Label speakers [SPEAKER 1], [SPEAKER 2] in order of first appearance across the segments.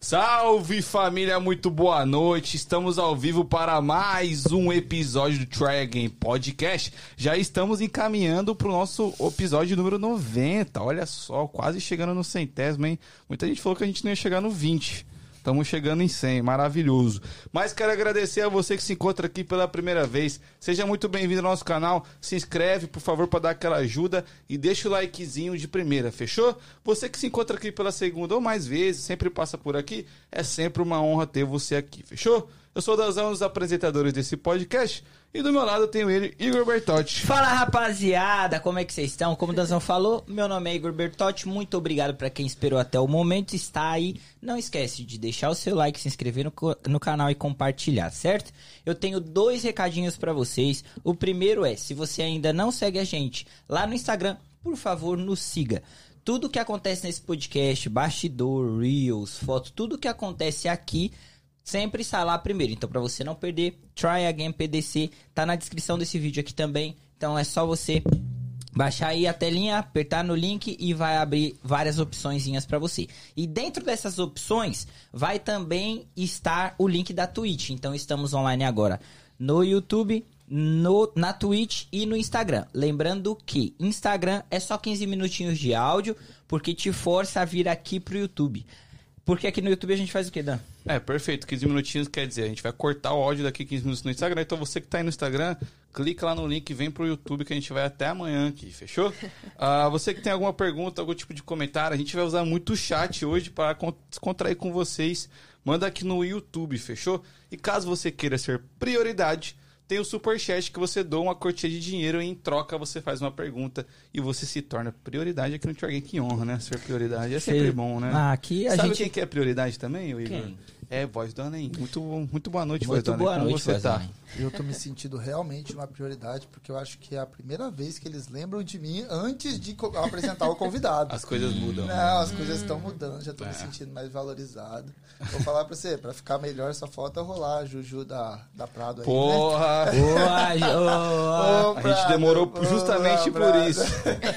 [SPEAKER 1] Salve família, muito boa noite. Estamos ao vivo para mais um episódio do Try Again Podcast. Já estamos encaminhando para o nosso episódio número 90. Olha só, quase chegando no centésimo, hein? Muita gente falou que a gente não ia chegar no 20. Estamos chegando em 100, maravilhoso. Mas quero agradecer a você que se encontra aqui pela primeira vez. Seja muito bem-vindo ao nosso canal. Se inscreve, por favor, para dar aquela ajuda e deixa o likezinho de primeira, fechou? Você que se encontra aqui pela segunda ou mais vezes, sempre passa por aqui, é sempre uma honra ter você aqui, fechou? Eu sou o Dazão, um dos apresentadores desse podcast, e do meu lado eu tenho ele, Igor Bertotti.
[SPEAKER 2] Fala rapaziada, como é que vocês estão? Como o Danzão falou, meu nome é Igor Bertotti, muito obrigado pra quem esperou até o momento, está aí. Não esquece de deixar o seu like, se inscrever no, co- no canal e compartilhar, certo? Eu tenho dois recadinhos pra vocês. O primeiro é, se você ainda não segue a gente lá no Instagram, por favor, nos siga. Tudo que acontece nesse podcast, bastidor, reels, foto, tudo que acontece aqui, sempre está lá primeiro. Então, para você não perder, Try Again PDC tá na descrição desse vídeo aqui também. Então, é só você baixar aí a telinha, apertar no link e vai abrir várias opçõezinhas para você. E dentro dessas opções, vai também estar o link da Twitch. Então, estamos online agora no YouTube, no, na Twitch e no Instagram. Lembrando que Instagram é só 15 minutinhos de áudio, porque te força a vir aqui pro YouTube. Porque aqui no YouTube a gente faz o que, Dan?
[SPEAKER 1] É, perfeito. 15 minutinhos quer dizer, a gente vai cortar o áudio daqui 15 minutos no Instagram. Então você que tá aí no Instagram, clica lá no link e vem pro YouTube que a gente vai até amanhã aqui, fechou? Ah, você que tem alguma pergunta, algum tipo de comentário, a gente vai usar muito o chat hoje para con- descontrair com vocês. Manda aqui no YouTube, fechou? E caso você queira ser prioridade, tem o superchat que você doa uma quantia de dinheiro e em troca você faz uma pergunta e você se torna prioridade aqui no Tio Alguém que honra, né? Ser prioridade é sempre
[SPEAKER 2] Sei.
[SPEAKER 1] bom, né?
[SPEAKER 2] Ah, aqui a
[SPEAKER 1] Sabe
[SPEAKER 2] gente.
[SPEAKER 1] quem que é prioridade também, o Igor?
[SPEAKER 2] Quem?
[SPEAKER 1] É Voz do Além. Muito, bom- muito boa noite, Voz
[SPEAKER 2] Muito
[SPEAKER 1] do Além.
[SPEAKER 2] boa
[SPEAKER 1] Como
[SPEAKER 2] noite,
[SPEAKER 1] você tá?
[SPEAKER 2] Vazão.
[SPEAKER 3] Eu tô me sentindo realmente uma prioridade, porque eu acho que é a primeira vez que eles lembram de mim antes de co- apresentar o convidado.
[SPEAKER 1] As coisas mudam. né? É.
[SPEAKER 3] Não, as coisas estão mudando, já tô me sentindo mais valorizado. Vou falar pra você, pra ficar melhor só falta rolar a Juju da, da Prado aí, né?
[SPEAKER 1] Porra!
[SPEAKER 2] Boa, Jô.
[SPEAKER 3] Ô,
[SPEAKER 1] A gente
[SPEAKER 3] Prado,
[SPEAKER 1] demorou
[SPEAKER 3] ô,
[SPEAKER 1] justamente por
[SPEAKER 3] Prado.
[SPEAKER 1] isso.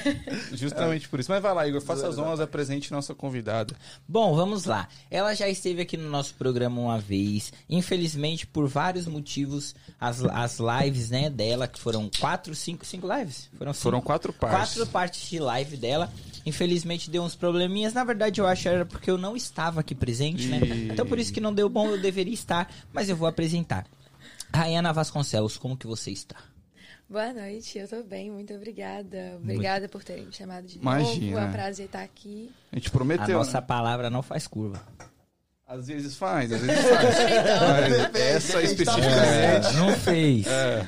[SPEAKER 1] justamente por isso. Mas vai lá, Igor, faça as honras, apresente nossa convidada.
[SPEAKER 2] Bom, vamos lá. Ela já esteve aqui no nosso programa uma vez. Infelizmente, por vários motivos, as, as lives né, dela, que foram quatro, cinco, cinco lives? Foram, cinco.
[SPEAKER 1] Foram quatro partes.
[SPEAKER 2] Quatro partes de live dela. Infelizmente deu uns probleminhas. Na verdade, eu acho que era porque eu não estava aqui presente, né?
[SPEAKER 1] Ih.
[SPEAKER 2] Então por isso que não deu bom, eu deveria estar, mas eu vou apresentar. Rayana Vasconcelos, como que você está?
[SPEAKER 4] Boa noite, eu tô bem, muito obrigada. Obrigada por terem me chamado de
[SPEAKER 1] Imagina.
[SPEAKER 4] novo. É um prazer estar aqui.
[SPEAKER 1] A gente
[SPEAKER 2] A
[SPEAKER 1] prometeu.
[SPEAKER 2] nossa
[SPEAKER 1] né?
[SPEAKER 2] palavra não faz curva.
[SPEAKER 1] Às vezes faz, às vezes faz.
[SPEAKER 2] Então,
[SPEAKER 1] Mas essa
[SPEAKER 3] depende, tá
[SPEAKER 1] especificamente.
[SPEAKER 2] É, Não fez.
[SPEAKER 1] É.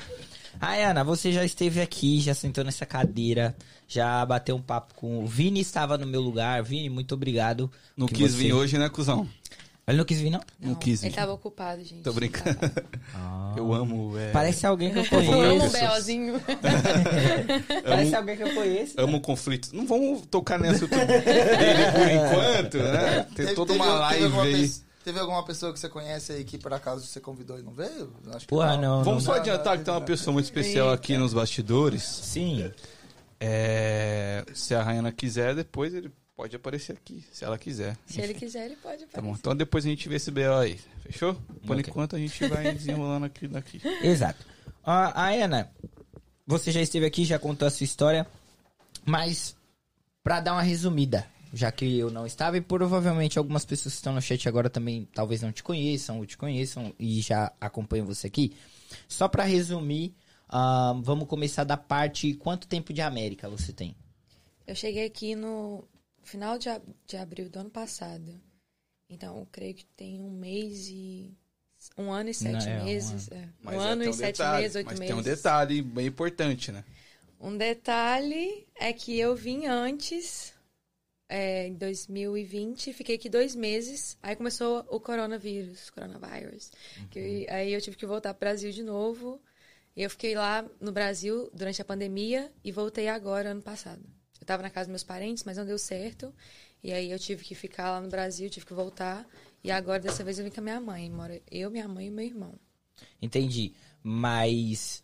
[SPEAKER 2] Ayana, você já esteve aqui, já sentou nessa cadeira, já bateu um papo com o Vini, estava no meu lugar. Vini, muito obrigado.
[SPEAKER 1] Não
[SPEAKER 2] que
[SPEAKER 1] quis
[SPEAKER 2] você-
[SPEAKER 1] vir hoje, né, cuzão?
[SPEAKER 2] Ele não quis vir, não?
[SPEAKER 1] Não quis
[SPEAKER 4] Ele
[SPEAKER 1] vir.
[SPEAKER 4] tava ocupado, gente. Tá,
[SPEAKER 1] Tô brincando. Eu amo, é,
[SPEAKER 2] Ah. Parece alguém que eu
[SPEAKER 4] Eu amo um
[SPEAKER 2] conheço.
[SPEAKER 4] belzinho.
[SPEAKER 2] Parece alguém que eu conheço.
[SPEAKER 1] Amo conflitos. Não vamos tocar nessa dele por enquanto, né? Tem
[SPEAKER 3] Teve-
[SPEAKER 1] toda
[SPEAKER 3] teve-
[SPEAKER 1] uma
[SPEAKER 3] teve
[SPEAKER 1] live
[SPEAKER 3] alguma
[SPEAKER 1] aí.
[SPEAKER 3] pe- Teve alguma pessoa que você conhece aí que por acaso você convidou e não veio? Acho que
[SPEAKER 2] Porra, não.
[SPEAKER 1] Vamos
[SPEAKER 2] não.
[SPEAKER 1] só adiantar que tem uma pessoa muito especial aqui nos bastidores.
[SPEAKER 2] Sim.
[SPEAKER 1] É, se a Rayana quiser, depois ele pode aparecer aqui, se ela quiser.
[SPEAKER 4] Se ele quiser, ele pode
[SPEAKER 1] Tá bom,
[SPEAKER 4] aparecer.
[SPEAKER 1] então depois a gente vê esse BO aí, fechou? Por
[SPEAKER 2] Ok.
[SPEAKER 1] enquanto a gente vai desenrolando aqui daqui.
[SPEAKER 4] Um
[SPEAKER 2] Exato. Ah, A Ana, você já esteve aqui, já contou a sua história, mas pra dar uma resumida, já que eu não estava e provavelmente algumas pessoas que estão no chat agora também talvez não te conheçam ou te conheçam e já acompanham você aqui. Só pra resumir, ah, vamos começar da parte quanto tempo de América você tem?
[SPEAKER 4] Eu cheguei aqui no final de, ab- de abril do ano passado. Então, eu creio que tem um mês e. Um ano e sete
[SPEAKER 2] Não, é, um
[SPEAKER 4] meses. é. Um
[SPEAKER 1] Mas é,
[SPEAKER 4] ano
[SPEAKER 1] tem
[SPEAKER 4] e
[SPEAKER 1] um
[SPEAKER 4] sete
[SPEAKER 1] detalhe,
[SPEAKER 4] meses, oito
[SPEAKER 1] Mas
[SPEAKER 4] meses.
[SPEAKER 1] tem um detalhe bem importante, né?
[SPEAKER 4] Um detalhe é que eu vim antes, é, em 2020, fiquei aqui dois meses, aí começou o coronavírus, coronavírus. Que, aí eu tive que voltar pro Brasil de novo. E eu fiquei lá no Brasil durante a pandemia e voltei agora, ano passado. Eu tava na casa dos meus parentes, mas não deu certo. E aí eu tive que ficar lá no Brasil, tive que voltar. E agora, dessa vez, eu vim com a minha mãe. Mora eu, minha mãe e meu irmão.
[SPEAKER 2] Entendi. Mas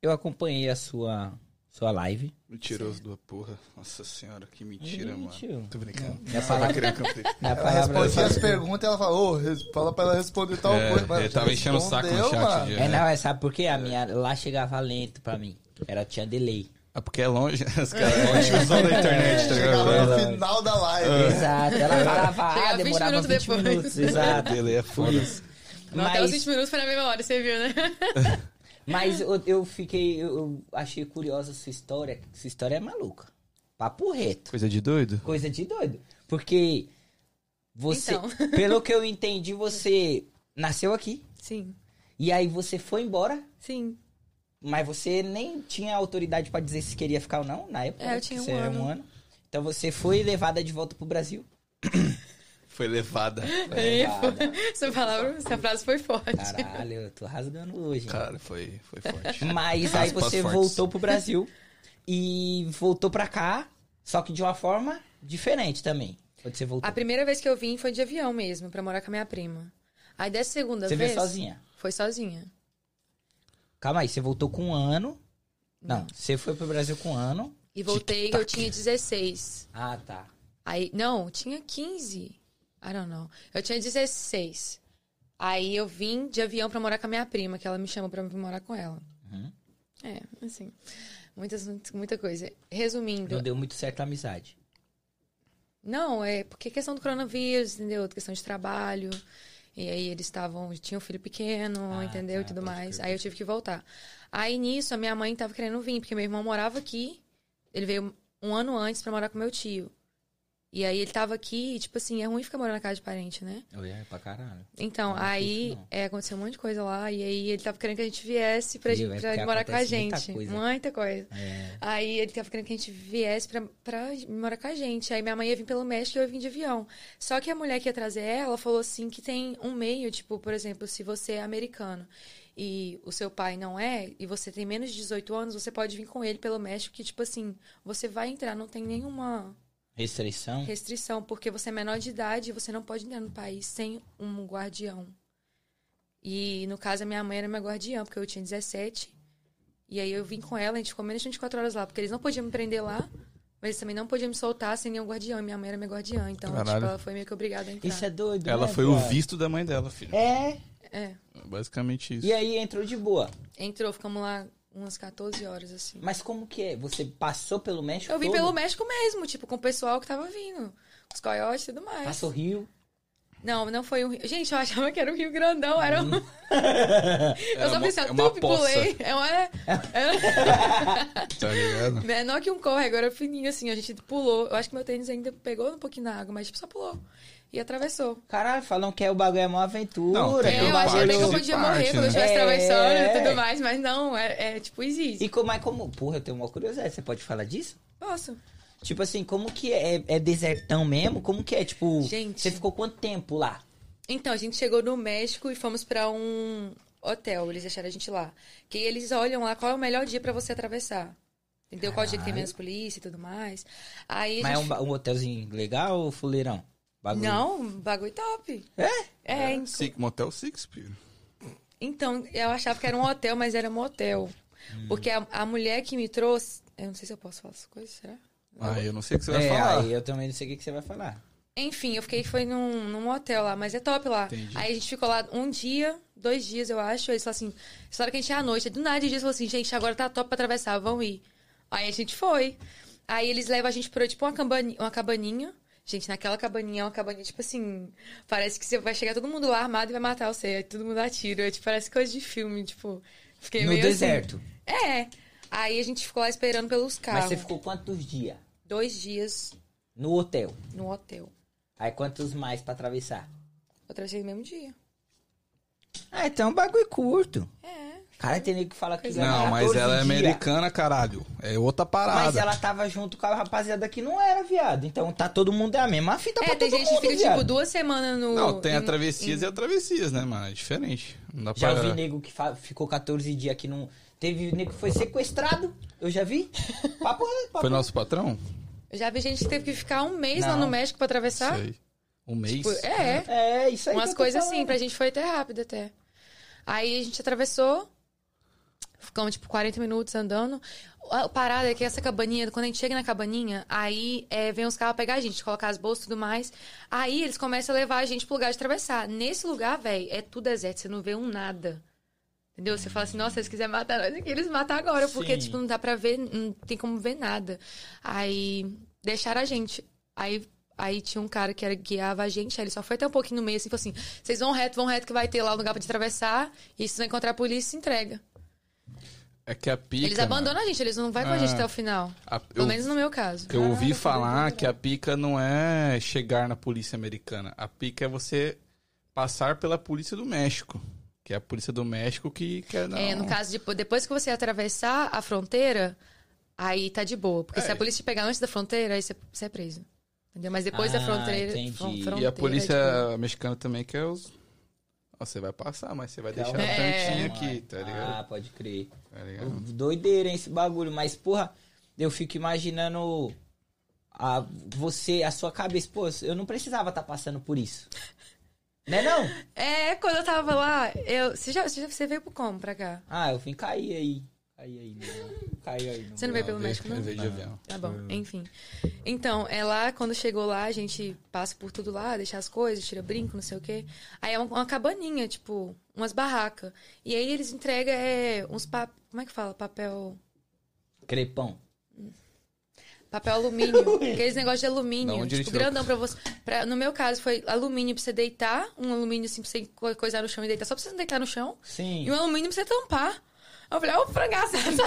[SPEAKER 2] eu acompanhei a sua sua live.
[SPEAKER 1] Mentiroso da porra. Nossa senhora, que mentira, mano.
[SPEAKER 2] Mentiu.
[SPEAKER 1] Tô brincando.
[SPEAKER 2] Minha palavra-
[SPEAKER 1] queria cumprir.
[SPEAKER 2] minha
[SPEAKER 3] Ela
[SPEAKER 2] palavra-
[SPEAKER 3] respondia as perguntas e ela falou, ô, res- fala pra ela responder tal
[SPEAKER 1] É,
[SPEAKER 3] coisa. Mano,
[SPEAKER 1] ele
[SPEAKER 3] já
[SPEAKER 1] tava enchendo o saco no
[SPEAKER 3] respondeu,
[SPEAKER 1] chat
[SPEAKER 3] mano.
[SPEAKER 1] o dia. né?
[SPEAKER 2] É, não, é, sabe por quê? A minha lá chegava lento pra mim. Ela tinha delay.
[SPEAKER 1] É porque é longe. Os caras é longe usando da internet, tá
[SPEAKER 3] Chegava
[SPEAKER 1] ligado?
[SPEAKER 3] no final da
[SPEAKER 2] É.
[SPEAKER 3] live.
[SPEAKER 2] Exato. Ela falava, ah,
[SPEAKER 4] Chegava 20
[SPEAKER 2] demorava 20
[SPEAKER 4] minutos
[SPEAKER 2] minutos.
[SPEAKER 4] depois.
[SPEAKER 2] exato.
[SPEAKER 1] Ele é foda.
[SPEAKER 4] Não, Até os 20
[SPEAKER 2] Mas,
[SPEAKER 4] minutos foi na mesma hora, você viu, né?
[SPEAKER 2] mas eu, eu fiquei, eu- eu achei curiosa sua história. Sua história é maluca. Papo reto.
[SPEAKER 1] Coisa de doido?
[SPEAKER 2] Coisa de doido. Porque você,
[SPEAKER 4] Então.
[SPEAKER 2] pelo que eu entendi, você nasceu aqui
[SPEAKER 4] Sim,
[SPEAKER 2] e aí você foi embora,
[SPEAKER 4] sim.
[SPEAKER 2] mas você nem tinha autoridade pra dizer se queria ficar ou não na época.
[SPEAKER 4] É, eu
[SPEAKER 2] né?
[SPEAKER 4] tinha
[SPEAKER 2] Porque
[SPEAKER 4] um
[SPEAKER 2] você é
[SPEAKER 4] ano.
[SPEAKER 2] Então você foi levada de volta pro Brasil.
[SPEAKER 1] Foi levada.
[SPEAKER 4] Aí,
[SPEAKER 2] Levada.
[SPEAKER 4] foi- Essa, palavra, essa frase foi forte.
[SPEAKER 2] Caralho, eu tô rasgando hoje. hein?
[SPEAKER 1] Cara, foi, foi forte.
[SPEAKER 2] Mas aí
[SPEAKER 1] Aspas
[SPEAKER 2] você
[SPEAKER 1] fortes.
[SPEAKER 2] voltou pro Brasil e voltou pra cá, só que de uma forma diferente também. Quando você voltou.
[SPEAKER 4] A primeira vez que eu vim foi de avião mesmo, pra morar com a minha prima. Aí dessa segunda
[SPEAKER 2] Você
[SPEAKER 4] vez.
[SPEAKER 2] veio sozinha.
[SPEAKER 4] Foi sozinha.
[SPEAKER 2] Calma aí, você voltou com um ano. Não, você foi pro Brasil com um ano.
[SPEAKER 4] E voltei, eu tinha 16.
[SPEAKER 2] Ah, tá.
[SPEAKER 4] Aí, não, tinha 15. I don't know. Eu tinha 16. Aí eu vim de avião pra morar com a minha prima, que ela me chamou pra morar com ela.
[SPEAKER 2] Uhum.
[SPEAKER 4] É, assim. Muitas, muita coisa. Resumindo.
[SPEAKER 2] Não deu muito certo a amizade.
[SPEAKER 4] Não, é porque questão do coronavírus, entendeu? Questão de trabalho. E aí eles estavam, tinha um filho pequeno,
[SPEAKER 2] Ah,
[SPEAKER 4] entendeu? E
[SPEAKER 2] tá,
[SPEAKER 4] tudo
[SPEAKER 2] pode
[SPEAKER 4] mais.
[SPEAKER 2] crer,
[SPEAKER 4] Aí eu tive que voltar. Aí nisso, a minha mãe tava querendo vir, porque meu irmão morava aqui. Ele veio um ano antes pra morar com meu tio. E aí ele tava aqui, e, tipo assim, é ruim ficar morando na casa de parente, né?
[SPEAKER 2] Eu ia é pra caralho.
[SPEAKER 4] Então,
[SPEAKER 2] Ah, não
[SPEAKER 4] aí
[SPEAKER 2] curto, não.
[SPEAKER 4] é, aconteceu um monte de coisa lá. E aí ele tava querendo que a gente viesse pra,
[SPEAKER 2] Ih,
[SPEAKER 4] gente,
[SPEAKER 2] vai
[SPEAKER 4] pra
[SPEAKER 2] ficar
[SPEAKER 4] morar com a
[SPEAKER 2] é acontece muita
[SPEAKER 4] gente.
[SPEAKER 2] coisa.
[SPEAKER 4] Muita coisa.
[SPEAKER 2] É.
[SPEAKER 4] Aí ele tava querendo que a gente viesse pra, pra morar com a gente. Aí minha mãe ia vir pelo México e eu ia vir de avião. Só que a mulher que ia trazer ela falou assim que tem um meio, tipo, por exemplo, se você é americano e o seu pai não é, e você tem menos de 18 anos, você pode vir com ele pelo México, que, tipo assim, você vai entrar, não tem nenhuma
[SPEAKER 2] Restrição?
[SPEAKER 4] restrição, porque você é menor de idade e você não pode entrar no país sem um guardião. E no caso, a minha mãe era minha guardiã, porque eu tinha 17. E aí eu vim com ela, a gente ficou menos de 24 horas lá, porque eles não podiam me prender lá, mas eles também não podiam me soltar sem nenhum guardião. E minha mãe era minha guardiã, então,
[SPEAKER 1] Caralho.
[SPEAKER 4] tipo, ela foi meio que obrigada a entrar.
[SPEAKER 2] Isso é doido.
[SPEAKER 1] Ela
[SPEAKER 2] né,
[SPEAKER 1] foi o
[SPEAKER 2] cara?
[SPEAKER 1] visto da mãe dela, filho.
[SPEAKER 2] É.
[SPEAKER 4] É.
[SPEAKER 1] Basicamente isso.
[SPEAKER 2] E é aí entrou de boa.
[SPEAKER 4] Entrou, ficamos lá umas 14 horas, assim.
[SPEAKER 2] Mas como que é? Você passou pelo México?
[SPEAKER 4] Eu vim
[SPEAKER 2] todo?
[SPEAKER 4] pelo México mesmo, tipo, com o pessoal que tava vindo. Os coiotes e tudo mais.
[SPEAKER 2] Passou Rio.
[SPEAKER 4] Não, não foi um rio. Gente, eu achava que era um rio grandão, era um. eu só
[SPEAKER 1] uma-
[SPEAKER 4] pensei,
[SPEAKER 1] Uhum. é
[SPEAKER 4] tudo
[SPEAKER 1] uma
[SPEAKER 4] tupi, pulei. É uma. é-
[SPEAKER 1] Tá ligado?
[SPEAKER 4] Menor que um córrego, era fininho assim, a gente pulou. Eu acho que meu tênis ainda pegou um pouquinho na água, mas tipo, só pulou. E atravessou.
[SPEAKER 2] Caralho, falam que é o bagulho é uma aventura.
[SPEAKER 1] Não, tem um
[SPEAKER 2] que
[SPEAKER 4] É,
[SPEAKER 2] o
[SPEAKER 4] eu achei
[SPEAKER 1] parte,
[SPEAKER 4] até que eu
[SPEAKER 1] né?
[SPEAKER 4] podia
[SPEAKER 1] Parte,
[SPEAKER 4] morrer quando eu
[SPEAKER 1] né?
[SPEAKER 4] estivesse atravessando
[SPEAKER 2] É.
[SPEAKER 4] e tudo mais, mas não, é, é, tipo, existe.
[SPEAKER 2] E como é como. Porra, eu tenho uma curiosidade. Você pode falar disso?
[SPEAKER 4] Posso?
[SPEAKER 2] Tipo assim, como que é? É desertão mesmo? Como que é? Tipo,
[SPEAKER 4] Gente.
[SPEAKER 2] você ficou quanto tempo lá?
[SPEAKER 4] Então, a gente chegou no México e fomos pra um hotel. Eles deixaram a gente lá. Que eles olham lá qual é o melhor dia pra você atravessar. Entendeu? Qual dia que tem
[SPEAKER 2] Caralho.
[SPEAKER 4] menos polícia e tudo mais. Aí a
[SPEAKER 2] Mas é
[SPEAKER 4] gente
[SPEAKER 2] um, ba- um hotelzinho legal ou fuleirão? Bagulho.
[SPEAKER 4] Não, bagulho top.
[SPEAKER 2] É?
[SPEAKER 4] É, en-
[SPEAKER 1] Six, Motel Six, filho.
[SPEAKER 4] então, eu achava que era um hotel, mas era motel.
[SPEAKER 2] Hum.
[SPEAKER 4] Porque a, a mulher que me trouxe. Eu não sei se eu posso falar essas coisas, será?
[SPEAKER 1] Ah, eu não sei o que você vai
[SPEAKER 2] é,
[SPEAKER 1] falar.
[SPEAKER 2] aí eu também não sei o que, que você vai falar.
[SPEAKER 4] Enfim, eu fiquei, foi num, num hotel lá, mas é top lá.
[SPEAKER 1] Entendi.
[SPEAKER 4] Aí a gente ficou lá um dia, dois dias, eu acho. Aí eles falaram assim, história que a gente ia à noite. Aí Do nada, eles falaram assim, gente, agora tá top pra atravessar, vão ir. Aí a gente foi. Aí eles levam a gente pra, tipo, uma, cabani- uma cabaninha. Gente, naquela cabaninha, é uma cabaninha, tipo assim... Parece que você vai chegar todo mundo lá armado e vai matar você. Aí todo mundo atira. Tipo, parece coisa de filme, tipo... Fiquei
[SPEAKER 2] no
[SPEAKER 4] meio
[SPEAKER 2] deserto.
[SPEAKER 4] Assim. É. Aí a gente ficou lá esperando pelos
[SPEAKER 2] Mas
[SPEAKER 4] carros.
[SPEAKER 2] você ficou quantos dias?
[SPEAKER 4] Dois dias
[SPEAKER 2] No hotel.
[SPEAKER 4] no hotel.
[SPEAKER 2] Aí quantos mais pra atravessar?
[SPEAKER 4] Eu atravessei no mesmo dia.
[SPEAKER 2] Ah, então é um bagulho curto.
[SPEAKER 4] É...
[SPEAKER 2] Cara, tem nego que fala que vai
[SPEAKER 1] Não,
[SPEAKER 2] lá
[SPEAKER 1] mas
[SPEAKER 2] 14
[SPEAKER 1] ela é
[SPEAKER 2] dia.
[SPEAKER 1] americana, caralho. É outra parada.
[SPEAKER 2] Mas ela tava junto com a rapaziada que não era, viado. Então tá todo mundo é a mesma fita pra
[SPEAKER 4] É, tem
[SPEAKER 2] todo
[SPEAKER 4] gente
[SPEAKER 2] mundo,
[SPEAKER 4] que fica,
[SPEAKER 2] viado.
[SPEAKER 4] tipo, duas semanas no...
[SPEAKER 1] Não, tem
[SPEAKER 4] em-
[SPEAKER 1] a travessias
[SPEAKER 4] em-
[SPEAKER 1] e a travessias, né, mano? É diferente. Não dá
[SPEAKER 2] Já
[SPEAKER 1] pra...
[SPEAKER 2] ouvi nego que fa- ficou 14 dias que não... Teve nego que foi sequestrado. Eu já vi. Papo, reto, papo
[SPEAKER 1] Foi nosso patrão?
[SPEAKER 4] Eu Já vi gente que teve que ficar um mês lá
[SPEAKER 2] Não.
[SPEAKER 4] no México pra atravessar.
[SPEAKER 1] Isso aí. Um mês?
[SPEAKER 4] Tipo, é,
[SPEAKER 2] Tá. É, isso aí. que
[SPEAKER 4] umas
[SPEAKER 2] eu tô
[SPEAKER 4] coisas assim.
[SPEAKER 2] falando.
[SPEAKER 4] Pra gente foi até rápido, até. Aí a gente atravessou. Ficamos, tipo, 40 minutos andando. A parada é que essa cabaninha, quando a gente chega na cabaninha, aí é, vem os carros pegar a gente, colocar as bolsas e tudo mais. Aí eles começam a levar a gente pro lugar de atravessar. Nesse lugar, velho, é tudo deserto, você não vê um nada. Entendeu? Você fala assim, nossa, se eles quiserem matar nós aqui, eles matam agora, porque,
[SPEAKER 2] Sim.
[SPEAKER 4] tipo, não dá pra ver, não tem como ver nada. Aí deixaram a gente. Aí, aí tinha um cara que era, guiava a gente, aí ele só foi até um pouquinho no meio, assim, falou assim, vocês vão reto, vão reto que vai ter lá um lugar pra te atravessar, e se não encontrar a polícia, se entrega.
[SPEAKER 1] É que a pica.
[SPEAKER 2] né?
[SPEAKER 4] eles abandonam a gente, eles não vão com a
[SPEAKER 2] É.
[SPEAKER 4] gente
[SPEAKER 1] Ah.
[SPEAKER 4] até o final.
[SPEAKER 1] mano, a-
[SPEAKER 4] Pelo
[SPEAKER 1] eu-
[SPEAKER 4] menos no né? meu caso.
[SPEAKER 1] Eu ouvi falar que a pica não é chegar na polícia americana. A pica é você passar pela polícia do México. Que é a polícia do México que quer um- não.
[SPEAKER 4] É, no caso, de, depois que você atravessar a fronteira, aí tá de boa. Porque
[SPEAKER 1] É.
[SPEAKER 4] se a polícia te pegar antes da fronteira, aí você, você é preso. Entendeu? Mas depois
[SPEAKER 2] Ah,
[SPEAKER 4] da fronteira.
[SPEAKER 2] entendi.
[SPEAKER 4] fron-
[SPEAKER 2] E a
[SPEAKER 1] E a
[SPEAKER 4] fronteira,
[SPEAKER 1] polícia
[SPEAKER 4] tipo,
[SPEAKER 1] mexicana também quer os. Ó, Você vai passar, mas você vai deixar
[SPEAKER 2] Calma.
[SPEAKER 1] um tantinho
[SPEAKER 4] É.
[SPEAKER 1] aqui, tá ligado?
[SPEAKER 2] Ah, pode crer.
[SPEAKER 1] Tá ligado?
[SPEAKER 2] Doideira, hein, esse bagulho. Mas, porra, eu fico imaginando a, você, a sua cabeça. Pô, eu não precisava estar passando por isso. Né, não?
[SPEAKER 4] É, quando eu tava lá, eu. Você, já, você já- você veio pro como pra cá?
[SPEAKER 2] Ah, eu vim cair aí. Cair aí, não. Cair aí, não.
[SPEAKER 4] Você não veio pelo
[SPEAKER 1] veio-
[SPEAKER 4] México, não?
[SPEAKER 1] veio de avião.
[SPEAKER 4] Tá bom, enfim. Então, é lá, quando chegou lá, a gente passa por tudo lá, deixa as coisas, tira brinco, não sei o quê. Aí é uma, uma cabaninha, tipo, umas barracas. E aí eles entregam é, uns pap... Como é que fala? Papel...
[SPEAKER 2] Crepão.
[SPEAKER 4] Papel alumínio. aqueles negócios de alumínio.
[SPEAKER 1] Da onde ele
[SPEAKER 4] tipo,
[SPEAKER 1] tirou?
[SPEAKER 4] grandão pra você. pra- no meu caso, foi alumínio pra você deitar. Um alumínio assim pra você co- coisar no chão e deitar. Só pra você não deitar no chão.
[SPEAKER 2] Sim.
[SPEAKER 4] E um alumínio pra você tampar. Aí Eu falei, ó, o frangaço saindo.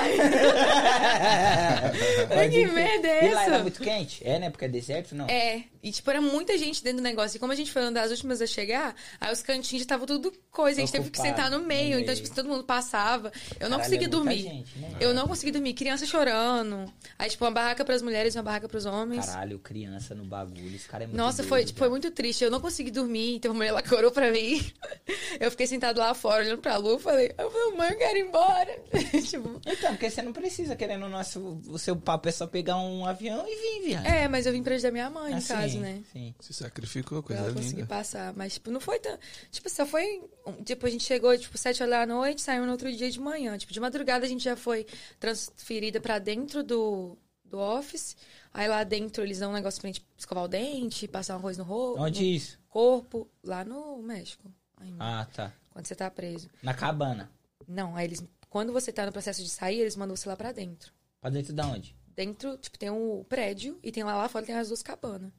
[SPEAKER 2] Pode
[SPEAKER 4] que
[SPEAKER 2] crer.
[SPEAKER 4] merda é
[SPEAKER 2] E lá era
[SPEAKER 4] essa?
[SPEAKER 2] muito quente? É, né? Porque é deserto, não?
[SPEAKER 4] É, e tipo, era muita gente dentro do negócio. E como a gente foi uma das últimas a chegar, aí os cantinhos já estavam tudo coisa. A gente teve que
[SPEAKER 2] Ocupado,
[SPEAKER 4] sentar no
[SPEAKER 2] no
[SPEAKER 4] meio. Então,
[SPEAKER 2] meio.
[SPEAKER 4] tipo, todo mundo passava. Eu não
[SPEAKER 2] Caralho,
[SPEAKER 4] consegui
[SPEAKER 2] é muita
[SPEAKER 4] dormir.
[SPEAKER 2] gente, né?
[SPEAKER 4] Eu não consegui dormir. Criança chorando. Aí, tipo, uma barraca pras mulheres e uma barraca pros homens.
[SPEAKER 2] Caralho, criança no bagulho. Esse cara é muito
[SPEAKER 4] Nossa,
[SPEAKER 2] doido,
[SPEAKER 4] foi, tipo, foi
[SPEAKER 2] velho.
[SPEAKER 4] muito triste. Eu não consegui dormir, então a mulher ela corou pra mim. Eu fiquei sentado lá fora, olhando pra lua, falei, eu falei, mãe, eu quero ir embora. tipo,
[SPEAKER 2] Então, porque você não precisa, querendo o nosso. O seu papo é só pegar um avião e vir, viado.
[SPEAKER 4] é, mas eu vim pra ajudar minha mãe,
[SPEAKER 2] Ah,
[SPEAKER 4] no
[SPEAKER 2] sim,
[SPEAKER 4] caso, né?
[SPEAKER 2] Sim.
[SPEAKER 1] Se sacrificou,
[SPEAKER 4] Pra
[SPEAKER 1] coisa
[SPEAKER 4] ela conseguir
[SPEAKER 1] linda.
[SPEAKER 4] passar. Mas, tipo, não foi tão. Tipo, só foi. Tipo, a gente chegou, tipo, sete horas da noite, saiu no outro dia de manhã. Tipo, de madrugada a gente já foi transferida pra dentro do, do office. Aí lá dentro eles dão um negócio pra gente escovar o dente, passar um arroz no, ro
[SPEAKER 2] Onde
[SPEAKER 4] no
[SPEAKER 2] isso?
[SPEAKER 4] corpo, lá no México. ainda,
[SPEAKER 2] Ah, tá.
[SPEAKER 4] Quando você tá preso.
[SPEAKER 2] Na cabana.
[SPEAKER 4] Não, aí eles. Quando você tá no processo de sair, eles mandam você lá pra dentro.
[SPEAKER 2] Pra dentro da onde?
[SPEAKER 4] Dentro, tipo, tem um prédio e tem lá lá fora tem as duas cabanas.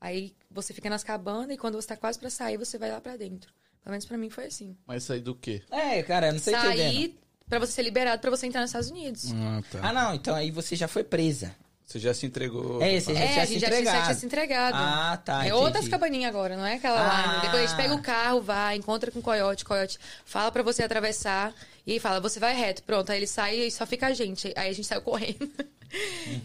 [SPEAKER 4] Aí você fica nas cabanas e quando você tá quase pra sair, você vai lá pra dentro. Pelo menos pra mim foi assim.
[SPEAKER 1] Mas sair do quê?
[SPEAKER 2] É, cara, eu não sei entendendo.
[SPEAKER 4] Sair pra você ser liberado pra você entrar nos Estados Unidos.
[SPEAKER 1] Ah, tá.
[SPEAKER 2] Ah, não, então aí você já foi presa.
[SPEAKER 1] Você já se entregou. tipo,
[SPEAKER 2] É, você já
[SPEAKER 4] É,
[SPEAKER 2] tinha
[SPEAKER 4] a
[SPEAKER 2] se
[SPEAKER 4] gente já tinha, já tinha
[SPEAKER 2] entregado.
[SPEAKER 4] se entregado.
[SPEAKER 2] Ah, tá.
[SPEAKER 4] é
[SPEAKER 2] entendi.
[SPEAKER 4] outras cabaninhas agora, não é aquela lá.
[SPEAKER 2] Ah.
[SPEAKER 4] né? Depois a gente pega o carro, vai, encontra com o coiote, coiote fala pra você atravessar e aí fala, você vai reto, pronto. Aí ele sai e só fica a gente. Aí a gente saiu correndo.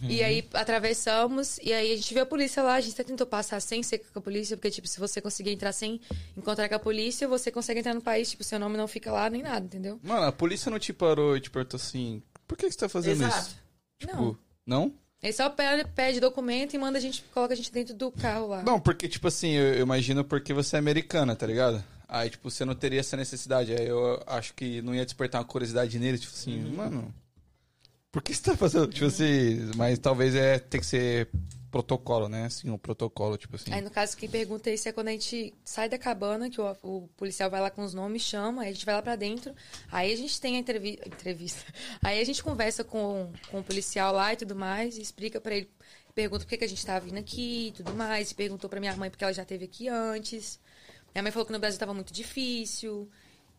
[SPEAKER 4] E
[SPEAKER 2] Uhum.
[SPEAKER 4] aí atravessamos e aí a gente viu a polícia lá, a gente até tentou passar sem ser com a polícia, porque tipo, se você conseguir entrar sem encontrar com a polícia, você consegue entrar no país, tipo, seu nome não fica lá nem nada, entendeu?
[SPEAKER 1] Mano, a polícia não te parou e te perguntou assim: por que que você tá fazendo
[SPEAKER 2] Exato.
[SPEAKER 1] isso?
[SPEAKER 2] Tipo,
[SPEAKER 4] Não.
[SPEAKER 1] Não?
[SPEAKER 4] Ele só pede, pede documento e manda a gente, coloca a gente dentro do carro lá.
[SPEAKER 1] Não, porque, tipo assim, eu, eu imagino porque você é americana, tá ligado? Aí, tipo, você não teria essa necessidade. Aí eu acho que não ia despertar uma curiosidade nele, tipo assim, mano. Por que você tá fazendo? Tipo assim, mas talvez é tem que ser protocolo, né? Assim, um protocolo, tipo assim.
[SPEAKER 4] Aí, no caso, quem pergunta isso é quando a gente sai da cabana, que o, o policial vai lá com os nomes, chama, aí a gente vai lá pra dentro, aí a gente tem a entrevi- entrevista. Aí a gente conversa com, com o policial lá e tudo mais, e explica pra ele, pergunta por que, que a gente tá vindo aqui e tudo mais, e perguntou pra minha mãe porque ela já teve aqui antes. Minha mãe falou que no Brasil tava muito difícil,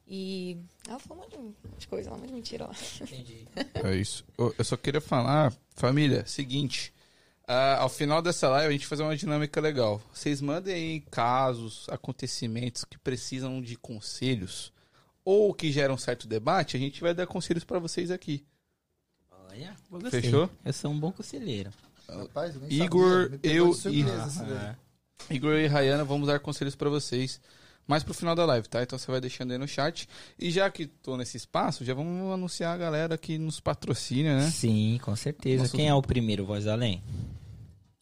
[SPEAKER 4] e ela falou um monte de- um monte de coisa, lá, um monte de mentira lá.
[SPEAKER 2] Entendi.
[SPEAKER 1] É isso. Eu eu só queria falar, família, seguinte. ah, ao final dessa live, a gente vai fazer uma dinâmica legal. Vocês mandem aí casos, acontecimentos que precisam de conselhos ou que geram certo debate, a gente vai dar conselhos pra vocês aqui.
[SPEAKER 2] Olha.
[SPEAKER 1] Fechou?
[SPEAKER 2] Eu sou um bom conselheiro.
[SPEAKER 3] Rapaz, eu nem
[SPEAKER 1] Igor,
[SPEAKER 3] sabia. Me pegou de
[SPEAKER 1] eu
[SPEAKER 3] surpresa assim, né?
[SPEAKER 1] e-
[SPEAKER 3] isso daí.
[SPEAKER 1] É. Igor e Rayana vamos dar conselhos pra vocês mais pro final da live, tá? Então você vai deixando aí no chat. E já que tô nesse espaço, já vamos anunciar a galera que nos patrocina, né?
[SPEAKER 2] É. Sim, com certeza.
[SPEAKER 1] Nossa,
[SPEAKER 2] Quem é o primeiro, Voz do Além?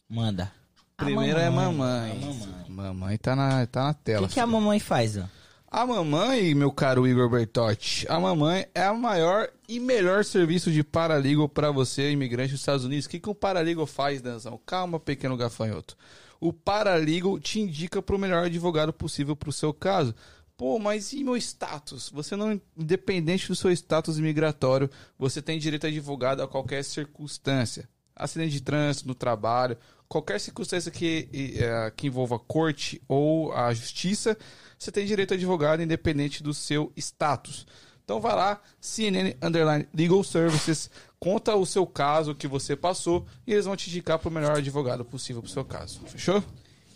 [SPEAKER 2] Manda. A
[SPEAKER 1] Primeiro é mamãe.
[SPEAKER 2] A mamãe.
[SPEAKER 1] Mamãe tá na, tá na
[SPEAKER 2] O
[SPEAKER 1] tela.
[SPEAKER 2] que, que a mamãe faz, ó?
[SPEAKER 1] A mamãe, meu caro Igor Bertotti, a mamãe é a maior e melhor serviço de paralegal para você, imigrante dos Estados Unidos. O que, que o paralegal faz, Danzão? Calma, pequeno gafanhoto. O paralegal te indica para o melhor advogado possível para o seu caso. Pô, mas e meu status? Você não, independente do seu status migratório, você tem direito a advogado a qualquer circunstância. Acidente de trânsito, no trabalho, qualquer circunstância que, eh, que envolva a corte ou a justiça, você tem direito a advogado independente do seu status. Então vai lá, CNN Underline Legal Services, conta o seu caso que você passou e eles vão te indicar para o melhor advogado possível para o seu caso. Fechou?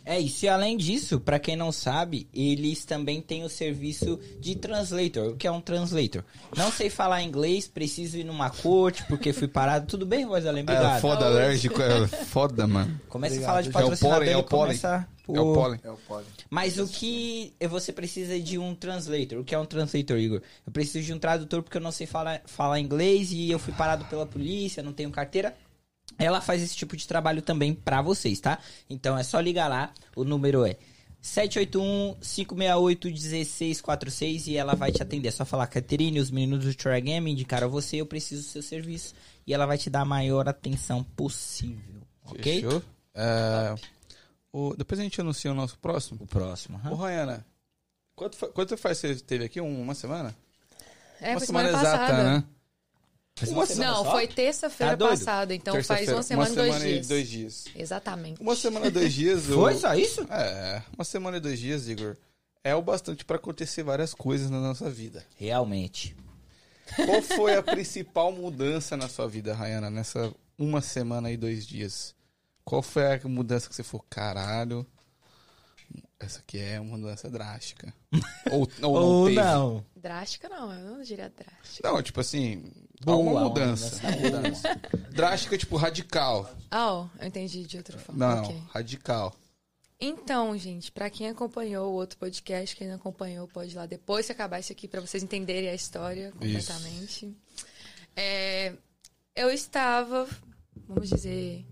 [SPEAKER 2] É isso, e além disso, pra quem não sabe, eles também têm o serviço de translator. O que é um translator? Não sei falar inglês, preciso ir numa corte porque fui parado. Tudo bem, voz além? Obrigado.
[SPEAKER 1] alérgico, é foda, mano.
[SPEAKER 2] Começa a
[SPEAKER 3] Obrigado.
[SPEAKER 2] falar de
[SPEAKER 3] É o
[SPEAKER 2] patrocinador
[SPEAKER 1] pólen, É, é o
[SPEAKER 2] e começa...
[SPEAKER 1] É o pólen.
[SPEAKER 3] É o pólen.
[SPEAKER 2] Mas o que eh, você precisa de um translator? O que é um translator, Igor? Eu preciso de um tradutor porque eu não sei falar, falar inglês e eu fui parado pela polícia, não tenho carteira. Ela faz esse tipo de trabalho também pra vocês, tá? Então é só ligar lá, o número é 781-568-1646 e ela vai te atender. É só falar, Caterine, os meninos do Try Game indicaram você, eu preciso do seu serviço. E ela vai te dar a maior atenção possível, ok?
[SPEAKER 1] Fechou? É, o- depois a gente anuncia o nosso próximo.
[SPEAKER 2] O próximo. aham.
[SPEAKER 1] Ô, Rayana, quanto, fa- quanto faz que você teve aqui? Um- Uma semana?
[SPEAKER 4] É,
[SPEAKER 1] uma
[SPEAKER 4] foi semana, passada.
[SPEAKER 1] né?
[SPEAKER 2] Faz
[SPEAKER 1] Uma
[SPEAKER 2] uma
[SPEAKER 1] semana
[SPEAKER 4] Não,
[SPEAKER 2] só?
[SPEAKER 4] foi terça-feira
[SPEAKER 2] Tá doido?
[SPEAKER 4] passada, então faz
[SPEAKER 1] Terça-feira.
[SPEAKER 4] uma semana,
[SPEAKER 1] uma semana
[SPEAKER 4] e dois dias.
[SPEAKER 1] e dois dias.
[SPEAKER 4] Exatamente.
[SPEAKER 1] Uma semana e dois dias.
[SPEAKER 2] Foi
[SPEAKER 1] eu-
[SPEAKER 2] só isso?
[SPEAKER 1] É, uma semana e dois dias, Igor. É o bastante pra acontecer várias coisas na nossa vida.
[SPEAKER 2] Realmente.
[SPEAKER 1] Qual foi a principal mudança na sua vida, Rayana, nessa uma semana e dois dias? Qual foi a mudança que você falou, caralho? Essa aqui é uma mudança drástica. Ou, ou não
[SPEAKER 2] Ou
[SPEAKER 1] teve.
[SPEAKER 2] não.
[SPEAKER 4] Drástica não, eu não diria drástica.
[SPEAKER 1] Não, tipo assim,
[SPEAKER 2] Boa, né, assim.
[SPEAKER 1] alguma
[SPEAKER 2] uma
[SPEAKER 1] mudança.
[SPEAKER 2] mudança.
[SPEAKER 1] Drástica, tipo, radical.
[SPEAKER 4] Ah, ó, eu entendi de outra forma.
[SPEAKER 1] Não,
[SPEAKER 4] Ok.
[SPEAKER 1] radical.
[SPEAKER 4] Então, gente, pra quem acompanhou o outro podcast, quem não acompanhou, pode ir lá depois que acabar isso aqui pra vocês entenderem a história
[SPEAKER 1] Isso.
[SPEAKER 4] completamente. É, eu estava, vamos dizer,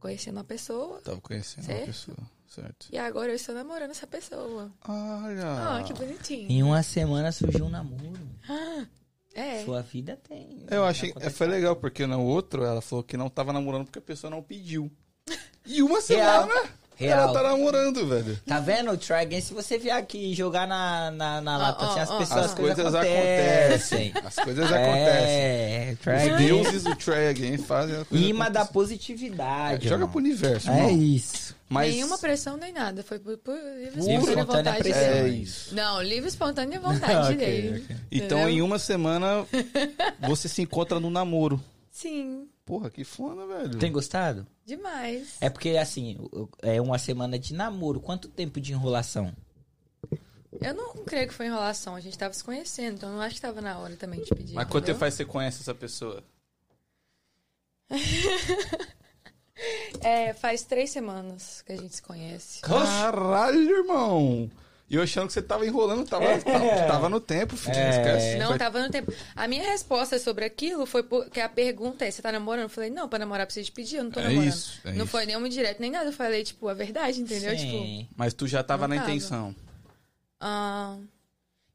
[SPEAKER 4] conhecendo uma pessoa
[SPEAKER 1] Tava conhecendo uma
[SPEAKER 4] Certo.
[SPEAKER 1] pessoa, certo?
[SPEAKER 4] e agora eu estou namorando essa pessoa.
[SPEAKER 1] Olha.
[SPEAKER 4] Ah, que bonitinho.
[SPEAKER 2] Em uma semana surgiu um namoro.
[SPEAKER 4] É.
[SPEAKER 2] Sua vida tem.
[SPEAKER 1] Eu achei. é,
[SPEAKER 2] Acontece.
[SPEAKER 1] Foi legal, porque no outro ela falou que não tava namorando porque a pessoa não pediu. E uma
[SPEAKER 2] Real.
[SPEAKER 1] semana ela
[SPEAKER 2] Real.
[SPEAKER 1] tá namorando, velho.
[SPEAKER 2] Tá vendo, Trigan? Se você vier aqui e jogar na, na, na lata,
[SPEAKER 4] Ah,
[SPEAKER 2] assim, as
[SPEAKER 4] ah, ah,
[SPEAKER 2] pessoas
[SPEAKER 1] ah.
[SPEAKER 2] as coisas,
[SPEAKER 1] Coisas
[SPEAKER 2] acontecem.
[SPEAKER 1] As coisas acontecem.
[SPEAKER 2] É,
[SPEAKER 1] Os
[SPEAKER 2] Trigan.
[SPEAKER 1] deuses do Trey Game fazem a coisa.
[SPEAKER 2] Imã da
[SPEAKER 1] acontecer.
[SPEAKER 2] positividade.
[SPEAKER 1] É, Joga
[SPEAKER 2] irmão.
[SPEAKER 1] pro universo,
[SPEAKER 2] É
[SPEAKER 1] irmão.
[SPEAKER 2] isso.
[SPEAKER 1] Mas
[SPEAKER 4] Nenhuma pressão nem nada, foi por, por livre
[SPEAKER 2] Livre,
[SPEAKER 4] espontânea
[SPEAKER 2] espontânea
[SPEAKER 4] vontade
[SPEAKER 2] pressão.
[SPEAKER 1] É
[SPEAKER 4] dele.
[SPEAKER 1] isso.
[SPEAKER 4] Não, livre espontânea vontade
[SPEAKER 2] Ok,
[SPEAKER 4] dele.
[SPEAKER 2] ok.
[SPEAKER 1] Então,
[SPEAKER 4] Entendeu?
[SPEAKER 1] em uma semana, você se encontra no namoro.
[SPEAKER 4] Sim,
[SPEAKER 1] Porra, que foda, velho.
[SPEAKER 2] Tem gostado?
[SPEAKER 4] demais.
[SPEAKER 2] É porque, assim, é uma semana de namoro. Quanto tempo de enrolação?
[SPEAKER 4] Eu não creio que foi enrolação, a gente tava se conhecendo, então eu não acho que tava na hora também de pedir.
[SPEAKER 1] Mas quanto
[SPEAKER 4] entendeu?
[SPEAKER 1] tempo faz que você conhece essa pessoa?
[SPEAKER 4] É, faz três semanas que a gente se conhece.
[SPEAKER 1] Caralho, irmão! E eu achando que você tava enrolando, tava, tava, tava no tempo, filho.
[SPEAKER 2] É.
[SPEAKER 1] Esquece.
[SPEAKER 4] É. Não
[SPEAKER 1] Vai-
[SPEAKER 4] tava no tempo. A minha resposta sobre aquilo foi porque a pergunta é: você tá namorando? Eu falei, não, pra namorar precisa de pedir, eu não tô
[SPEAKER 1] É
[SPEAKER 4] namorando.
[SPEAKER 1] isso, é
[SPEAKER 4] não
[SPEAKER 1] isso.
[SPEAKER 4] foi nenhum direto nem nada, eu falei, tipo, a verdade, entendeu? Tipo,
[SPEAKER 2] Sim.
[SPEAKER 1] Mas tu já tava
[SPEAKER 4] Não
[SPEAKER 1] na
[SPEAKER 4] tava.
[SPEAKER 1] intenção.
[SPEAKER 4] ah,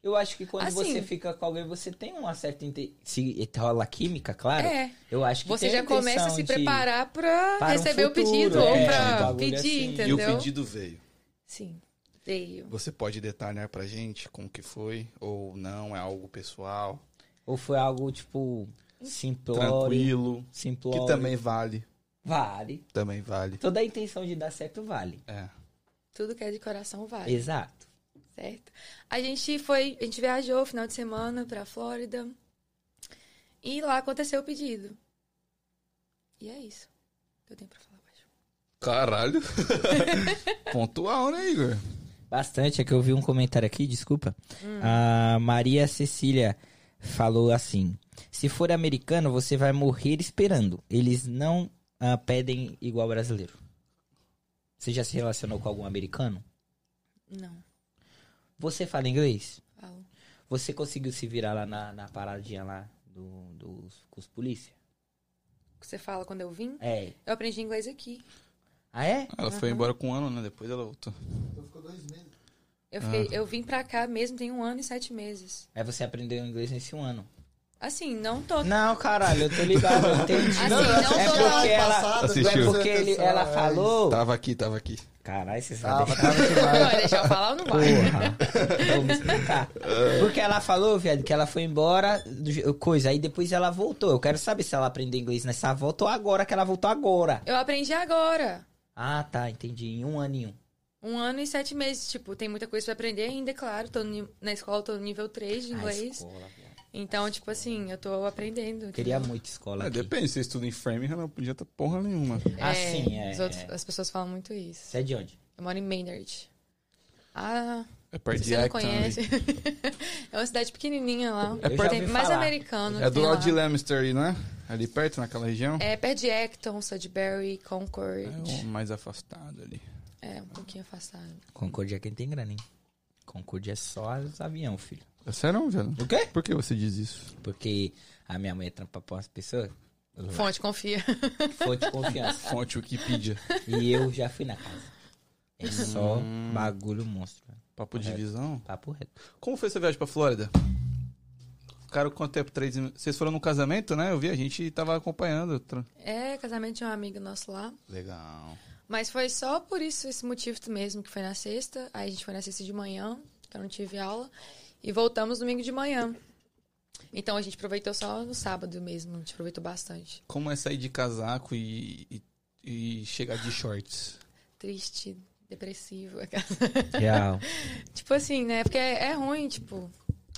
[SPEAKER 2] Eu acho que quando
[SPEAKER 4] Assim.
[SPEAKER 2] você fica com alguém, você tem uma certa. Inte... Se rola química, claro.
[SPEAKER 4] é.
[SPEAKER 2] Eu acho que
[SPEAKER 4] Você
[SPEAKER 2] tem
[SPEAKER 4] já começa a
[SPEAKER 2] intenção
[SPEAKER 4] se
[SPEAKER 2] de-
[SPEAKER 4] preparar pra
[SPEAKER 2] para um
[SPEAKER 4] receber o
[SPEAKER 2] futuro,
[SPEAKER 4] pedido,
[SPEAKER 2] é,
[SPEAKER 4] ou
[SPEAKER 2] um
[SPEAKER 4] pra
[SPEAKER 2] bagulho
[SPEAKER 4] pedir,
[SPEAKER 2] assim.
[SPEAKER 1] E o
[SPEAKER 4] entendeu?
[SPEAKER 1] pedido veio.
[SPEAKER 4] Sim, veio.
[SPEAKER 1] Você pode detalhar pra gente como que foi? Ou não, é algo pessoal,
[SPEAKER 2] Ou foi algo tipo. Simplório.
[SPEAKER 1] tranquilo,
[SPEAKER 2] Simplório.
[SPEAKER 1] que também vale.
[SPEAKER 2] Vale.
[SPEAKER 1] Também vale.
[SPEAKER 2] Toda a intenção de dar certo vale.
[SPEAKER 1] É.
[SPEAKER 4] Tudo que é de coração vale.
[SPEAKER 2] Exato.
[SPEAKER 4] Certo. A gente foi, a gente viajou final de semana pra Flórida. E lá aconteceu o pedido. E é isso. que Eu tenho pra falar baixo.
[SPEAKER 1] Caralho. Pontual, né, Igor?
[SPEAKER 2] Bastante, é que eu vi um comentário aqui, desculpa.
[SPEAKER 4] Hum.
[SPEAKER 2] A Maria Cecília falou assim: se for americano, você vai morrer esperando. Eles não ah, pedem igual brasileiro. Você já se relacionou com algum americano?
[SPEAKER 4] Não,
[SPEAKER 2] Você fala inglês?
[SPEAKER 4] falo.
[SPEAKER 2] Você conseguiu se virar lá na, na paradinha lá do, dos, com os polícia?
[SPEAKER 4] O que você fala quando eu vim?
[SPEAKER 2] É.
[SPEAKER 4] Eu aprendi inglês aqui.
[SPEAKER 2] Ah, é?
[SPEAKER 1] Ela foi embora com um ano, né? Depois ela voltou.
[SPEAKER 3] Então ficou dois meses.
[SPEAKER 4] Eu, fiquei- eu vim pra cá mesmo tem um ano e sete meses.
[SPEAKER 2] Aí você aprendeu inglês nesse um ano.
[SPEAKER 4] Assim, não tô.
[SPEAKER 2] Não, caralho, eu tô ligado, eu entendi.
[SPEAKER 4] Assim, não
[SPEAKER 2] é
[SPEAKER 4] tô lá
[SPEAKER 2] porque ela, é
[SPEAKER 1] Assistiu. Tá.
[SPEAKER 2] porque ele- ela falou...
[SPEAKER 1] Tava aqui, tava aqui.
[SPEAKER 2] Caralho, você sabe.
[SPEAKER 3] Tá, Tava, tava demais.
[SPEAKER 4] Vai deixar eu falar ou não vai?
[SPEAKER 2] Porra. Vou me explicar. Porque ela falou, viado, que ela foi embora, do je- coisa, aí depois ela voltou. Eu quero saber se ela aprendeu inglês nessa volta ou agora, que ela voltou agora.
[SPEAKER 4] Eu aprendi agora.
[SPEAKER 2] Ah, tá, entendi. Em um aninho.
[SPEAKER 4] Um ano e sete meses. Tipo, tem muita coisa pra aprender ainda, é claro. Tô no ni- na escola, tô no nível 3 de
[SPEAKER 2] Ah,
[SPEAKER 4] inglês.
[SPEAKER 2] escola, viado.
[SPEAKER 4] Então, tipo assim, eu tô aprendendo.
[SPEAKER 2] Queria muito escola
[SPEAKER 1] É,
[SPEAKER 2] aqui.
[SPEAKER 1] depende, você estuda em Framingham, não adianta porra nenhuma.
[SPEAKER 2] Ah, sim, é.
[SPEAKER 4] os outros- as pessoas falam muito isso.
[SPEAKER 2] Você é de onde?
[SPEAKER 4] Eu moro em Maynard. Ah,
[SPEAKER 1] É perto
[SPEAKER 4] se
[SPEAKER 1] de
[SPEAKER 4] você não
[SPEAKER 1] Acton ali.
[SPEAKER 4] conhece. é uma cidade pequenininha lá.
[SPEAKER 2] Eu já
[SPEAKER 1] perto-
[SPEAKER 2] ouvi
[SPEAKER 4] mais
[SPEAKER 2] falar.
[SPEAKER 4] americano.
[SPEAKER 1] É do
[SPEAKER 4] tem
[SPEAKER 1] lado
[SPEAKER 4] lá.
[SPEAKER 1] de Lamster ali, não é? Ali perto, naquela região.
[SPEAKER 4] É perto de Acton, Sudbury, Concord.
[SPEAKER 1] É um mais afastado ali.
[SPEAKER 4] É, um pouquinho afastado.
[SPEAKER 2] Concorde é quem tem grana, hein? Concorde é só os aviões, filho.
[SPEAKER 1] É sério, não, velho?
[SPEAKER 2] O quê?
[SPEAKER 1] Por que você diz isso?
[SPEAKER 2] Porque a minha mãe trampa pra umas pessoas.
[SPEAKER 4] Fonte, confia.
[SPEAKER 2] Fonte de confiança.
[SPEAKER 1] Fonte Wikipedia.
[SPEAKER 2] E eu já fui na casa. É só bagulho monstro. velho.
[SPEAKER 1] Papo de visão.
[SPEAKER 2] Papo reto.
[SPEAKER 1] É. Como foi essa viagem pra Flórida? Ficaram quanto tempo? Três... Vocês foram num casamento, né? Eu vi, a gente tava acompanhando. Tra-
[SPEAKER 4] É casamento de um amigo nosso lá.
[SPEAKER 1] Legal.
[SPEAKER 4] Mas foi só por isso, esse motivo mesmo, que foi na sexta. Aí a gente foi na sexta de manhã, que eu não tive aula. E voltamos domingo de manhã. Então a gente aproveitou só no sábado mesmo, a gente aproveitou bastante.
[SPEAKER 1] Como é sair de casaco e, e- e chegar de shorts?
[SPEAKER 4] Triste, depressivo.
[SPEAKER 2] Real.
[SPEAKER 4] tipo assim, né? Porque é, é ruim, tipo,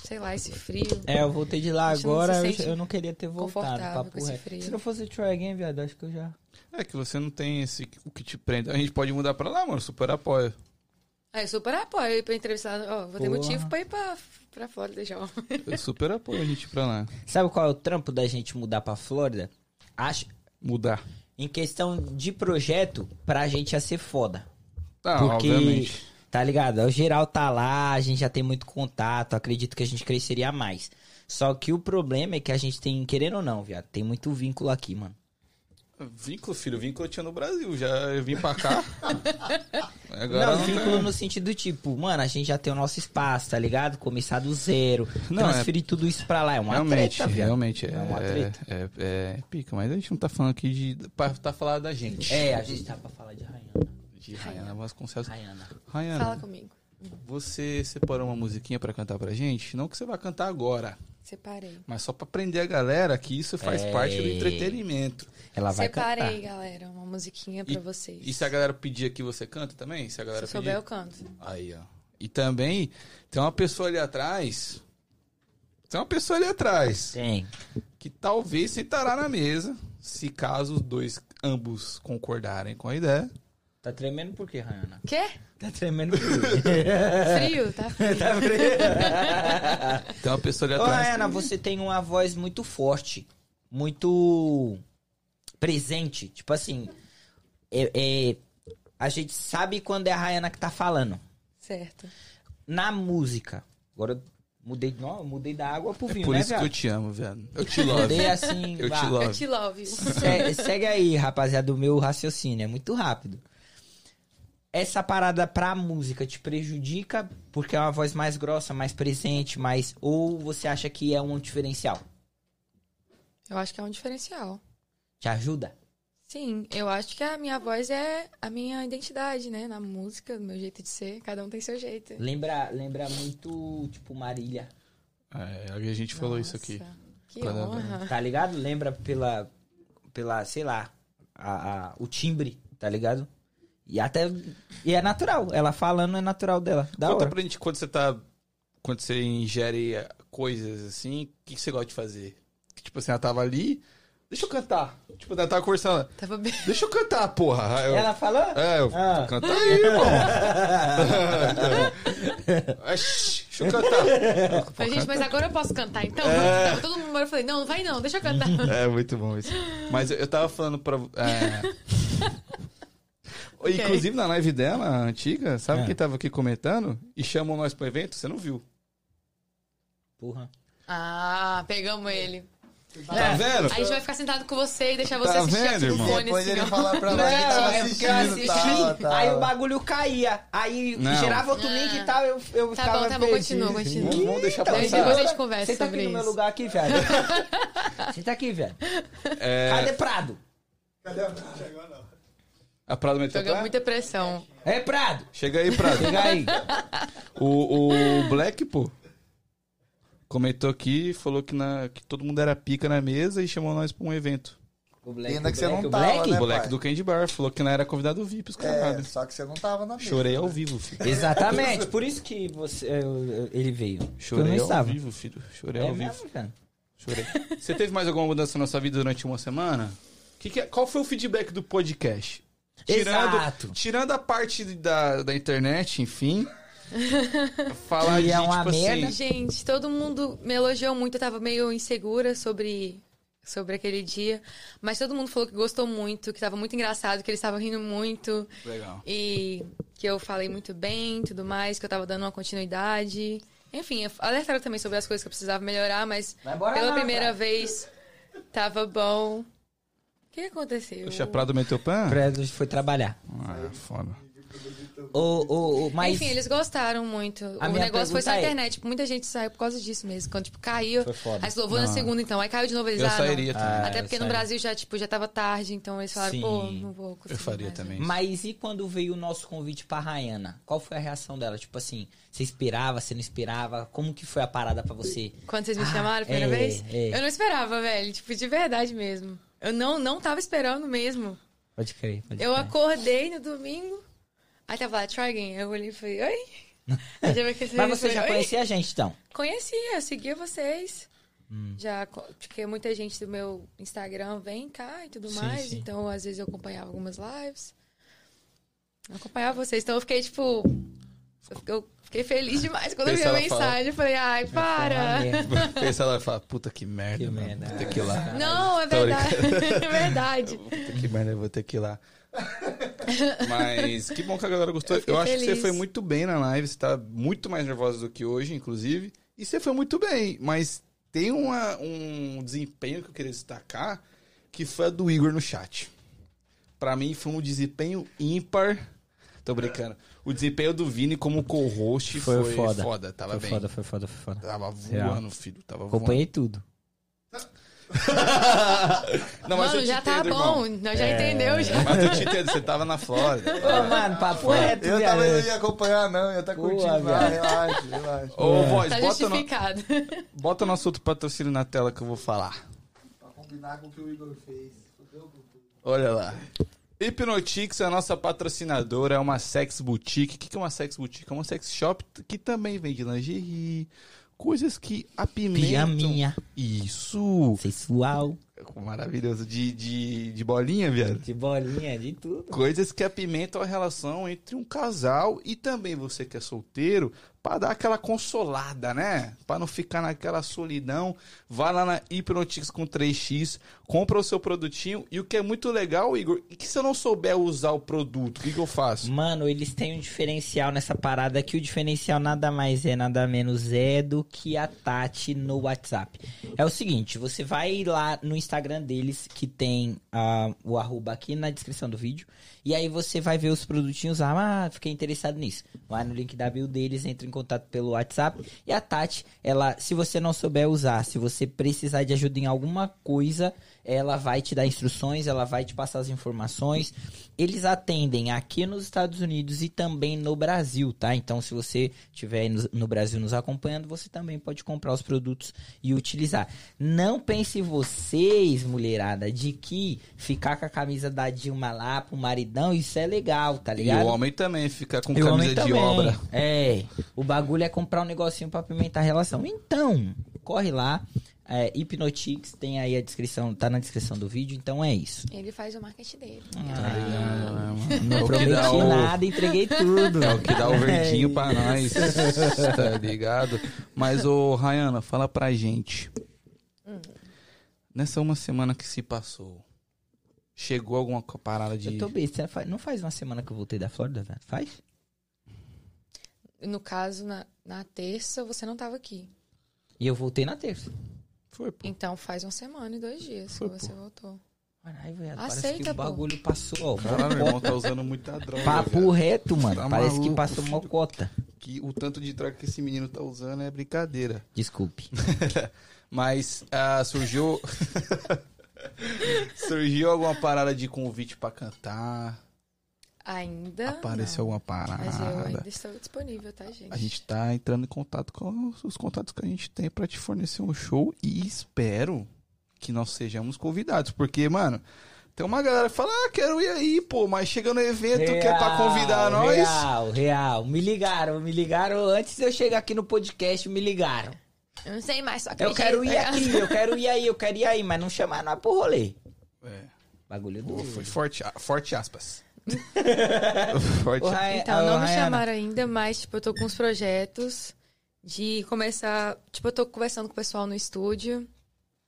[SPEAKER 4] sei lá, esse frio.
[SPEAKER 2] É, eu voltei de lá
[SPEAKER 4] A gente não
[SPEAKER 2] agora,
[SPEAKER 4] se
[SPEAKER 2] eu,
[SPEAKER 4] sente
[SPEAKER 2] eu não queria ter voltado.
[SPEAKER 4] confortável com
[SPEAKER 2] Papo
[SPEAKER 4] esse
[SPEAKER 2] reto.
[SPEAKER 4] frio.
[SPEAKER 2] Se não fosse Try Again, viado, acho que eu já.
[SPEAKER 1] É que você não tem esse o que te prende. A gente pode mudar pra lá, mano. Super apoio.
[SPEAKER 4] Aí Ah, eu super apoio ir pra entrevistar. Ó, vou ter
[SPEAKER 2] Porra.
[SPEAKER 4] motivo pra ir pra, pra Flórida já.
[SPEAKER 1] Eu super apoio a gente ir pra lá.
[SPEAKER 2] Sabe qual é o trampo da gente mudar pra Flórida? Acho.
[SPEAKER 1] Mudar.
[SPEAKER 2] Em questão de projeto, pra gente ia ser foda.
[SPEAKER 1] Tá,
[SPEAKER 2] Porque-
[SPEAKER 1] obviamente.
[SPEAKER 2] Tá ligado? O geral tá lá, a gente já tem muito contato, acredito que a gente cresceria mais. Só que o problema é que a gente tem, querendo ou não, viado, tem muito vínculo aqui, mano.
[SPEAKER 1] Vínculo, filho, vínculo eu tinha no Brasil. Já eu vim pra cá. Agora
[SPEAKER 2] não,
[SPEAKER 1] não, tá.
[SPEAKER 2] vínculo no sentido tipo, mano, a gente já tem o nosso espaço, tá ligado? Começar do zero.
[SPEAKER 1] Não,
[SPEAKER 2] transferir tudo isso pra lá é uma
[SPEAKER 1] realmente,
[SPEAKER 2] treta, viado.
[SPEAKER 1] realmente. É,
[SPEAKER 2] É uma treta.
[SPEAKER 1] é, é, é pica, mas a gente não tá falando aqui de. Pra, tá falando da gente.
[SPEAKER 2] É, a gente tá pra falar de Rayana.
[SPEAKER 1] De Rayana Vasconcelos.
[SPEAKER 2] Rayana.
[SPEAKER 1] Rayana,
[SPEAKER 4] Fala comigo.
[SPEAKER 1] você separou uma musiquinha pra cantar pra gente? Não que você vai cantar agora,
[SPEAKER 4] Separei.
[SPEAKER 1] mas só pra prender a galera que isso faz
[SPEAKER 2] É.
[SPEAKER 1] parte do entretenimento.
[SPEAKER 2] Ela Ah, vai
[SPEAKER 4] Separei,
[SPEAKER 2] cantar.
[SPEAKER 4] galera, uma musiquinha
[SPEAKER 1] E-
[SPEAKER 4] pra vocês.
[SPEAKER 1] E se a galera pedir que você canta também? Se a galera
[SPEAKER 4] Se
[SPEAKER 1] pedir.
[SPEAKER 4] souber, eu canto.
[SPEAKER 1] Aí, ó. E também tem uma pessoa ali atrás. Tem uma pessoa ali atrás.
[SPEAKER 2] Tem.
[SPEAKER 1] que talvez sentará na mesa, se caso os dois ambos concordarem com a ideia.
[SPEAKER 2] Tá tremendo por quê, Rayana?
[SPEAKER 4] Quê?
[SPEAKER 2] Tá tremendo por quê?
[SPEAKER 4] Frio, tá frio.
[SPEAKER 2] tá tremendo.
[SPEAKER 1] Tem uma pessoa ali
[SPEAKER 2] Ô, é
[SPEAKER 1] atrás.
[SPEAKER 2] Ana, você tem uma voz muito forte, muito presente. Tipo assim, é- é, a gente sabe quando é a Rayana que tá falando.
[SPEAKER 4] Certo.
[SPEAKER 2] Na música. Agora eu mudei, não, eu mudei da água pro vinho,
[SPEAKER 1] É Por
[SPEAKER 2] né,
[SPEAKER 1] isso que eu
[SPEAKER 2] velho?
[SPEAKER 1] te amo, velho. Eu te
[SPEAKER 2] Mudei
[SPEAKER 1] love.
[SPEAKER 2] assim.
[SPEAKER 1] Eu
[SPEAKER 2] vá.
[SPEAKER 1] te
[SPEAKER 4] Eu
[SPEAKER 1] love.
[SPEAKER 4] te love.
[SPEAKER 2] Se- segue aí, rapaziada, o meu raciocínio. É muito rápido. Essa parada pra música te prejudica porque é uma voz mais grossa, mais presente, mais. Ou você acha que é um diferencial?
[SPEAKER 4] Eu acho que é um diferencial.
[SPEAKER 2] Te ajuda?
[SPEAKER 4] Sim, eu acho que a minha voz é a minha identidade, né? Na música, no meu jeito de ser. Cada um tem seu jeito.
[SPEAKER 2] Lembra, lembra muito, tipo, Marília,
[SPEAKER 1] É, a gente falou isso aqui.
[SPEAKER 4] Nossa, Que
[SPEAKER 1] Cada- um
[SPEAKER 4] honra.
[SPEAKER 2] tá ligado? Lembra pela, pela sei lá, a, a- o timbre, tá ligado? E até, e é natural, ela falando é natural dela, da
[SPEAKER 1] Conta
[SPEAKER 2] hora.
[SPEAKER 1] pra gente quando você tá. Quando você ingere eh, coisas assim, o que, que você gosta de fazer? Que, tipo assim, ela tava ali. Deixa eu cantar. Tipo, ela tava conversando.
[SPEAKER 4] Tava bem.
[SPEAKER 1] Deixa eu cantar, porra. Aí Eu,
[SPEAKER 2] Ela falou?
[SPEAKER 1] É, eu
[SPEAKER 2] Ah.
[SPEAKER 1] canta aí, irmão. Ah, shh, Deixa eu cantar.
[SPEAKER 4] Mas, gente, mas agora eu posso cantar, então? Tava todo mundo embora. Eu falei, não, não vai não, deixa eu cantar.
[SPEAKER 1] É, muito bom isso. Mas eu- eu tava falando pra. é.
[SPEAKER 4] Ok.
[SPEAKER 1] Inclusive na live dela, a antiga, sabe
[SPEAKER 2] É.
[SPEAKER 1] quem tava aqui comentando? E chamou nós pro evento? Você não viu.
[SPEAKER 2] Porra.
[SPEAKER 4] Ah, pegamos ele.
[SPEAKER 1] Tá vendo?
[SPEAKER 4] A gente vai ficar sentado com você e deixar você
[SPEAKER 1] Tá
[SPEAKER 4] assistir
[SPEAKER 1] vendo,
[SPEAKER 4] aqui no
[SPEAKER 1] irmão?
[SPEAKER 4] fone,
[SPEAKER 3] Depois
[SPEAKER 4] assim,
[SPEAKER 3] ele
[SPEAKER 4] ó.
[SPEAKER 3] fala pra
[SPEAKER 2] Não,
[SPEAKER 3] nós que
[SPEAKER 1] tá
[SPEAKER 3] tava
[SPEAKER 2] é porque eu
[SPEAKER 3] assistindo, tá,
[SPEAKER 2] assisti,
[SPEAKER 3] tal,
[SPEAKER 2] aí o
[SPEAKER 3] tal.
[SPEAKER 2] bagulho caía. Aí
[SPEAKER 1] Não.
[SPEAKER 2] gerava outro
[SPEAKER 4] Ah.
[SPEAKER 2] link e tal, eu, eu
[SPEAKER 4] Tá
[SPEAKER 2] ficava
[SPEAKER 4] bom, tá bom,
[SPEAKER 2] perdido.
[SPEAKER 4] continua, continua.
[SPEAKER 1] Vamos- vamos deixar
[SPEAKER 2] Então,
[SPEAKER 1] passar.
[SPEAKER 4] Depois a gente conversa
[SPEAKER 2] Senta aqui
[SPEAKER 4] sobre
[SPEAKER 2] no meu
[SPEAKER 4] isso.
[SPEAKER 2] lugar aqui, velho. Senta aqui, velho.
[SPEAKER 1] É.
[SPEAKER 2] Cadê Prado?
[SPEAKER 1] A Prado meteu
[SPEAKER 4] Joga
[SPEAKER 1] pra...
[SPEAKER 4] muita pressão.
[SPEAKER 2] É Prado.
[SPEAKER 1] Chega aí, Prado.
[SPEAKER 2] Chega aí.
[SPEAKER 1] O, o Black, pô, comentou aqui, falou que, na, que todo mundo era pica na mesa e chamou nós pra um evento.
[SPEAKER 2] O Black,
[SPEAKER 3] Pena
[SPEAKER 2] o
[SPEAKER 3] que você
[SPEAKER 2] Black,
[SPEAKER 3] não
[SPEAKER 2] o
[SPEAKER 3] tava,
[SPEAKER 2] Black?
[SPEAKER 1] O
[SPEAKER 3] né?
[SPEAKER 1] moleque
[SPEAKER 3] pai?
[SPEAKER 1] do Candy Bar falou que não era convidado VIP, os
[SPEAKER 3] É,
[SPEAKER 1] camaradas.
[SPEAKER 3] só que você não tava na mesa.
[SPEAKER 1] Chorei ao vivo, filho.
[SPEAKER 2] Exatamente, por isso que você, é, eu- eu- ele veio. eu não
[SPEAKER 1] Chorei ao
[SPEAKER 2] estava.
[SPEAKER 1] vivo, filho. Chorei
[SPEAKER 2] É
[SPEAKER 1] ao vivo.
[SPEAKER 2] mesmo, cara?
[SPEAKER 1] Chorei. Você teve mais alguma mudança na sua vida durante uma semana? Que que é- qual foi o feedback do podcast?
[SPEAKER 2] Exato.
[SPEAKER 1] tirando a parte da, da internet, enfim. falar
[SPEAKER 2] Que
[SPEAKER 1] de
[SPEAKER 2] é uma
[SPEAKER 1] tipo
[SPEAKER 2] merda.
[SPEAKER 1] assim.
[SPEAKER 4] Gente, todo mundo me elogiou muito. Eu tava meio insegura sobre, sobre aquele dia. Mas todo mundo falou que gostou muito, que tava muito engraçado, que eles estavam rindo muito.
[SPEAKER 1] Legal.
[SPEAKER 4] E que eu falei muito bem e tudo mais, que eu tava dando uma continuidade. Enfim, alertaram também sobre as coisas que eu precisava melhorar, mas
[SPEAKER 2] Vai embora
[SPEAKER 4] pela
[SPEAKER 2] não,
[SPEAKER 4] primeira
[SPEAKER 2] cara.
[SPEAKER 4] vez tava bom. O que aconteceu?
[SPEAKER 1] O Chaprado meteu pan?
[SPEAKER 2] Prado foi trabalhar.
[SPEAKER 1] Ah, foda.
[SPEAKER 2] O, o, o, mas
[SPEAKER 4] Enfim, eles gostaram muito.
[SPEAKER 2] A
[SPEAKER 4] o
[SPEAKER 2] minha
[SPEAKER 4] negócio foi
[SPEAKER 2] pergunta
[SPEAKER 4] só a
[SPEAKER 2] é-
[SPEAKER 4] internet. Tipo, Muita gente saiu por causa disso mesmo. Quando, tipo, caiu.
[SPEAKER 2] Foi foda.
[SPEAKER 4] Aí louvou na
[SPEAKER 1] Não.
[SPEAKER 4] segunda, então. Aí caiu de novo, eles
[SPEAKER 1] Eu
[SPEAKER 4] ah, não.
[SPEAKER 1] sairia também.
[SPEAKER 2] Ah,
[SPEAKER 4] Até
[SPEAKER 2] eu
[SPEAKER 4] porque no
[SPEAKER 2] sairia.
[SPEAKER 4] Brasil já, tipo, já tava tarde, então eles falaram,
[SPEAKER 2] Sim.
[SPEAKER 4] pô, não vou conseguir.
[SPEAKER 1] Eu faria
[SPEAKER 4] mais, né?
[SPEAKER 1] também.
[SPEAKER 2] Mas e quando veio o nosso convite pra Rayana? Qual foi a reação dela? Tipo assim, você esperava, você não esperava? Como que foi a parada pra você?
[SPEAKER 4] Quando vocês me
[SPEAKER 2] Ah,
[SPEAKER 4] chamaram a primeira
[SPEAKER 2] é,
[SPEAKER 4] vez,
[SPEAKER 2] é.
[SPEAKER 4] eu não esperava, velho. Tipo, de verdade mesmo. Eu não, não tava esperando mesmo.
[SPEAKER 2] Pode crer, pode
[SPEAKER 4] Eu
[SPEAKER 2] crer.
[SPEAKER 4] acordei no domingo. Aí tava lá, try again. Eu olhei e falei, oi? Aí já veio aquele
[SPEAKER 2] Mas
[SPEAKER 4] sorriso,
[SPEAKER 2] você
[SPEAKER 4] falei,
[SPEAKER 2] já
[SPEAKER 4] "Oi?"
[SPEAKER 2] conhecia a gente, então?
[SPEAKER 4] Conhecia, eu seguia vocês.
[SPEAKER 1] Hum.
[SPEAKER 4] Já, co- porque muita gente do meu Instagram vem cá e tudo
[SPEAKER 2] Sim,
[SPEAKER 4] mais.
[SPEAKER 2] sim.
[SPEAKER 4] Então, às vezes, eu acompanhava algumas lives. Eu acompanhava vocês. Então, eu fiquei, tipo... eu- Eu fiquei feliz demais quando eu vi a
[SPEAKER 1] Pensava falar.
[SPEAKER 4] mensagem. Eu falei, ai,
[SPEAKER 2] Porra,
[SPEAKER 4] para.
[SPEAKER 2] merda.
[SPEAKER 1] Pensa lá e fala, puta que merda,
[SPEAKER 2] Que
[SPEAKER 1] mano.
[SPEAKER 2] merda.
[SPEAKER 1] Vou ter que ir lá.
[SPEAKER 4] Não, é
[SPEAKER 1] Tô
[SPEAKER 4] verdade. é verdade.
[SPEAKER 1] Puta que merda, eu vou ter que ir lá. Mas que bom que a galera gostou.
[SPEAKER 4] Eu
[SPEAKER 1] Eu,
[SPEAKER 4] fiquei
[SPEAKER 1] acho que você
[SPEAKER 4] feliz.
[SPEAKER 1] foi muito bem na live. Você tá muito mais nervosa do que hoje, inclusive. E você foi muito bem. Mas tem uma- um desempenho que eu queria destacar, que foi a do Igor no chat. Pra mim foi um desempenho ímpar. Tô brincando. O desempenho do Vini como co-host foi,
[SPEAKER 2] Foi foda.
[SPEAKER 1] Tava
[SPEAKER 2] Foi
[SPEAKER 1] bem. Tá
[SPEAKER 2] foda, foi foda, foi foda.
[SPEAKER 1] Tava
[SPEAKER 2] Real.
[SPEAKER 1] voando, filho. Tava
[SPEAKER 2] Acompanhei tudo.
[SPEAKER 1] voando. Não, mas
[SPEAKER 4] Mano,
[SPEAKER 1] eu te
[SPEAKER 4] já tá
[SPEAKER 1] entendo, irmão. É.
[SPEAKER 4] bom. Não, já entendeu, já.
[SPEAKER 1] Mas eu te entendo, você tava na Flórida.
[SPEAKER 2] Ô, mano, papo reto,
[SPEAKER 3] Eu tava não ia acompanhar, não. Eu tá
[SPEAKER 2] Boa,
[SPEAKER 3] curtindo lá,
[SPEAKER 2] viado.
[SPEAKER 3] relaxa, relaxa.
[SPEAKER 1] Ô, voz,
[SPEAKER 4] Tá
[SPEAKER 1] bota, no,
[SPEAKER 4] justificado.
[SPEAKER 1] bota nosso outro patrocínio na tela que eu vou falar.
[SPEAKER 3] Pra combinar com o que o Igor fez. Fudeu com tudo.
[SPEAKER 1] Olha lá. Hipnotix é a nossa patrocinadora, é uma sex boutique. O que que é uma sex boutique? É uma sex shop que também vende lingerie, coisas que apimentam...
[SPEAKER 2] Pijaminha,
[SPEAKER 1] Isso!
[SPEAKER 2] sexual,
[SPEAKER 1] Maravilhoso. De, de, de bolinha, viado.
[SPEAKER 2] de bolinha, de tudo.
[SPEAKER 1] Coisas que apimentam a relação entre um casal e também você que é solteiro, pra dar aquela consolada, né? Pra não ficar naquela solidão, vai lá na Hipnotix com 3x, compra o seu produtinho e o que é muito legal, Igor, e que se eu não souber usar o produto, o que, que eu faço?
[SPEAKER 2] Mano, eles têm um diferencial nessa parada que o diferencial nada mais é, nada menos é do que a Tati no WhatsApp. É o seguinte, você vai lá no Instagram deles, que tem ah, o arroba aqui na descrição do vídeo, e aí você vai ver os produtinhos lá, ah, fiquei interessado nisso. Vai no link da bio deles, entra em contato pelo WhatsApp, e a Tati, ela, se você não souber usar, se você precisar de ajuda em alguma coisa, ela vai te dar instruções, ela vai te passar as informações. Eles atendem aqui nos Estados Unidos e também no Brasil, tá? Então, se você estiver aí no, no Brasil nos acompanhando, você também pode comprar os produtos e utilizar. Não pense vocês, mulherada, de que ficar com a camisa da Dilma lá pro maridão, isso é legal, tá
[SPEAKER 1] E
[SPEAKER 2] ligado?
[SPEAKER 1] o homem também fica com
[SPEAKER 2] E o homem
[SPEAKER 1] camisa de
[SPEAKER 2] também.
[SPEAKER 1] obra.
[SPEAKER 2] É, o bagulho é comprar um negocinho pra pimentar a relação. Então, corre lá. É, Hipnotix tem aí a descrição, tá na descrição do vídeo, então é isso.
[SPEAKER 4] Ele faz o marketing dele.
[SPEAKER 2] Ah,
[SPEAKER 1] Ah.
[SPEAKER 2] Não
[SPEAKER 1] É o que
[SPEAKER 2] prometi
[SPEAKER 1] dá o-
[SPEAKER 2] nada, entreguei tudo. É.
[SPEAKER 1] É o que dá o verdinho pra nós, tá ligado? Mas, ô, Rayana, fala pra gente. Nessa uma semana que se passou, chegou alguma co- parada de...
[SPEAKER 2] Eu tô besta. Fa- Não faz uma semana que eu voltei da Flórida, velho? Faz?
[SPEAKER 4] No caso, na, na terça, você não tava aqui.
[SPEAKER 2] E eu voltei na terça.
[SPEAKER 1] Foi, pô.
[SPEAKER 4] Então faz uma semana e dois dias
[SPEAKER 1] Foi,
[SPEAKER 4] que você voltou.
[SPEAKER 2] Caralho, velho, parece
[SPEAKER 4] Aceita,
[SPEAKER 2] que o
[SPEAKER 4] pô.
[SPEAKER 2] bagulho passou, ó.
[SPEAKER 1] Caralho, meu irmão tá usando muita droga.
[SPEAKER 2] Papo
[SPEAKER 1] velho.
[SPEAKER 2] reto, mano.
[SPEAKER 1] Tá
[SPEAKER 2] parece
[SPEAKER 1] maluco,
[SPEAKER 2] que passou
[SPEAKER 1] filho.
[SPEAKER 2] mocota.
[SPEAKER 1] Que o tanto de droga que esse menino tá usando é brincadeira.
[SPEAKER 2] Desculpe.
[SPEAKER 1] Mas ah, surgiu. surgiu alguma parada de convite pra cantar?
[SPEAKER 4] Ainda.
[SPEAKER 1] Apareceu alguma
[SPEAKER 4] não. Mas eu
[SPEAKER 1] parada?
[SPEAKER 4] ainda estou disponível, tá, gente?
[SPEAKER 1] A gente tá entrando em contato com os contatos que a gente tem pra te fornecer um show e espero que nós sejamos convidados, porque, mano, tem uma galera que fala, ah, quero ir aí, pô, mas chega no evento que é pra convidar nós.
[SPEAKER 2] Real, real. Me ligaram, me ligaram. Antes de eu chegar aqui no podcast, me ligaram.
[SPEAKER 4] Eu não sei mais, só tá que
[SPEAKER 2] Eu quero
[SPEAKER 4] é.
[SPEAKER 2] ir aqui, eu quero ir aí, eu quero ir aí, mas não chamaram nós pro rolê.
[SPEAKER 1] É,
[SPEAKER 2] Bagulho
[SPEAKER 1] pô,
[SPEAKER 2] do.
[SPEAKER 1] foi forte, a- forte aspas. forte
[SPEAKER 2] Ô, Ray-
[SPEAKER 4] Então,
[SPEAKER 2] ô,
[SPEAKER 4] não me
[SPEAKER 2] Rayana,
[SPEAKER 4] chamaram ainda, mas, tipo, eu tô com uns projetos de começar. Tipo, eu tô conversando com o pessoal no estúdio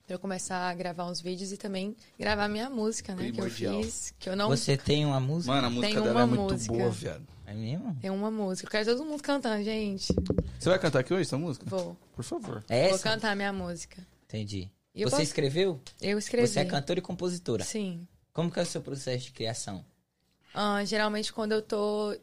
[SPEAKER 4] pra eu começar a gravar uns vídeos e também gravar minha música, né? Que
[SPEAKER 1] Primordial.
[SPEAKER 4] eu fiz. Que eu não
[SPEAKER 2] Você tem uma música?
[SPEAKER 1] Mano, a música
[SPEAKER 4] Tem
[SPEAKER 1] dela
[SPEAKER 4] uma
[SPEAKER 1] é muito
[SPEAKER 4] música.
[SPEAKER 1] boa, viado.
[SPEAKER 2] É mesmo?
[SPEAKER 4] tenho uma música. Eu quero todo mundo cantando, gente.
[SPEAKER 1] Você vai cantar aqui hoje essa música?
[SPEAKER 4] Vou.
[SPEAKER 1] Por favor.
[SPEAKER 2] É
[SPEAKER 4] Vou
[SPEAKER 2] essa?
[SPEAKER 4] cantar minha música.
[SPEAKER 2] Entendi.
[SPEAKER 4] E eu
[SPEAKER 2] Você
[SPEAKER 4] posso-
[SPEAKER 2] escreveu?
[SPEAKER 4] Eu escrevi.
[SPEAKER 2] Você é cantora e compositora.
[SPEAKER 4] Sim.
[SPEAKER 2] Como que é o seu processo de criação?
[SPEAKER 4] Ah, geralmente quando eu tô.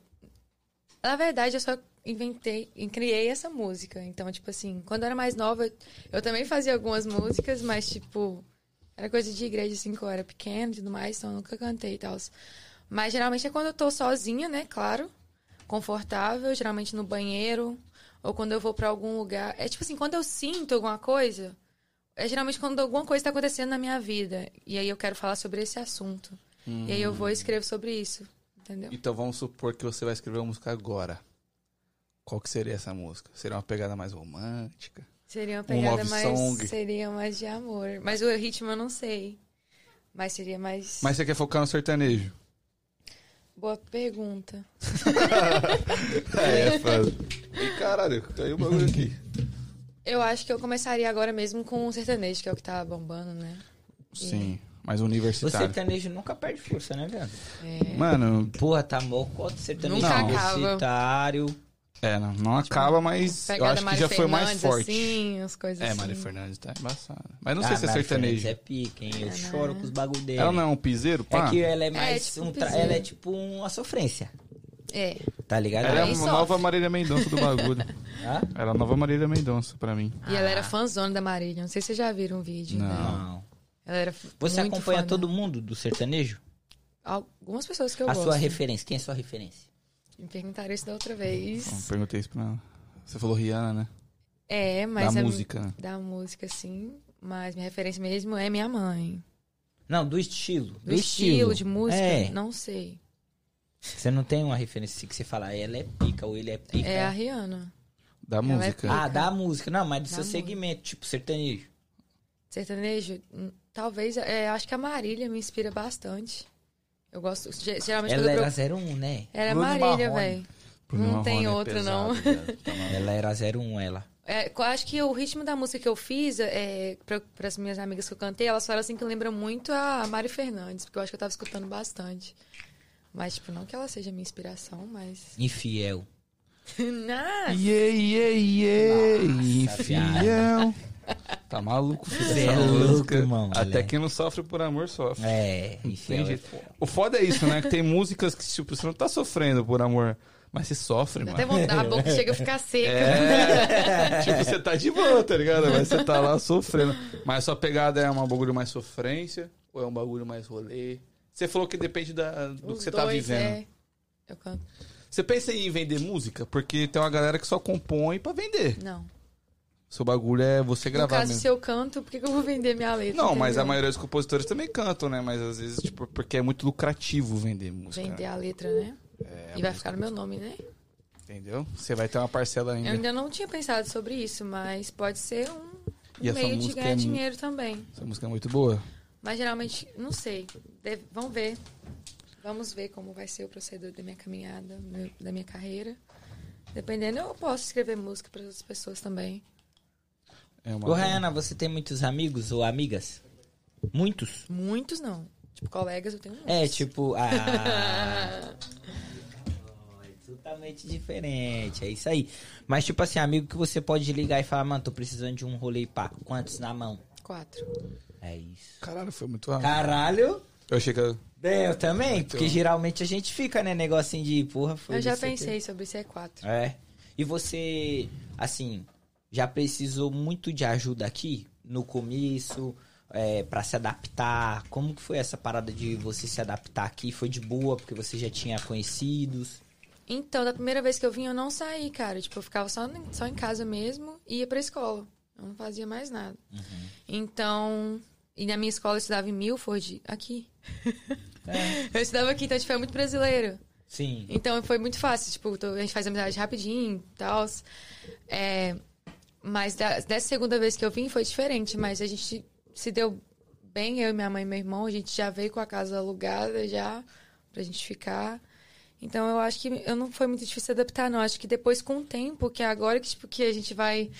[SPEAKER 4] Na verdade, eu só inventei, e criei essa música. Então, tipo assim, quando eu era mais nova, eu também fazia algumas músicas, mas, tipo, era coisa de igreja, assim, que eu era pequena e tudo mais, então eu nunca cantei e tal. Mas geralmente é quando eu tô sozinha, né? Claro. Confortável, geralmente no banheiro, ou quando eu vou pra algum lugar. É tipo assim, quando eu sinto alguma coisa, é geralmente quando alguma coisa tá acontecendo na minha vida. E aí eu quero falar sobre esse assunto. E aí eu vou e escrevo sobre isso, entendeu?
[SPEAKER 1] Então vamos supor que você vai escrever uma música agora. Qual que seria essa música? Seria uma pegada mais romântica?
[SPEAKER 4] Seria uma
[SPEAKER 1] Um
[SPEAKER 4] pegada
[SPEAKER 1] love
[SPEAKER 4] mais.
[SPEAKER 1] song.
[SPEAKER 4] Seria mais de amor. Mas o ritmo eu não sei. Mas seria mais.
[SPEAKER 1] Mas você quer focar no sertanejo?
[SPEAKER 4] Boa pergunta.
[SPEAKER 1] É, faz. E caralho, caiu o bagulho aqui.
[SPEAKER 4] Eu acho que eu começaria agora mesmo com o sertanejo, que é o que tá bombando, né?
[SPEAKER 1] Sim, mas
[SPEAKER 2] O
[SPEAKER 1] universitário.
[SPEAKER 2] sertanejo nunca perde força, né, velho?
[SPEAKER 1] Mano,
[SPEAKER 2] Porra, tá mocota, sertanejo
[SPEAKER 1] Nunca
[SPEAKER 4] acaba.
[SPEAKER 2] universitário.
[SPEAKER 1] é, não, não acaba, mas eu
[SPEAKER 4] Pegada
[SPEAKER 1] acho que
[SPEAKER 4] Tipo, Mari
[SPEAKER 1] já foi mais
[SPEAKER 4] Fernandes,
[SPEAKER 1] forte.
[SPEAKER 4] Assim, as coisas
[SPEAKER 1] É,
[SPEAKER 4] assim. Ah,
[SPEAKER 1] Mari Fernandes tá embaçada. Mas não sei se é
[SPEAKER 2] Caralho,
[SPEAKER 1] sertanejo.
[SPEAKER 2] É pique, hein? Eu choro
[SPEAKER 4] né?
[SPEAKER 2] com os bagulho dele.
[SPEAKER 1] Ela não é um piseiro, pá?
[SPEAKER 2] É que ela é mais.
[SPEAKER 4] tipo
[SPEAKER 2] um tra-
[SPEAKER 4] piseiro.
[SPEAKER 2] Ela é tipo uma sofrência.
[SPEAKER 4] É.
[SPEAKER 2] Tá ligado?
[SPEAKER 1] Ela é
[SPEAKER 4] Aí
[SPEAKER 1] uma
[SPEAKER 4] sofre.
[SPEAKER 1] nova Marília Mendonça do bagulho.
[SPEAKER 2] Hã?
[SPEAKER 1] Ela é a nova Marília Mendonça pra mim.
[SPEAKER 4] E ela era fãzona da Marília. Não sei se vocês já viram o vídeo.
[SPEAKER 1] Ah. Não.
[SPEAKER 4] né?
[SPEAKER 2] Não.
[SPEAKER 4] Ela era
[SPEAKER 2] Você
[SPEAKER 4] muito
[SPEAKER 2] acompanha
[SPEAKER 4] fã
[SPEAKER 2] todo
[SPEAKER 4] da-
[SPEAKER 2] mundo do sertanejo?
[SPEAKER 4] Algumas pessoas que eu
[SPEAKER 2] a
[SPEAKER 4] gosto.
[SPEAKER 2] sua referência. Quem é a sua referência?
[SPEAKER 4] Me perguntaram isso da outra
[SPEAKER 1] Bom,
[SPEAKER 4] vez.
[SPEAKER 1] perguntei isso pra ela. Você falou Rihanna, né?
[SPEAKER 4] É, mas...
[SPEAKER 1] da
[SPEAKER 4] a-
[SPEAKER 1] música, né?
[SPEAKER 4] Da música, sim. Mas minha referência mesmo é minha mãe.
[SPEAKER 2] Não, do estilo.
[SPEAKER 4] Do estilo, de música,
[SPEAKER 2] É.
[SPEAKER 4] não sei.
[SPEAKER 2] Você não tem uma referência assim que você fala, ela é pica ou ele é pica.
[SPEAKER 4] É a Rihanna.
[SPEAKER 1] Da
[SPEAKER 4] Ela é
[SPEAKER 1] música.
[SPEAKER 4] pica.
[SPEAKER 2] Ah, da música. Não, mas do
[SPEAKER 4] Da
[SPEAKER 2] seu
[SPEAKER 4] música.
[SPEAKER 2] segmento, tipo sertanejo.
[SPEAKER 4] Sertanejo, hum, talvez... é, acho que a Marília me inspira bastante. Eu gosto... ge- Geralmente
[SPEAKER 2] Ela
[SPEAKER 4] quando eu...
[SPEAKER 2] era
[SPEAKER 4] proc-
[SPEAKER 2] 01, né?
[SPEAKER 4] Era
[SPEAKER 1] Bruno
[SPEAKER 4] Marília,
[SPEAKER 1] Marrone.
[SPEAKER 4] velho.
[SPEAKER 1] Bruno
[SPEAKER 4] Não
[SPEAKER 1] Marrone
[SPEAKER 4] tem
[SPEAKER 1] é
[SPEAKER 4] outro,
[SPEAKER 1] pesado,
[SPEAKER 4] não.
[SPEAKER 1] velho. Tá maluco.
[SPEAKER 2] Ela era 01, ela.
[SPEAKER 4] É, eu acho que o ritmo da música que eu fiz, é, para as minhas amigas que eu cantei, elas falaram assim que lembra muito a Mari Fernandes, porque eu acho que eu tava escutando bastante. Mas, tipo, não que ela seja minha inspiração, mas.
[SPEAKER 2] Infiel.
[SPEAKER 4] Não,
[SPEAKER 1] Yeah, yeah, yeah,
[SPEAKER 2] Nossa,
[SPEAKER 1] infiel. Tá maluco, filho,
[SPEAKER 2] Cê
[SPEAKER 1] essa
[SPEAKER 2] é
[SPEAKER 1] música.
[SPEAKER 2] louco, irmão,
[SPEAKER 1] Até
[SPEAKER 2] moleque.
[SPEAKER 1] quem não sofre por amor sofre.
[SPEAKER 2] É,
[SPEAKER 1] Tem
[SPEAKER 2] infiel.
[SPEAKER 1] jeito.
[SPEAKER 2] é foda.
[SPEAKER 1] O foda é isso, né? Que tem músicas que tipo, você não tá sofrendo por amor, mas você sofre,
[SPEAKER 4] dá
[SPEAKER 1] mano.
[SPEAKER 4] até vontade, a boca chega a ficar seca.
[SPEAKER 1] É, tipo, você tá de boa, tá ligado? Mas você tá lá sofrendo. Mas sua pegada é um bagulho mais sofrência ou é um bagulho mais rolê? Você falou que depende da- do que
[SPEAKER 4] Os
[SPEAKER 1] você tá
[SPEAKER 4] dois,
[SPEAKER 1] vivendo.
[SPEAKER 4] é. Eu canto.
[SPEAKER 1] Você pensa em vender música? Porque tem uma galera que só compõe pra vender.
[SPEAKER 4] Não.
[SPEAKER 1] Seu bagulho é você
[SPEAKER 4] No
[SPEAKER 1] gravar
[SPEAKER 4] caso,
[SPEAKER 1] mesmo.
[SPEAKER 4] se eu canto, por que, que eu vou vender minha letra?
[SPEAKER 1] Não, mas a
[SPEAKER 4] entendeu?
[SPEAKER 1] maioria dos compositores também cantam, né? Mas às vezes, tipo, porque é muito lucrativo vender música.
[SPEAKER 4] Vender
[SPEAKER 1] né?
[SPEAKER 4] a letra, né?
[SPEAKER 2] É,
[SPEAKER 4] e vai ficar no meu nome, né?
[SPEAKER 1] Entendeu? Você vai ter uma parcela
[SPEAKER 4] Eu
[SPEAKER 1] ainda.
[SPEAKER 4] ainda não tinha pensado sobre isso, mas pode ser um
[SPEAKER 1] E
[SPEAKER 4] um
[SPEAKER 1] essa
[SPEAKER 4] meio de
[SPEAKER 1] música
[SPEAKER 4] ganhar
[SPEAKER 1] é mu-
[SPEAKER 4] dinheiro também.
[SPEAKER 1] Essa música é muito boa.
[SPEAKER 4] Mas geralmente, não sei. Deve- vamos ver. Vamos ver como vai ser o proceder da minha caminhada, meu- da minha carreira. Dependendo, eu posso escrever música para outras pessoas também.
[SPEAKER 1] É uma
[SPEAKER 2] Ô, Rayana, você tem muitos amigos ou amigas? Muitos?
[SPEAKER 4] Muitos não. Tipo, colegas eu tenho muitos.
[SPEAKER 2] É, tipo, ah. é Totalmente diferente, é isso aí. Mas, tipo assim, amigo que você pode ligar e falar, mano, tô precisando de um rolê e pá. Quantos na mão?
[SPEAKER 4] quatro.
[SPEAKER 2] É isso.
[SPEAKER 1] Caralho, foi muito rápido.
[SPEAKER 2] Caralho.
[SPEAKER 1] Eu achei que. eu-
[SPEAKER 2] Bem, eu também, porque geralmente a gente fica, né, negocinho de porra. Foi
[SPEAKER 4] eu já
[SPEAKER 2] isso aqui.
[SPEAKER 4] pensei sobre se é quatro.
[SPEAKER 2] É. E você, assim, já precisou muito de ajuda aqui no começo, é, para se adaptar? Como que foi essa parada de você se adaptar aqui? Foi de boa, porque você já tinha conhecidos?
[SPEAKER 4] Então, da primeira vez que eu vim, eu não saí, cara. Tipo, eu ficava só, em- só em casa mesmo e ia pra escola. Eu não fazia mais nada. Então, e na minha escola eu estudava em Milford, aqui. Eu estudava aqui, então, tipo, é muito brasileiro.
[SPEAKER 2] Sim.
[SPEAKER 4] Então foi muito fácil, tipo, tô- a gente faz amizade rapidinho e tal. É, mas da- dessa segunda vez que eu vim foi diferente, mas a gente se deu bem, eu, minha mãe e meu irmão, a gente já veio com a casa alugada já pra gente ficar. Então eu acho que eu não foi muito difícil adaptar, não. Acho que depois com o tempo, que é agora que, tipo, que a gente vai,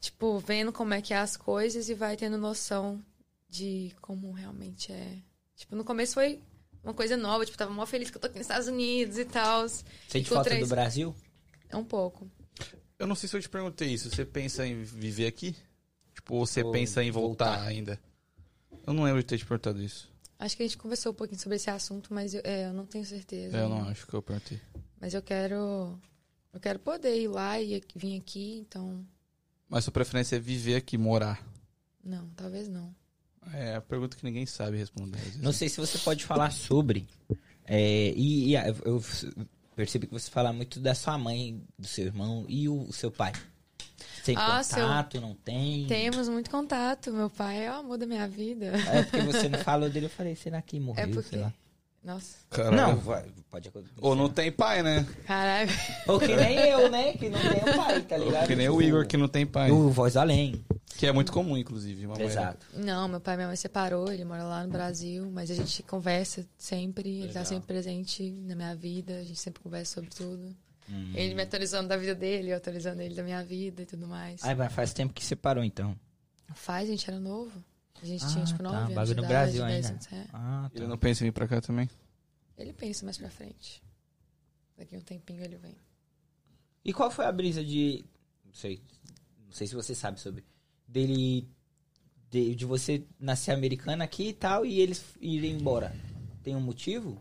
[SPEAKER 4] tipo, vendo como é que é as coisas e vai tendo noção de como realmente é. Tipo, no começo foi uma coisa nova, tipo, tava mó feliz que eu tô aqui nos Estados Unidos e tal.
[SPEAKER 2] Sente
[SPEAKER 4] com
[SPEAKER 2] falta do
[SPEAKER 4] três-
[SPEAKER 2] Brasil?
[SPEAKER 4] É um pouco.
[SPEAKER 1] Eu não sei se eu te perguntei isso. Você pensa em viver aqui? Tipo, ou você
[SPEAKER 2] Ou
[SPEAKER 1] pensa em voltar,
[SPEAKER 2] voltar.
[SPEAKER 1] ainda? Eu não lembro de ter te perguntado isso.
[SPEAKER 4] Acho que a gente conversou um pouquinho sobre esse assunto, mas eu, é, eu não tenho certeza.
[SPEAKER 1] Eu não acho que eu perguntei.
[SPEAKER 4] Mas eu quero. Eu quero poder ir lá e aqui- vir aqui, então.
[SPEAKER 1] Mas sua preferência é viver aqui, morar.
[SPEAKER 4] Não, talvez não.
[SPEAKER 1] É a pergunta que ninguém sabe responder. às vezes.
[SPEAKER 2] Não sei se você pode falar sobre. É, e, e a- eu percebi que você fala muito da sua mãe, do seu irmão e o, o seu pai. Tem
[SPEAKER 4] Ah, seu-
[SPEAKER 2] contato, não tem?
[SPEAKER 4] Temos muito contato. Meu pai é o amor da minha vida.
[SPEAKER 2] É porque você não falou dele, eu falei, será que morreu?
[SPEAKER 4] É porque.
[SPEAKER 2] sei lá.
[SPEAKER 4] Nossa.
[SPEAKER 1] Caralho.
[SPEAKER 2] Não, vai- pode acontecer.
[SPEAKER 1] Ou não tem pai, né?
[SPEAKER 4] Caralho.
[SPEAKER 2] Ou que nem eu, né? Que não tem o pai, tá ligado?
[SPEAKER 1] Que nem
[SPEAKER 2] Tipo,
[SPEAKER 1] o Igor que não tem pai.
[SPEAKER 2] No Voz Além.
[SPEAKER 1] Que é muito comum, inclusive. né? Uma
[SPEAKER 2] Exato.
[SPEAKER 4] Não, meu pai e minha mãe separou, ele mora lá no Brasil, mas a gente conversa sempre, ele tá
[SPEAKER 2] Legal.
[SPEAKER 4] sempre presente na minha vida, a gente sempre conversa sobre tudo.
[SPEAKER 2] Hum.
[SPEAKER 4] Ele me atualizando da vida dele, eu atualizando ele da minha vida e tudo mais.
[SPEAKER 2] Ai, mas faz tempo que separou, então.
[SPEAKER 4] Faz, a gente era novo. A gente
[SPEAKER 2] Ah,
[SPEAKER 4] tinha tipo
[SPEAKER 2] tá,
[SPEAKER 4] 9 anos.
[SPEAKER 2] bagulho
[SPEAKER 4] de
[SPEAKER 2] no
[SPEAKER 4] idade,
[SPEAKER 2] Brasil
[SPEAKER 4] 10
[SPEAKER 2] ainda.
[SPEAKER 4] anos, é.
[SPEAKER 2] Ah, tá.
[SPEAKER 1] Ele não pensa em vir pra cá também?
[SPEAKER 4] Ele pensa mais pra frente. Daqui um tempinho ele vem.
[SPEAKER 2] E qual foi a brisa de... Não sei. Não sei se você sabe sobre. Dele... De, de você nascer americana aqui e tal, e eles irem embora. Tem um motivo?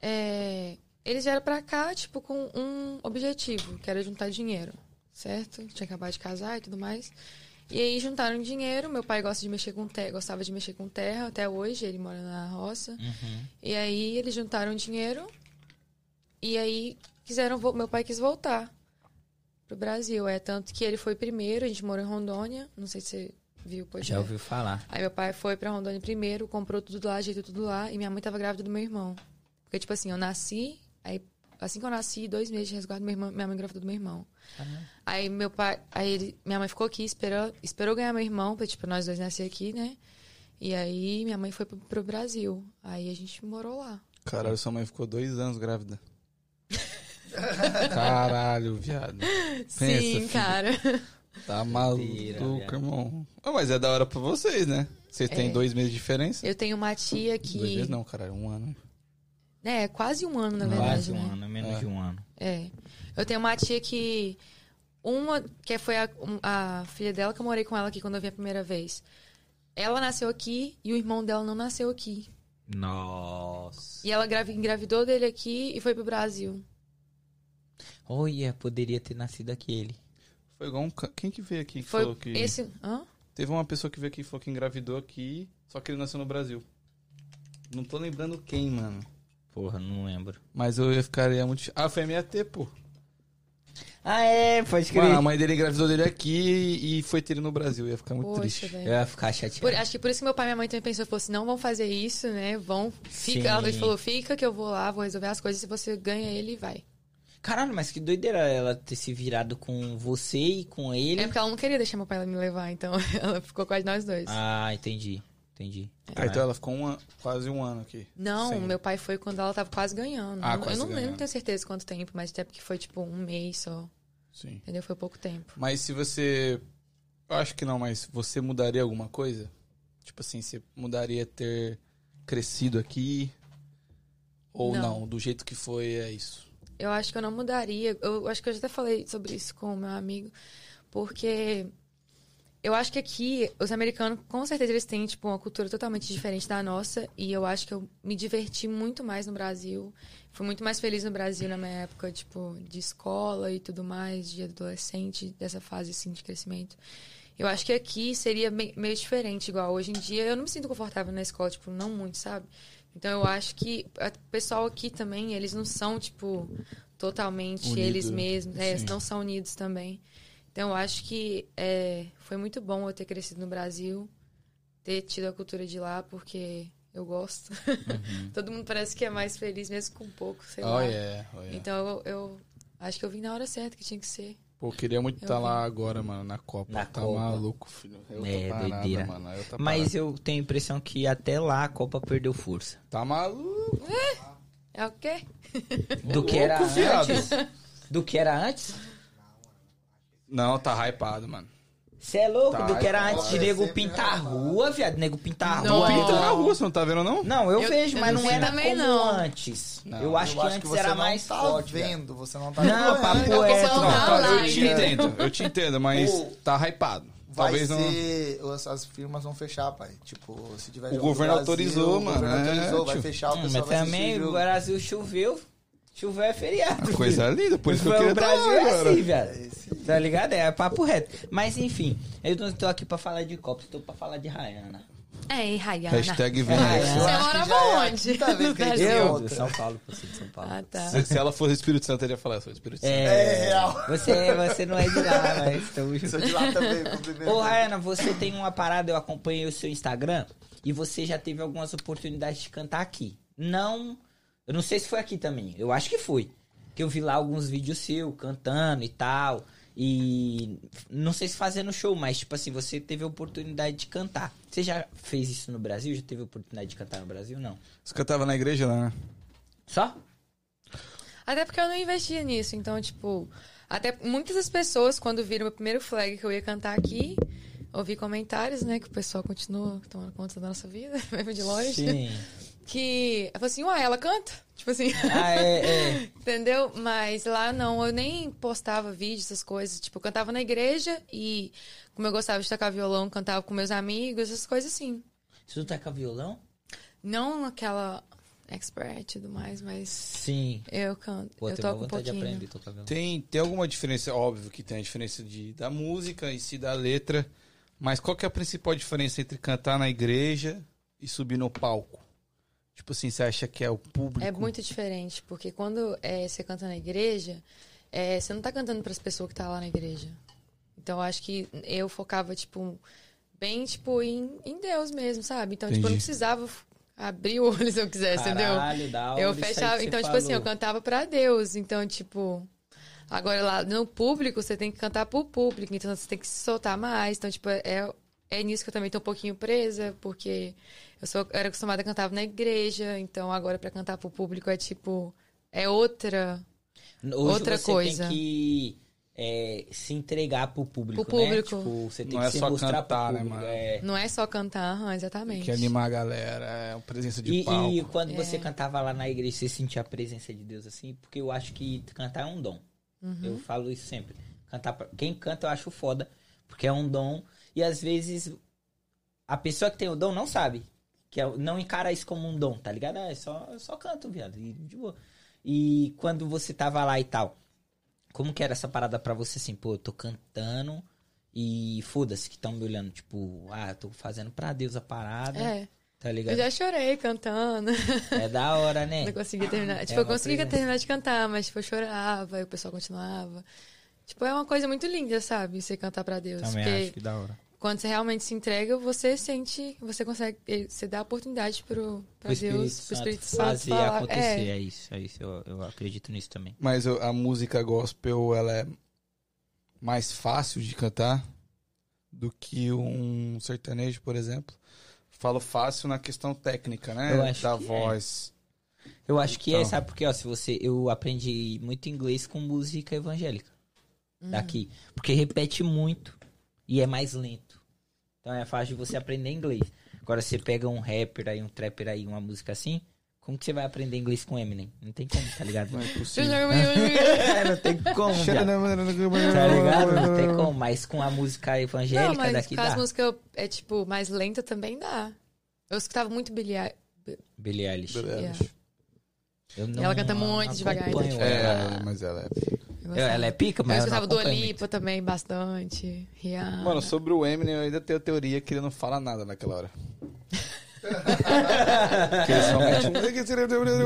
[SPEAKER 4] É, eles vieram pra cá, tipo, com um objetivo, que era juntar dinheiro, certo? Tinha acabado de casar e tudo mais. E aí juntaram dinheiro, meu pai gosta de mexer com terra, gostava de mexer com terra até hoje, ele mora na roça.
[SPEAKER 2] Uhum.
[SPEAKER 4] E aí eles juntaram dinheiro e aí quiseram, vo- meu pai quis voltar pro Brasil. É tanto que ele foi primeiro, a gente morou em Rondônia, não sei se você viu o podcast.
[SPEAKER 2] Já ouviu falar.
[SPEAKER 4] Aí meu pai foi pra Rondônia primeiro, comprou tudo lá, ajeitou tudo lá, e minha mãe tava grávida do meu irmão. Porque, tipo assim, eu nasci, aí assim que eu nasci, dois meses de resguardo, minha, irmã, minha mãe grávida do meu irmão. Aí meu pai, aí ele- minha mãe ficou aqui, esperou, esperou ganhar meu irmão, pra, tipo, nós dois nascer aqui, né? E aí minha mãe foi pro, pro Brasil. Aí a gente morou lá.
[SPEAKER 1] Caralho, sua mãe ficou dois anos grávida. Caralho, viado. Pensa,
[SPEAKER 4] Sim,
[SPEAKER 1] filho.
[SPEAKER 4] cara.
[SPEAKER 1] Tá maluco,
[SPEAKER 2] viado.
[SPEAKER 1] irmão. Ah, mas é da hora pra vocês, né? Vocês têm
[SPEAKER 4] É.
[SPEAKER 1] dois meses de diferença?
[SPEAKER 4] Eu tenho uma tia
[SPEAKER 1] Dois
[SPEAKER 4] que.
[SPEAKER 1] meses não, caralho. Um ano.
[SPEAKER 4] né, É, quase um ano, na verdade.
[SPEAKER 2] Quase
[SPEAKER 4] né?
[SPEAKER 2] um ano, menos
[SPEAKER 1] É.
[SPEAKER 2] de um ano.
[SPEAKER 4] É. Eu tenho uma tia que. Uma. Que foi a, um- a filha dela que eu morei com ela aqui quando eu vim a primeira vez. Ela nasceu aqui e o irmão dela não nasceu aqui.
[SPEAKER 2] Nossa.
[SPEAKER 4] E ela gravi- engravidou dele aqui e foi pro Brasil.
[SPEAKER 2] Olha, poderia ter nascido aquele.
[SPEAKER 1] Foi igual um... ca- Quem que veio aqui que
[SPEAKER 4] Foi
[SPEAKER 1] falou que...
[SPEAKER 4] esse. Hã?
[SPEAKER 1] Teve uma pessoa que veio aqui e falou que engravidou aqui, só que ele nasceu no Brasil. Não tô lembrando quem, mano.
[SPEAKER 2] Porra, não lembro.
[SPEAKER 1] Mas eu ia ficaria muito... Ah, foi a MAT, pô.
[SPEAKER 2] Ah, é, pode crer.
[SPEAKER 1] Mano, a mãe dele engravidou dele aqui e foi ter ele no Brasil. Ia ficar muito
[SPEAKER 4] Poxa,
[SPEAKER 1] triste.
[SPEAKER 2] Eu
[SPEAKER 4] velho.
[SPEAKER 2] ia ficar chateado.
[SPEAKER 4] É. Por- acho que por isso que meu pai e minha mãe também pensou, falou assim, não vão fazer isso, né? Vão,
[SPEAKER 2] Sim.
[SPEAKER 4] fica. Ela falou, fica que eu vou lá, vou resolver as coisas, se você ganha ele, vai.
[SPEAKER 2] Caralho, mas que doideira ela ter se virado com você e com ele.
[SPEAKER 4] É porque ela não queria deixar meu pai me levar, então ela ficou com a de nós dois.
[SPEAKER 2] Ah, entendi. Entendi.
[SPEAKER 1] Ah, então ela ficou um an- quase um ano aqui.
[SPEAKER 4] É. Não,
[SPEAKER 1] Sem-
[SPEAKER 4] meu pai foi quando ela tava quase ganhando.
[SPEAKER 1] Ah,
[SPEAKER 4] Eu não-
[SPEAKER 1] quase
[SPEAKER 4] eu não, lembro,
[SPEAKER 1] ganhando.
[SPEAKER 4] não tenho certeza quanto tempo, mas até porque foi tipo um mês só.
[SPEAKER 1] Sim.
[SPEAKER 4] Entendeu? Foi pouco tempo.
[SPEAKER 1] Mas se você... Eu acho que não, mas você mudaria alguma coisa? Tipo assim, você mudaria ter crescido aqui ou não?
[SPEAKER 4] Não.
[SPEAKER 1] Do jeito que foi, é isso.
[SPEAKER 4] Eu acho que eu não mudaria. Eu acho que eu já até falei sobre isso com o meu amigo, porque Eu acho que aqui, os americanos, com certeza, eles têm, tipo, uma cultura totalmente diferente da nossa. E eu acho que eu me diverti muito mais no Brasil. Fui muito mais feliz no Brasil na minha época, tipo, de escola e tudo mais, de adolescente, dessa fase, assim, de crescimento. Eu acho que aqui seria me- meio diferente, igual hoje em dia. Eu não me sinto confortável na escola, tipo, não muito, sabe? Então eu acho que a- o pessoal aqui também, eles não são, tipo, totalmente
[SPEAKER 1] Unido,
[SPEAKER 4] eles mesmos. É, eles
[SPEAKER 1] sim.
[SPEAKER 4] não são unidos também. Então eu acho que é, foi muito bom eu ter crescido no Brasil, ter tido a cultura de lá, porque eu gosto. Todo mundo parece que é mais feliz mesmo com pouco,
[SPEAKER 1] Ah,
[SPEAKER 4] sei
[SPEAKER 5] Uhum. Oh,
[SPEAKER 4] lá.
[SPEAKER 1] é,
[SPEAKER 5] yeah, oh, yeah.
[SPEAKER 4] Então eu, eu acho que eu vim na hora certa que tinha que ser.
[SPEAKER 5] Pô, queria muito
[SPEAKER 4] Eu
[SPEAKER 1] tá
[SPEAKER 5] estar
[SPEAKER 4] vi.
[SPEAKER 5] lá agora, mano, na Copa.
[SPEAKER 2] Na
[SPEAKER 5] tá
[SPEAKER 2] Copa.
[SPEAKER 5] maluco, filho. É, outra
[SPEAKER 2] É,
[SPEAKER 5] parada,
[SPEAKER 2] doideira.
[SPEAKER 5] mano. É
[SPEAKER 3] Tá
[SPEAKER 5] outra
[SPEAKER 2] Mas eu tenho a impressão que até lá a Copa perdeu força.
[SPEAKER 5] parada. Tá maluco.
[SPEAKER 4] É o quê? É
[SPEAKER 2] Do que era
[SPEAKER 5] louco, viado.
[SPEAKER 2] antes? Do que era antes?
[SPEAKER 5] Não, tá hypado, mano.
[SPEAKER 2] Você é louco?
[SPEAKER 5] Tá,
[SPEAKER 2] do que era
[SPEAKER 3] então,
[SPEAKER 2] antes de
[SPEAKER 3] é
[SPEAKER 2] nego
[SPEAKER 3] sempre
[SPEAKER 2] pintar a
[SPEAKER 3] errado.
[SPEAKER 2] rua, viado. Nego pintar a
[SPEAKER 4] Não. é.
[SPEAKER 2] rua.
[SPEAKER 5] Pinta na rua, você não tá vendo, não?
[SPEAKER 2] Não, eu,
[SPEAKER 4] Eu-
[SPEAKER 2] vejo,
[SPEAKER 4] eu
[SPEAKER 2] mas
[SPEAKER 4] não
[SPEAKER 2] não
[SPEAKER 4] sei
[SPEAKER 2] era
[SPEAKER 4] também,
[SPEAKER 2] como
[SPEAKER 4] não.
[SPEAKER 2] antes.
[SPEAKER 5] Não,
[SPEAKER 2] eu acho que antes
[SPEAKER 3] você
[SPEAKER 2] era
[SPEAKER 3] não
[SPEAKER 2] mais
[SPEAKER 3] tá
[SPEAKER 2] forte. velho.
[SPEAKER 3] vendo, você não tá
[SPEAKER 2] Não,
[SPEAKER 3] acompanhando.
[SPEAKER 2] papo é.
[SPEAKER 4] Não,
[SPEAKER 2] troca.
[SPEAKER 4] tá lá,
[SPEAKER 5] eu te
[SPEAKER 4] entendeu?
[SPEAKER 5] entendo, eu te entendo, mas
[SPEAKER 3] Ou-
[SPEAKER 5] tá hypado.
[SPEAKER 3] Vai
[SPEAKER 5] Talvez não.
[SPEAKER 3] ser. As, as firmas vão fechar, pai. Tipo, se tiver.
[SPEAKER 5] O
[SPEAKER 3] jogo do
[SPEAKER 5] governo
[SPEAKER 3] Brasil,
[SPEAKER 5] autorizou, mano,
[SPEAKER 3] O governo
[SPEAKER 5] é,
[SPEAKER 3] autorizou, vai
[SPEAKER 5] tio.
[SPEAKER 3] fechar o
[SPEAKER 2] Hum,
[SPEAKER 3] pessoal.
[SPEAKER 2] mas
[SPEAKER 3] vai assistir
[SPEAKER 2] também
[SPEAKER 3] o
[SPEAKER 2] o
[SPEAKER 3] jogo.
[SPEAKER 2] Brasil choveu. Choveu é feriado.
[SPEAKER 5] Coisa linda, por isso que eu
[SPEAKER 2] Foi
[SPEAKER 5] queria
[SPEAKER 2] o
[SPEAKER 5] tá lá
[SPEAKER 2] Brasil é
[SPEAKER 5] agora.
[SPEAKER 2] assim, velho. Tá ligado? É papo reto. Mas enfim, eu não tô aqui pra falar de Copa, estou pra falar de Rayana.
[SPEAKER 4] É, Rayana.
[SPEAKER 5] Hashtag vem.
[SPEAKER 2] Ah,
[SPEAKER 3] Eu
[SPEAKER 2] é.
[SPEAKER 3] acho
[SPEAKER 4] Você
[SPEAKER 3] que
[SPEAKER 4] morava
[SPEAKER 3] já é a
[SPEAKER 4] onde?
[SPEAKER 3] quinta vez que a gente
[SPEAKER 4] No Brasil.
[SPEAKER 3] volta.
[SPEAKER 2] de São Paulo, você de São Paulo.
[SPEAKER 4] Ah, tá.
[SPEAKER 5] Se, se ela fosse Espírito Santo, eu ia falar, sou Espírito Santo.
[SPEAKER 3] É real. é
[SPEAKER 2] Você, você não é de lá, mas tamo
[SPEAKER 3] Sou
[SPEAKER 2] junto.
[SPEAKER 3] de lá também, foi o primeiro.
[SPEAKER 2] Ô, Rayana, você tem uma parada, eu acompanhei o seu Instagram e você já teve algumas oportunidades de cantar aqui. Não. Eu não sei se foi aqui também. Eu acho que foi. Que eu vi lá alguns vídeos seu cantando e tal. E não sei se fazendo show, mas tipo assim, você teve a oportunidade de cantar. Você já fez isso no Brasil? Já teve a oportunidade de cantar no Brasil? Não.
[SPEAKER 5] Você cantava na igreja lá, né?
[SPEAKER 2] Só?
[SPEAKER 4] Até porque eu não investia nisso, então, tipo, até muitas das pessoas, quando viram meu primeiro flag que eu ia cantar aqui, ouvi comentários, né, que o pessoal continua tomando conta da nossa vida, mesmo de longe,
[SPEAKER 2] Sim.
[SPEAKER 4] que eu falei assim, uai, ela canta? Tipo assim,
[SPEAKER 2] Ah, é, é.
[SPEAKER 4] entendeu? Mas lá não, eu nem postava vídeo, essas coisas, tipo, eu cantava na igreja e, como eu gostava de tocar violão, cantava com meus amigos, essas coisas assim.
[SPEAKER 2] Você não toca violão?
[SPEAKER 4] Não aquela expert e tudo mais, mas
[SPEAKER 2] Sim.
[SPEAKER 4] eu canto,
[SPEAKER 2] Pô,
[SPEAKER 4] eu
[SPEAKER 2] eu tenho uma
[SPEAKER 4] toco um
[SPEAKER 2] vontade de
[SPEAKER 4] pouquinho.
[SPEAKER 2] aprender a tocar violão.
[SPEAKER 5] Tem, tem alguma diferença? Óbvio que tem a diferença de, da música e se da letra. Mas qual que é a principal diferença entre cantar na igreja e subir no palco? Tipo assim, você acha que é o público?
[SPEAKER 4] É muito diferente, porque quando eh, você canta na igreja, eh, você não tá cantando pras pessoas que tá lá na igreja. Então, eu acho que eu focava, tipo, bem, tipo, em, em Deus mesmo, sabe? Então, tipo, eu não
[SPEAKER 5] Entendi.
[SPEAKER 4] precisava f- abrir o olho se eu quisesse, entendeu?
[SPEAKER 2] Caralho, da hora,
[SPEAKER 4] Eu
[SPEAKER 2] isso aí que
[SPEAKER 4] fechava.
[SPEAKER 2] você
[SPEAKER 4] Então, tipo
[SPEAKER 2] falou.
[SPEAKER 4] assim, eu cantava pra Deus. Então, tipo. Agora lá no público, você tem que cantar pro público. Então, você tem que se soltar mais. Então, tipo, é, é nisso que eu também tô um pouquinho presa, porque eu, sou, eu era acostumada a cantar na igreja. Então, agora pra cantar pro público é tipo. É outra.
[SPEAKER 2] Hoje
[SPEAKER 4] Outra
[SPEAKER 2] você
[SPEAKER 4] coisa.
[SPEAKER 2] tem que é, se entregar pro público,
[SPEAKER 4] Pro
[SPEAKER 2] né?
[SPEAKER 4] público.
[SPEAKER 2] Tipo, você tem
[SPEAKER 5] Não
[SPEAKER 2] que
[SPEAKER 5] é
[SPEAKER 2] se
[SPEAKER 5] só
[SPEAKER 2] mostrar
[SPEAKER 5] cantar,
[SPEAKER 2] pro
[SPEAKER 5] né,
[SPEAKER 2] público.
[SPEAKER 5] mano?
[SPEAKER 2] é.
[SPEAKER 4] Não é só cantar, aham,
[SPEAKER 5] Tem
[SPEAKER 4] exatamente.
[SPEAKER 5] que animar a galera, é a presença de
[SPEAKER 2] E,
[SPEAKER 5] palco.
[SPEAKER 2] e quando você cantava lá na igreja, você sentia a presença de Deus assim? Porque eu acho que cantar é um dom.
[SPEAKER 4] Uhum.
[SPEAKER 2] Eu falo isso sempre. Cantar pra- Quem canta eu acho foda, porque é um dom. E às vezes a pessoa que tem o dom não sabe. Que é- não encara isso como um dom, tá ligado? Ah, é só, eu só canto, viado. E de boa. E quando você tava lá e tal, como que era essa parada pra você assim, pô, eu tô cantando e foda-se que estão me olhando, tipo, ah, eu tô fazendo pra Deus a parada,
[SPEAKER 4] É.
[SPEAKER 2] tá ligado?
[SPEAKER 4] Eu já chorei cantando.
[SPEAKER 2] É da hora,
[SPEAKER 4] Não
[SPEAKER 2] né?
[SPEAKER 4] conseguia terminar. Tipo,
[SPEAKER 2] É
[SPEAKER 4] eu
[SPEAKER 2] uma
[SPEAKER 4] conseguia
[SPEAKER 2] presença.
[SPEAKER 4] terminar de cantar, mas tipo, eu chorava e o pessoal continuava. Tipo, é uma coisa muito linda, sabe? Você cantar pra Deus. porque
[SPEAKER 2] que da hora.
[SPEAKER 4] quando você realmente se entrega, você sente, você consegue, eh, você dá oportunidade pro, pra Deus, pro Espírito Santo
[SPEAKER 2] fazer
[SPEAKER 4] falar.
[SPEAKER 2] acontecer,
[SPEAKER 4] É,
[SPEAKER 2] é. isso, é isso. Eu, eu acredito nisso também.
[SPEAKER 5] Mas eu- a música gospel, ela é mais fácil de cantar do que um sertanejo, por exemplo. Falo fácil na questão técnica, né?
[SPEAKER 2] Eu acho
[SPEAKER 5] da
[SPEAKER 2] que é.
[SPEAKER 5] voz.
[SPEAKER 2] Eu acho que é,
[SPEAKER 5] Então.
[SPEAKER 2] sabe porque ó, se você, eu aprendi muito inglês com música evangélica
[SPEAKER 4] Uhum.
[SPEAKER 2] daqui, porque repete muito e é mais lento. Então é fácil de você aprender inglês. Agora você pega um rapper aí, um trapper aí, uma música assim, Como que você vai aprender inglês com Eminem? Não tem como, tá ligado?
[SPEAKER 1] Não é possível.
[SPEAKER 4] Não,
[SPEAKER 2] É, não tem como, viado. Tá ligado? Não tem como, mas com a música evangélica
[SPEAKER 4] mas
[SPEAKER 2] daqui
[SPEAKER 4] com as
[SPEAKER 2] da
[SPEAKER 4] músicas é tipo mais lenta também dá. Eu escutava muito Billie Eilish.
[SPEAKER 2] Billie Eilish.
[SPEAKER 4] Yeah.
[SPEAKER 2] Eu não
[SPEAKER 4] Ela canta muito
[SPEAKER 2] acompanho
[SPEAKER 4] devagar.
[SPEAKER 2] ela.
[SPEAKER 1] É, mas ela é.
[SPEAKER 4] Eu
[SPEAKER 2] Eu-
[SPEAKER 4] gostava.
[SPEAKER 2] Ela é pica,
[SPEAKER 4] Eu
[SPEAKER 2] mas eu não
[SPEAKER 4] escutava Dua
[SPEAKER 2] acompanho muito.
[SPEAKER 4] Lipa também bastante. Rihanna.
[SPEAKER 1] Mano, sobre o Eminem, eu ainda tenho a teoria que ele não fala nada naquela hora. que ele só mete um-
[SPEAKER 2] Não,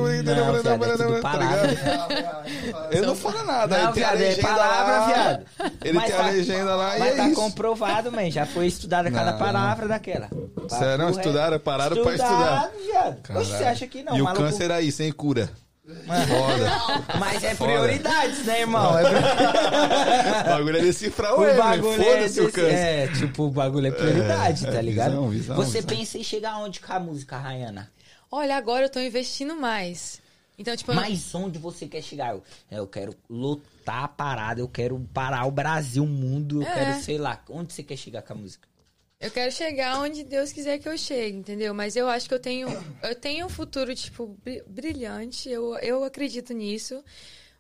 [SPEAKER 2] viado, é tudo
[SPEAKER 1] Tá ligado?
[SPEAKER 2] palavra.
[SPEAKER 1] Ele não fala nada.
[SPEAKER 2] um- Não,
[SPEAKER 1] ele tem a
[SPEAKER 2] viado, é
[SPEAKER 1] legenda
[SPEAKER 2] palavra,
[SPEAKER 1] lá,
[SPEAKER 2] viado.
[SPEAKER 1] Ele
[SPEAKER 2] Mas
[SPEAKER 1] tem
[SPEAKER 2] tá-
[SPEAKER 1] a legenda lá e
[SPEAKER 2] Mas
[SPEAKER 1] é
[SPEAKER 2] tá
[SPEAKER 1] isso.
[SPEAKER 2] comprovado, man. Já foi estudada cada
[SPEAKER 1] Não.
[SPEAKER 2] palavra daquela.
[SPEAKER 1] Sério, não?
[SPEAKER 2] Papo reto.
[SPEAKER 1] Estudaram, pararam pra
[SPEAKER 2] Estudado,
[SPEAKER 1] estudar.
[SPEAKER 2] viado. Oxe, você acha que não,
[SPEAKER 1] e o
[SPEAKER 2] maluco?
[SPEAKER 1] câncer aí, sem cura. Foda.
[SPEAKER 2] Mas é
[SPEAKER 1] Foda.
[SPEAKER 2] prioridades, né, irmão? É
[SPEAKER 1] o bagulho é decifrar o
[SPEAKER 2] O
[SPEAKER 1] Eminem.
[SPEAKER 2] bagulho é,
[SPEAKER 1] Foda-se o
[SPEAKER 2] desse-
[SPEAKER 1] câncer.
[SPEAKER 2] é, tipo, o bagulho é prioridade,
[SPEAKER 1] É,
[SPEAKER 2] tá
[SPEAKER 1] é
[SPEAKER 2] ligado?
[SPEAKER 1] visão, visão,
[SPEAKER 2] Você
[SPEAKER 1] visão.
[SPEAKER 2] pensa em chegar onde com a música, Rayana?
[SPEAKER 4] Olha, agora eu tô investindo mais. Então, tipo, eu-
[SPEAKER 2] Mas onde você quer chegar? Eu, é, eu quero lotar a parada, eu quero parar o Brasil, o mundo, eu
[SPEAKER 4] É.
[SPEAKER 2] quero, sei lá, onde você quer chegar com a música?
[SPEAKER 4] eu quero chegar onde Deus quiser que eu chegue, entendeu? Mas eu acho que eu tenho, eu tenho um futuro, tipo, bri- brilhante. Eu, eu acredito nisso.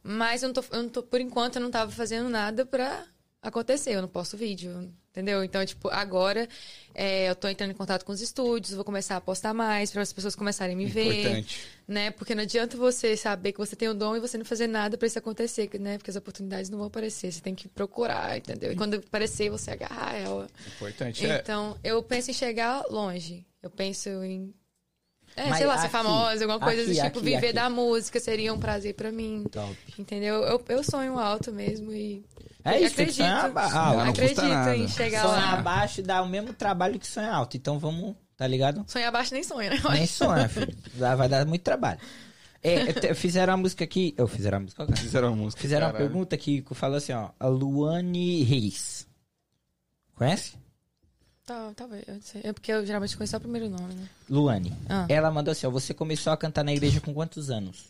[SPEAKER 4] Mas eu não tô, eu não tô- por enquanto, eu não tava fazendo nada pra acontecer. Eu não posto vídeo, entendeu? Então, tipo, agora é, eu tô entrando em contato com os estúdios, vou começar a postar mais para as pessoas começarem a
[SPEAKER 2] é.
[SPEAKER 4] me ver.
[SPEAKER 1] Importante.
[SPEAKER 4] né? Porque não adianta você saber que você tem o dom e você não fazer nada pra isso acontecer, que- né? Porque as oportunidades não vão aparecer, você tem que procurar, entendeu? E quando aparecer, você agarrar ela.
[SPEAKER 1] Importante. É,
[SPEAKER 4] Então, eu penso em chegar longe. Eu penso em é,
[SPEAKER 2] Mas
[SPEAKER 4] sei lá, ser
[SPEAKER 2] aqui,
[SPEAKER 4] famosa, alguma coisa do
[SPEAKER 2] aqui,
[SPEAKER 4] tipo,
[SPEAKER 2] aqui,
[SPEAKER 4] viver
[SPEAKER 2] aqui.
[SPEAKER 4] da música seria um prazer pra mim.
[SPEAKER 1] Então,
[SPEAKER 2] Top.
[SPEAKER 4] Entendeu? Eu, eu sonho alto mesmo e
[SPEAKER 2] É
[SPEAKER 4] e
[SPEAKER 2] isso, tem que
[SPEAKER 4] acredito.
[SPEAKER 2] sonhar ba- ah,
[SPEAKER 1] não
[SPEAKER 2] alto.
[SPEAKER 1] custa
[SPEAKER 4] acredito em
[SPEAKER 1] nada.
[SPEAKER 4] chegar
[SPEAKER 2] Sonhar
[SPEAKER 1] Ah.
[SPEAKER 4] lá.
[SPEAKER 2] abaixo dá o mesmo trabalho que sonhar alto. Então vamos, tá ligado?
[SPEAKER 4] Sonhar baixo nem sonho, né?
[SPEAKER 2] Nem sonha, filho. Dá- Vai dar muito trabalho. É, eu te- fizeram a música aqui. Eu fizeram a música. cara.
[SPEAKER 1] Fizeram a música.
[SPEAKER 2] Fizeram
[SPEAKER 1] caralho.
[SPEAKER 2] uma pergunta que falou assim, ó. A Luane Reis. Conhece?
[SPEAKER 4] Tá, talvez, eu não sei. É porque eu geralmente conheço só o primeiro nome, né?
[SPEAKER 2] Luane.
[SPEAKER 4] Ah.
[SPEAKER 2] Ela mandou assim, ó. Você começou a cantar na igreja com quantos anos?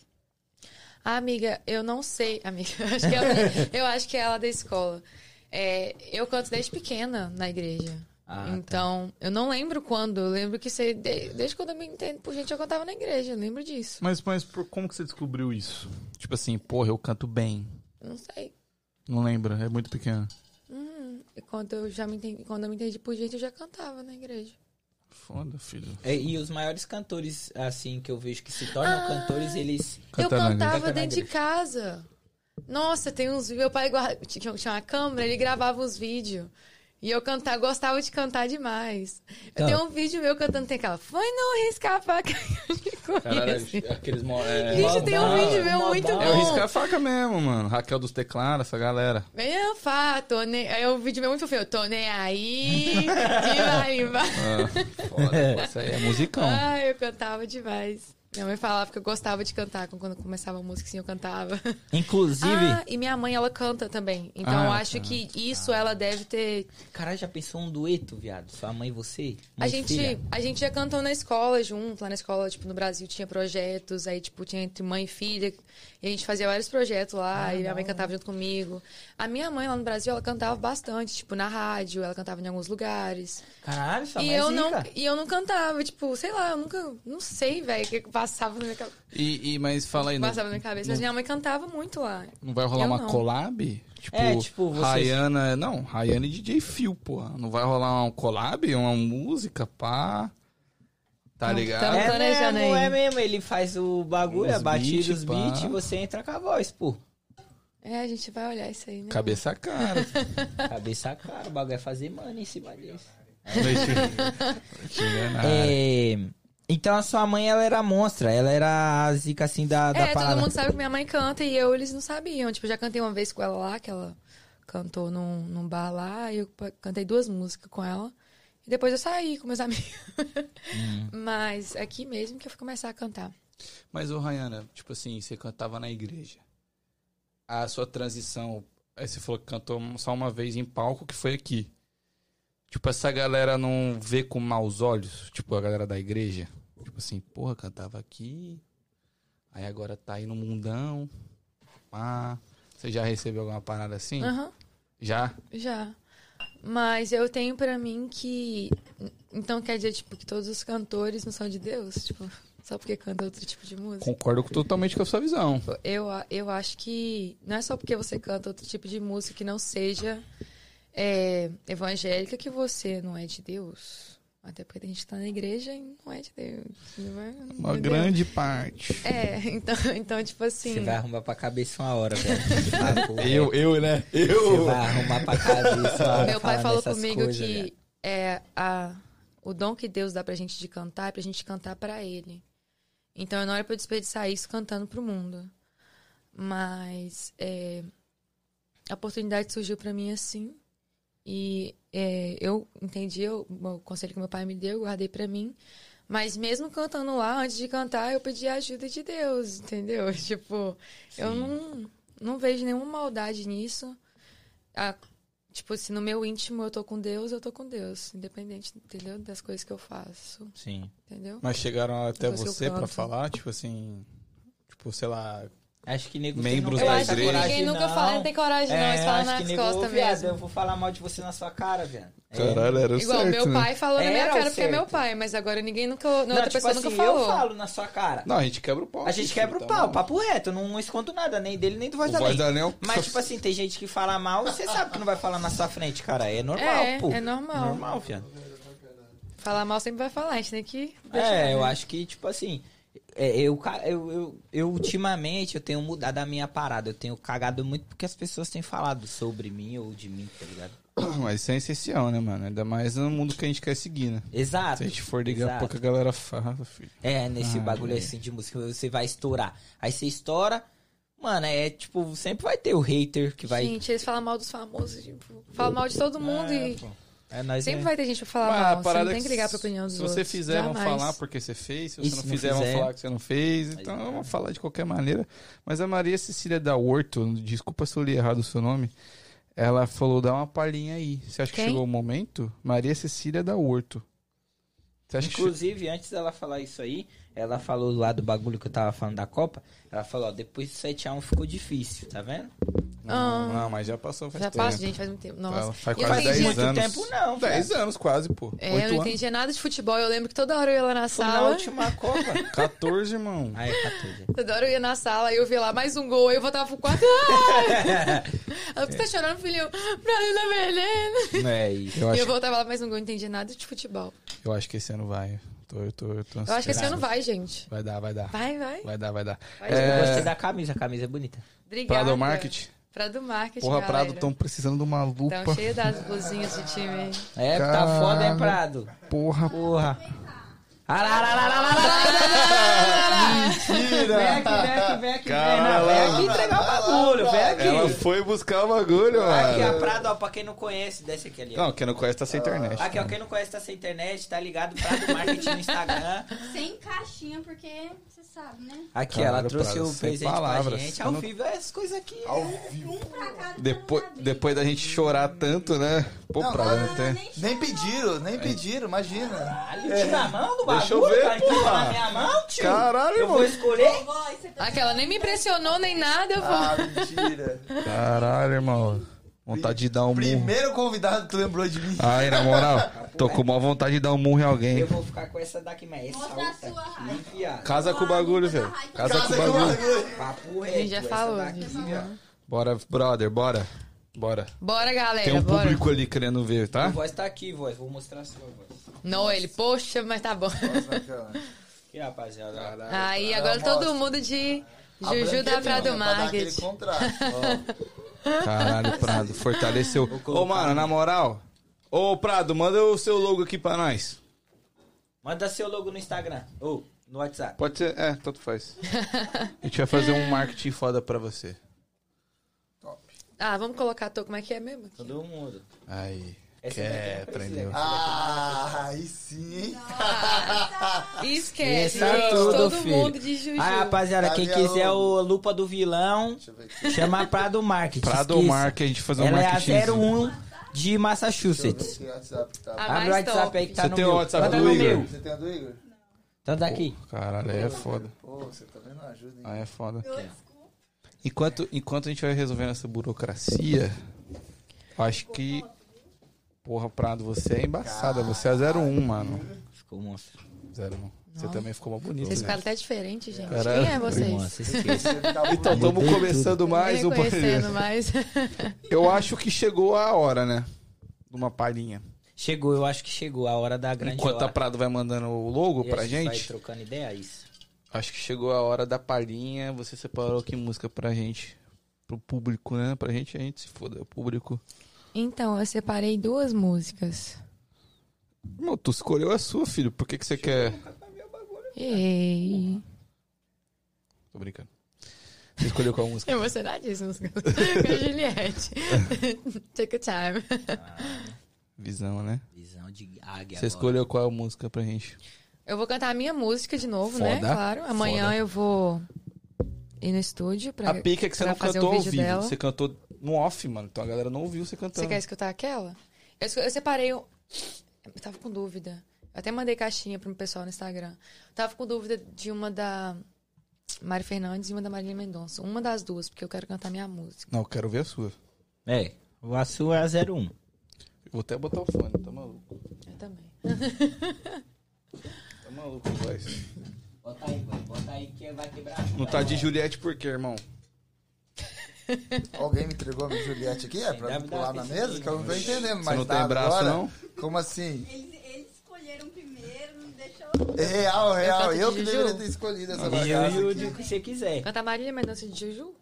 [SPEAKER 4] Ah, amiga, eu não sei, amiga. Eu acho que ela, eu acho que é ela da escola. É, eu canto desde pequena na igreja.
[SPEAKER 2] Ah, tá.
[SPEAKER 4] então, eu não lembro quando. Eu lembro que sei, de- desde quando eu me entendo por gente, eu cantava na igreja. Eu lembro disso.
[SPEAKER 1] Mas, mas por- como que você descobriu isso? Tipo assim, porra, eu canto bem.
[SPEAKER 4] Eu Não sei.
[SPEAKER 1] Não lembra, é muito pequeno.
[SPEAKER 4] E Quando eu já me entendi, quando eu me entendi por gente, eu já cantava na igreja.
[SPEAKER 1] Foda, filho.
[SPEAKER 2] É, E, os maiores cantores, assim, que eu vejo que se tornam
[SPEAKER 4] Ah.
[SPEAKER 2] cantores, eles...
[SPEAKER 1] Cantar
[SPEAKER 4] eu
[SPEAKER 1] na
[SPEAKER 4] cantava
[SPEAKER 2] igreja.
[SPEAKER 4] dentro de casa. Nossa, tem uns vídeos. Meu pai guarda- tinha tinha uma câmera, ele gravava uns vídeos. E eu cantava, gostava de cantar demais.
[SPEAKER 2] Tá.
[SPEAKER 4] Eu tenho um vídeo meu cantando, tem aquela. Foi não riscar a faca que eu te conheço.
[SPEAKER 1] aqueles...
[SPEAKER 4] Gente, tem um
[SPEAKER 2] Mó
[SPEAKER 4] vídeo
[SPEAKER 2] bom,
[SPEAKER 4] meu
[SPEAKER 2] mó
[SPEAKER 4] muito
[SPEAKER 2] bom.
[SPEAKER 4] bom.
[SPEAKER 1] É o riscar a faca mesmo, mano. Raquel dos Teclados, essa galera.
[SPEAKER 4] Vem falar, tô nem... É o vídeo meu muito fofinho. Tô nem aí, de lá em baixo.
[SPEAKER 1] Foda, pô, isso aí é musicão.
[SPEAKER 4] Ah, eu cantava demais. Minha mãe falava que eu gostava de cantar. Quando começava a música, assim, eu cantava.
[SPEAKER 2] Inclusive...
[SPEAKER 4] Ah, e minha mãe, ela canta também. Então,
[SPEAKER 1] Ah,
[SPEAKER 4] eu acho que isso ela deve ter...
[SPEAKER 2] Caralho, já pensou um dueto, viado? Sua mãe e você?
[SPEAKER 4] A
[SPEAKER 2] Mãe e
[SPEAKER 4] gente,
[SPEAKER 2] filha?
[SPEAKER 4] a gente já cantou na escola junto. Lá na escola, tipo, no Brasil tinha projetos. Aí, tipo, tinha entre mãe e filha. E a gente fazia vários projetos lá. e
[SPEAKER 2] Ah,
[SPEAKER 4] minha mãe cantava junto comigo. A minha mãe, lá no Brasil, ela cantava bastante. Tipo, na rádio. Ela cantava em alguns lugares.
[SPEAKER 2] Caralho, sua
[SPEAKER 4] E
[SPEAKER 2] mãe
[SPEAKER 4] eu,
[SPEAKER 2] é
[SPEAKER 4] não,
[SPEAKER 2] zica.
[SPEAKER 4] e eu não cantava, tipo, sei lá, eu nunca. Não sei, velho, o que que passava na minha, ca-
[SPEAKER 1] E, e- mas fala aí, não,
[SPEAKER 4] passava na minha cabeça. Mas minha mãe cantava muito lá.
[SPEAKER 1] não vai rolar
[SPEAKER 4] Eu
[SPEAKER 1] uma
[SPEAKER 4] não.
[SPEAKER 1] collab? Tipo,
[SPEAKER 2] É, tipo, vocês-
[SPEAKER 1] Rayana... é- Não, Rayana e DJ Phil, porra. Não vai rolar uma collab? Uma música, pá? Tá
[SPEAKER 4] Não,
[SPEAKER 1] ligado?
[SPEAKER 4] tamo-
[SPEAKER 2] É
[SPEAKER 4] planejando
[SPEAKER 2] mesmo,
[SPEAKER 4] aí.
[SPEAKER 2] é mesmo. Ele faz o bagulho,
[SPEAKER 1] Os
[SPEAKER 2] a batida,
[SPEAKER 1] beat,
[SPEAKER 2] os
[SPEAKER 1] pá.
[SPEAKER 2] beats, e você entra com a voz, pô.
[SPEAKER 4] É, a gente vai olhar isso aí, né?
[SPEAKER 1] Cabeça cara.
[SPEAKER 2] Cabeça cara, o bagulho é fazer mano em cima disso.
[SPEAKER 1] é,
[SPEAKER 2] É, então a sua mãe, ela era monstra, ela era a zica assim da, da
[SPEAKER 4] É,
[SPEAKER 2] parada.
[SPEAKER 4] todo mundo sabe que minha mãe canta e eu, eles não sabiam. Tipo, eu já cantei uma vez com ela lá, que ela cantou num, num bar lá, e eu pa- cantei duas músicas com ela. E depois eu saí com meus amigos.
[SPEAKER 1] Hum.
[SPEAKER 4] Mas é aqui mesmo que eu fui começar a cantar.
[SPEAKER 1] Mas, ô Rayana, tipo assim, você cantava na igreja. A sua transição. Aí você falou que cantou só uma vez em palco, que foi aqui. Tipo, essa galera não vê com maus olhos? Tipo, a galera da igreja? Tipo assim, porra, cantava aqui. Aí agora tá aí no mundão. Ah, você já recebeu alguma parada assim?
[SPEAKER 2] Ah.
[SPEAKER 4] Aham.
[SPEAKER 1] Já?
[SPEAKER 4] Já. Mas eu tenho pra mim que. Então quer dizer, tipo, que todos os cantores não são de Deus? Tipo, só porque canta outro tipo de música.
[SPEAKER 1] Concordo com- totalmente com a sua visão.
[SPEAKER 4] Eu, a- eu acho que não é só porque você canta outro tipo de música que não seja é, evangélica que você não é de Deus. Até porque tem gente que tá na igreja e não é de Deus. não é-
[SPEAKER 1] Uma
[SPEAKER 4] entendeu?
[SPEAKER 1] grande parte.
[SPEAKER 4] É, então, então tipo assim.
[SPEAKER 2] Você vai arrumar pra cabeça uma hora, velho. Ah, pô,
[SPEAKER 6] Eu, eu, né?
[SPEAKER 2] Você
[SPEAKER 6] Eu.
[SPEAKER 2] vai arrumar pra cabeça uma hora.
[SPEAKER 4] Meu pai
[SPEAKER 2] falando
[SPEAKER 4] falou
[SPEAKER 2] essas
[SPEAKER 4] comigo
[SPEAKER 2] coisas, velho.
[SPEAKER 4] que é a, o dom que Deus dá pra gente de cantar é pra gente cantar pra ele. Então não era pra eu desperdiçar isso cantando pro mundo. Mas é, a oportunidade surgiu pra mim assim. E é, eu entendi eu- o conselho que meu pai me deu, guardei pra mim. Mas mesmo cantando lá, antes de cantar, eu pedi a ajuda de Deus, entendeu? Tipo, eu não, não vejo nenhuma maldade nisso. A- tipo, se no meu íntimo eu tô com Deus, eu tô com Deus. Independente, entendeu? Das coisas que eu faço,
[SPEAKER 2] Sim.
[SPEAKER 4] entendeu?
[SPEAKER 1] Mas chegaram até
[SPEAKER 4] Você
[SPEAKER 1] você pra
[SPEAKER 4] canta.
[SPEAKER 1] falar, tipo assim. Tipo, sei lá.
[SPEAKER 2] Acho que nego
[SPEAKER 1] Membros
[SPEAKER 2] tem
[SPEAKER 1] da
[SPEAKER 4] Eu
[SPEAKER 2] nunca
[SPEAKER 4] acho
[SPEAKER 2] essa
[SPEAKER 4] que
[SPEAKER 1] igreja.
[SPEAKER 2] coragem,
[SPEAKER 4] ninguém nunca fala, não tem coragem não, eles falam
[SPEAKER 2] É, acho que
[SPEAKER 4] nas
[SPEAKER 2] nego, ô,
[SPEAKER 4] costas
[SPEAKER 2] viado,
[SPEAKER 4] mesmo.
[SPEAKER 2] Eu vou falar mal de você na sua cara, velho. É.
[SPEAKER 1] Caralho, era o
[SPEAKER 4] Igual,
[SPEAKER 1] certo,
[SPEAKER 4] meu
[SPEAKER 1] né?
[SPEAKER 4] pai falou na minha
[SPEAKER 2] Era o
[SPEAKER 4] cara porque é
[SPEAKER 2] certo.
[SPEAKER 4] meu pai, mas agora ninguém nunca. Não,
[SPEAKER 2] Não,
[SPEAKER 4] outra
[SPEAKER 2] tipo
[SPEAKER 4] pessoa
[SPEAKER 2] assim,
[SPEAKER 4] nunca falou.
[SPEAKER 2] eu falo na sua cara.
[SPEAKER 1] Não, a gente quebra o pau.
[SPEAKER 2] A gente quebra o
[SPEAKER 1] Tá
[SPEAKER 2] pau,
[SPEAKER 1] bom.
[SPEAKER 2] papo reto, eu não escondo nada, nem dele, nem do Voz
[SPEAKER 1] O
[SPEAKER 2] da
[SPEAKER 1] Voz
[SPEAKER 2] Lei.
[SPEAKER 1] da Anel.
[SPEAKER 2] Mas, tipo assim, tem gente que fala mal, você sabe que não vai falar na sua frente, cara. É normal,
[SPEAKER 4] É,
[SPEAKER 2] pô.
[SPEAKER 4] é normal.
[SPEAKER 2] normal, fiado.
[SPEAKER 4] Falar mal sempre vai falar, a gente tem que.
[SPEAKER 2] É, eu acho que, tipo assim, é, eu, ca- eu, eu, eu ultimamente eu tenho mudado a minha parada. Eu tenho cagado muito porque as pessoas têm falado sobre mim ou de mim, tá ligado?
[SPEAKER 1] Mas isso é essencial, né, mano? Ainda mais no mundo que a gente quer seguir, né?
[SPEAKER 2] Exato.
[SPEAKER 1] Se a gente for ligar um
[SPEAKER 2] exato.
[SPEAKER 1] pra que a galera fala, filho.
[SPEAKER 2] É, nesse
[SPEAKER 1] Ah,
[SPEAKER 2] bagulho
[SPEAKER 1] é.
[SPEAKER 2] assim de música, você vai estourar. Aí você estoura, mano, é tipo, sempre vai ter o hater que vai.
[SPEAKER 4] Gente, eles falam mal dos famosos, tipo, falam mal de todo mundo
[SPEAKER 2] É,
[SPEAKER 4] e.
[SPEAKER 2] pô. É, nós
[SPEAKER 4] Sempre
[SPEAKER 2] é-
[SPEAKER 4] vai ter gente pra falar
[SPEAKER 1] Mas a
[SPEAKER 4] mal. Você
[SPEAKER 1] parada
[SPEAKER 4] não
[SPEAKER 1] é
[SPEAKER 4] tem que ligar pra opinião dos
[SPEAKER 1] Se
[SPEAKER 4] outros.
[SPEAKER 1] você fizer, vão
[SPEAKER 4] jamais.
[SPEAKER 1] falar porque você fez. Se você
[SPEAKER 2] E
[SPEAKER 1] não
[SPEAKER 2] se não
[SPEAKER 1] fizer, vão
[SPEAKER 2] fizer?
[SPEAKER 1] falar que você não fez.
[SPEAKER 2] Aí
[SPEAKER 1] Então,
[SPEAKER 2] já
[SPEAKER 1] vão falar de qualquer maneira. Mas a Maria Cecília da Horto, desculpa se eu li errado o seu nome, ela falou, dá uma palhinha aí. Você acha que
[SPEAKER 4] Quem?
[SPEAKER 1] chegou o momento? Maria Cecília da Horto. Você acha que...
[SPEAKER 2] Inclusive, antes dela falar isso aí, ela falou lá do bagulho que eu tava falando da Copa. Ela falou, ó, depois do 7x1 ficou difícil, tá vendo?
[SPEAKER 1] Não, não, mas já passou faz
[SPEAKER 4] Ah. Já
[SPEAKER 1] tempo.
[SPEAKER 4] passa, gente, faz muito tempo. Nossa.
[SPEAKER 1] Ela faz
[SPEAKER 4] E eu
[SPEAKER 1] quase
[SPEAKER 4] não
[SPEAKER 1] 10
[SPEAKER 4] entendi
[SPEAKER 2] muito
[SPEAKER 1] anos.
[SPEAKER 2] tempo não,
[SPEAKER 1] 10 anos quase, pô.
[SPEAKER 4] É, eu
[SPEAKER 1] 8
[SPEAKER 4] não
[SPEAKER 1] anos.
[SPEAKER 4] entendia nada de futebol. Eu lembro que toda hora eu ia lá na
[SPEAKER 2] Foi na
[SPEAKER 4] sala.
[SPEAKER 2] última Copa.
[SPEAKER 1] 14, irmão.
[SPEAKER 2] Ah, é 14.
[SPEAKER 4] Toda hora eu ia na sala, eu via lá mais um gol, aí eu voltava pro quarto. "Ah!" Ela, Por que você tá chorando, filho? Brasil tá perdendo.
[SPEAKER 2] Não é isso.
[SPEAKER 1] Eu
[SPEAKER 4] E eu
[SPEAKER 1] acho,
[SPEAKER 4] voltava lá mais um gol, não entendia nada de futebol.
[SPEAKER 1] eu acho que esse ano vai. Tô, eu tô, eu tô
[SPEAKER 4] Eu acho que esse
[SPEAKER 1] ansioso.
[SPEAKER 4] ano vai, gente.
[SPEAKER 1] Vai dar, vai dar.
[SPEAKER 4] Vai, vai.
[SPEAKER 1] Vai dar, vai dar.
[SPEAKER 4] Vai
[SPEAKER 2] Eu
[SPEAKER 1] É,
[SPEAKER 2] gostei da camisa, a camisa é bonita.
[SPEAKER 4] Obrigada.
[SPEAKER 1] Prado Market.
[SPEAKER 4] Prado Market,
[SPEAKER 1] Porra,
[SPEAKER 4] galera.
[SPEAKER 1] Prado, tão precisando de uma lupa.
[SPEAKER 4] Tão cheio das blusinhas do time.
[SPEAKER 2] É,
[SPEAKER 1] Caralho.
[SPEAKER 2] tá foda, hein, Prado?
[SPEAKER 1] Porra.
[SPEAKER 2] Porra.
[SPEAKER 1] Ah,
[SPEAKER 2] Mentira! Vem aqui, vem aqui, vem aqui, vem. Não, vem aqui entregar o bagulho, vem aqui.
[SPEAKER 1] Ela foi buscar o bagulho,
[SPEAKER 2] Aqui, a
[SPEAKER 1] mano.
[SPEAKER 2] Prado, ó, pra quem não conhece, desce aqui ali. ó.
[SPEAKER 1] Não, quem não conhece tá sem internet.
[SPEAKER 2] Aqui, ó, quem não conhece tá sem internet, tá ligado? Prado Marketing no Instagram.
[SPEAKER 7] Sem caixinha, porque você sabe, né?
[SPEAKER 2] Aqui,
[SPEAKER 1] Caralho,
[SPEAKER 2] ela trouxe
[SPEAKER 1] Prado,
[SPEAKER 2] o
[SPEAKER 1] sem
[SPEAKER 2] presente pra
[SPEAKER 1] palavras.
[SPEAKER 2] gente.
[SPEAKER 1] Eu
[SPEAKER 2] Ao
[SPEAKER 1] não-
[SPEAKER 2] vivo, essas coisas aqui.
[SPEAKER 7] Um pra cada pra
[SPEAKER 1] Depois,
[SPEAKER 7] não abrir.
[SPEAKER 1] depois da gente chorar tanto, né? Pô,
[SPEAKER 3] Não,
[SPEAKER 1] Prado, não
[SPEAKER 7] Ah,
[SPEAKER 1] tem.
[SPEAKER 7] nem
[SPEAKER 3] Nem
[SPEAKER 7] chama.
[SPEAKER 3] pediram, nem pediram, imagina.
[SPEAKER 2] Caralho, tira a mão do bagulho,
[SPEAKER 1] Deixa eu ver,
[SPEAKER 2] cara. Então,
[SPEAKER 1] porra.
[SPEAKER 2] na minha mão, tio.
[SPEAKER 1] Caralho,
[SPEAKER 2] Eu vou
[SPEAKER 1] irmão.
[SPEAKER 2] escolher?
[SPEAKER 7] Vó, você tá
[SPEAKER 4] Aquela nem me impressionou, nem nada, eu vou.
[SPEAKER 3] Ah, mentira.
[SPEAKER 1] Caralho, irmão. Vontade de dar um murro.
[SPEAKER 3] Primeiro convidado que lembrou de mim.
[SPEAKER 1] Ai, na moral, tô com maior vontade de dar um murro em
[SPEAKER 2] Eu
[SPEAKER 1] alguém.
[SPEAKER 2] vou ficar com essa daqui, mas essa
[SPEAKER 7] Mostra a
[SPEAKER 2] outra
[SPEAKER 7] sua
[SPEAKER 2] aqui,
[SPEAKER 7] raiva.
[SPEAKER 2] viado.
[SPEAKER 1] Casa com o bagulho, velho. Casa com o bagulho.
[SPEAKER 2] Papo reto.
[SPEAKER 4] A gente já
[SPEAKER 2] essa
[SPEAKER 4] falou.
[SPEAKER 2] daqui,
[SPEAKER 1] é
[SPEAKER 2] ó.
[SPEAKER 1] Bora, brother, bora. Bora.
[SPEAKER 4] Bora, galera,
[SPEAKER 1] Tem um
[SPEAKER 4] bora.
[SPEAKER 1] público ali querendo ver,
[SPEAKER 2] A
[SPEAKER 1] tá?
[SPEAKER 2] voz tá aqui, voz. Vou mostrar a sua voz.
[SPEAKER 4] Não, ele, poxa, mas tá bom.
[SPEAKER 2] Aqui, rapaziada.
[SPEAKER 4] Aí, agora
[SPEAKER 3] mostra.
[SPEAKER 4] todo mundo de Juju da Prado Market.
[SPEAKER 1] Caralho, Prado, fortaleceu. Ô, mano, na moral. Ô, Prado, manda o seu logo aqui pra nós.
[SPEAKER 2] Manda seu logo no Instagram. Ou no WhatsApp.
[SPEAKER 1] Pode ser, é, tanto faz. A gente vai fazer um marketing foda pra você.
[SPEAKER 4] Ah, vamos colocar a toa, como é que é mesmo?
[SPEAKER 2] Todo mundo.
[SPEAKER 1] Aí.
[SPEAKER 2] Essa
[SPEAKER 1] Quer,
[SPEAKER 2] daqui não precisa.
[SPEAKER 1] aprendeu.
[SPEAKER 3] Ah, aí sim, hein?
[SPEAKER 4] Esquece,
[SPEAKER 2] Essa
[SPEAKER 4] gente.
[SPEAKER 2] tudo,
[SPEAKER 4] todo
[SPEAKER 2] filho.
[SPEAKER 4] mundo de Juju.
[SPEAKER 1] Ah,
[SPEAKER 2] Aí, rapaziada, quem
[SPEAKER 3] Gabriel.
[SPEAKER 2] quiser o Lupa do Vilão,
[SPEAKER 3] Deixa eu ver aqui.
[SPEAKER 2] chama a Prado Market.
[SPEAKER 1] Prado
[SPEAKER 2] esqueça.
[SPEAKER 1] Market, a gente fazer um
[SPEAKER 2] Ela é a
[SPEAKER 1] marketing.
[SPEAKER 2] 01 de
[SPEAKER 3] Deixa eu ver
[SPEAKER 2] Massachusetts.
[SPEAKER 3] se o WhatsApp tá.
[SPEAKER 4] Ah,
[SPEAKER 2] Abre o
[SPEAKER 4] mais
[SPEAKER 2] WhatsApp
[SPEAKER 4] top.
[SPEAKER 2] aí que tá
[SPEAKER 1] Você
[SPEAKER 2] no
[SPEAKER 1] tem
[SPEAKER 2] meu.
[SPEAKER 1] o WhatsApp
[SPEAKER 2] Manda
[SPEAKER 1] do
[SPEAKER 2] no
[SPEAKER 1] Igor?
[SPEAKER 2] meu.
[SPEAKER 3] Você tem a do Igor?
[SPEAKER 2] Então daqui.
[SPEAKER 1] Caralho, aí é foda.
[SPEAKER 3] Pô, você tá vendo? Ajuda, hein?
[SPEAKER 1] Aí é foda.
[SPEAKER 7] Eu, desculpa.
[SPEAKER 1] Enquanto, enquanto a gente vai resolvendo essa burocracia, acho que. Porra, Prado, você é embaçada. Você é 01, mano.
[SPEAKER 2] Ficou monstro.
[SPEAKER 1] 01. Você também ficou mais bonito.
[SPEAKER 8] Vocês
[SPEAKER 1] né?
[SPEAKER 8] ficaram até diferente, gente.
[SPEAKER 1] Caralho.
[SPEAKER 8] Quem é vocês?
[SPEAKER 2] Nossa, esquece.
[SPEAKER 1] Então, estamos
[SPEAKER 2] Mudei
[SPEAKER 1] começando mais um
[SPEAKER 8] Ninguém conhecendo,
[SPEAKER 1] podcast.
[SPEAKER 8] mas...
[SPEAKER 1] Eu acho que chegou a hora, né? De uma palhinha.
[SPEAKER 2] chegou, eu acho que chegou a hora da grande
[SPEAKER 1] Enquanto a
[SPEAKER 2] hora.
[SPEAKER 1] Prado vai mandando o logo
[SPEAKER 2] E a
[SPEAKER 1] pra gente,
[SPEAKER 2] Vai trocando ideia, é isso.
[SPEAKER 1] acho que chegou a hora da palhinha. Você separou que música pra gente? Pro público, né? Pra gente, a gente se foda. é O público.
[SPEAKER 8] Então, eu separei duas músicas.
[SPEAKER 1] Irmão, tu escolheu a sua, filho. Por que, que você quer.
[SPEAKER 8] Ei.
[SPEAKER 1] Tô brincando. Você escolheu qual música?
[SPEAKER 8] Emocionadíssima com a Juliette. Take a time.
[SPEAKER 1] Visão, né?
[SPEAKER 2] Visão de águia.
[SPEAKER 1] Você
[SPEAKER 2] agora.
[SPEAKER 1] escolheu qual música pra gente?
[SPEAKER 8] Eu vou cantar a minha música de novo, né?
[SPEAKER 1] Foda.
[SPEAKER 8] Claro. Amanhã
[SPEAKER 1] Foda.
[SPEAKER 8] eu vou ir no estúdio pra.
[SPEAKER 1] a pica é que você
[SPEAKER 8] pra
[SPEAKER 1] não
[SPEAKER 8] fazer
[SPEAKER 1] cantou
[SPEAKER 8] o
[SPEAKER 1] ao
[SPEAKER 8] vídeo
[SPEAKER 1] vivo.
[SPEAKER 8] dela.
[SPEAKER 1] Você cantou no off, mano. Então a galera não ouviu você cantando.
[SPEAKER 8] Você quer escutar aquela? Eu, escu- eu separei. um- Eu tava com dúvida. Eu até mandei caixinha pro pessoal no Instagram. Eu tava com dúvida de uma da Mari Fernandes e uma da Marília Mendonça. Uma das duas, porque eu quero cantar minha música.
[SPEAKER 1] Não, eu quero ver a sua.
[SPEAKER 2] É, o a sua é a 01.
[SPEAKER 1] Eu vou até botar o fone, tá maluco?
[SPEAKER 8] Eu também.
[SPEAKER 1] Tá maluco, voz.
[SPEAKER 2] Bota aí, mano, bota aí que vai quebrar.
[SPEAKER 1] Não tá de Juliette por quê, irmão?
[SPEAKER 3] Alguém me entregou a minha Juliette aqui? É pra
[SPEAKER 2] Deve
[SPEAKER 3] me
[SPEAKER 2] dar
[SPEAKER 3] pular na
[SPEAKER 2] esse
[SPEAKER 3] mesa?
[SPEAKER 2] aqui,
[SPEAKER 3] Que eu não tô entendendo mais
[SPEAKER 1] não tem
[SPEAKER 3] nada
[SPEAKER 1] braço,
[SPEAKER 3] agora.
[SPEAKER 1] não?
[SPEAKER 3] Como assim?
[SPEAKER 7] Eles, eles escolheram primeiro, não deixou.
[SPEAKER 3] É Real, real.
[SPEAKER 8] canto de
[SPEAKER 3] Eu que
[SPEAKER 8] Juju.
[SPEAKER 3] deveria ter escolhido essa bagaça.
[SPEAKER 1] né?
[SPEAKER 2] Juju, o que você quiser.
[SPEAKER 1] É.
[SPEAKER 8] Cantar Marília Mendonça de Juju?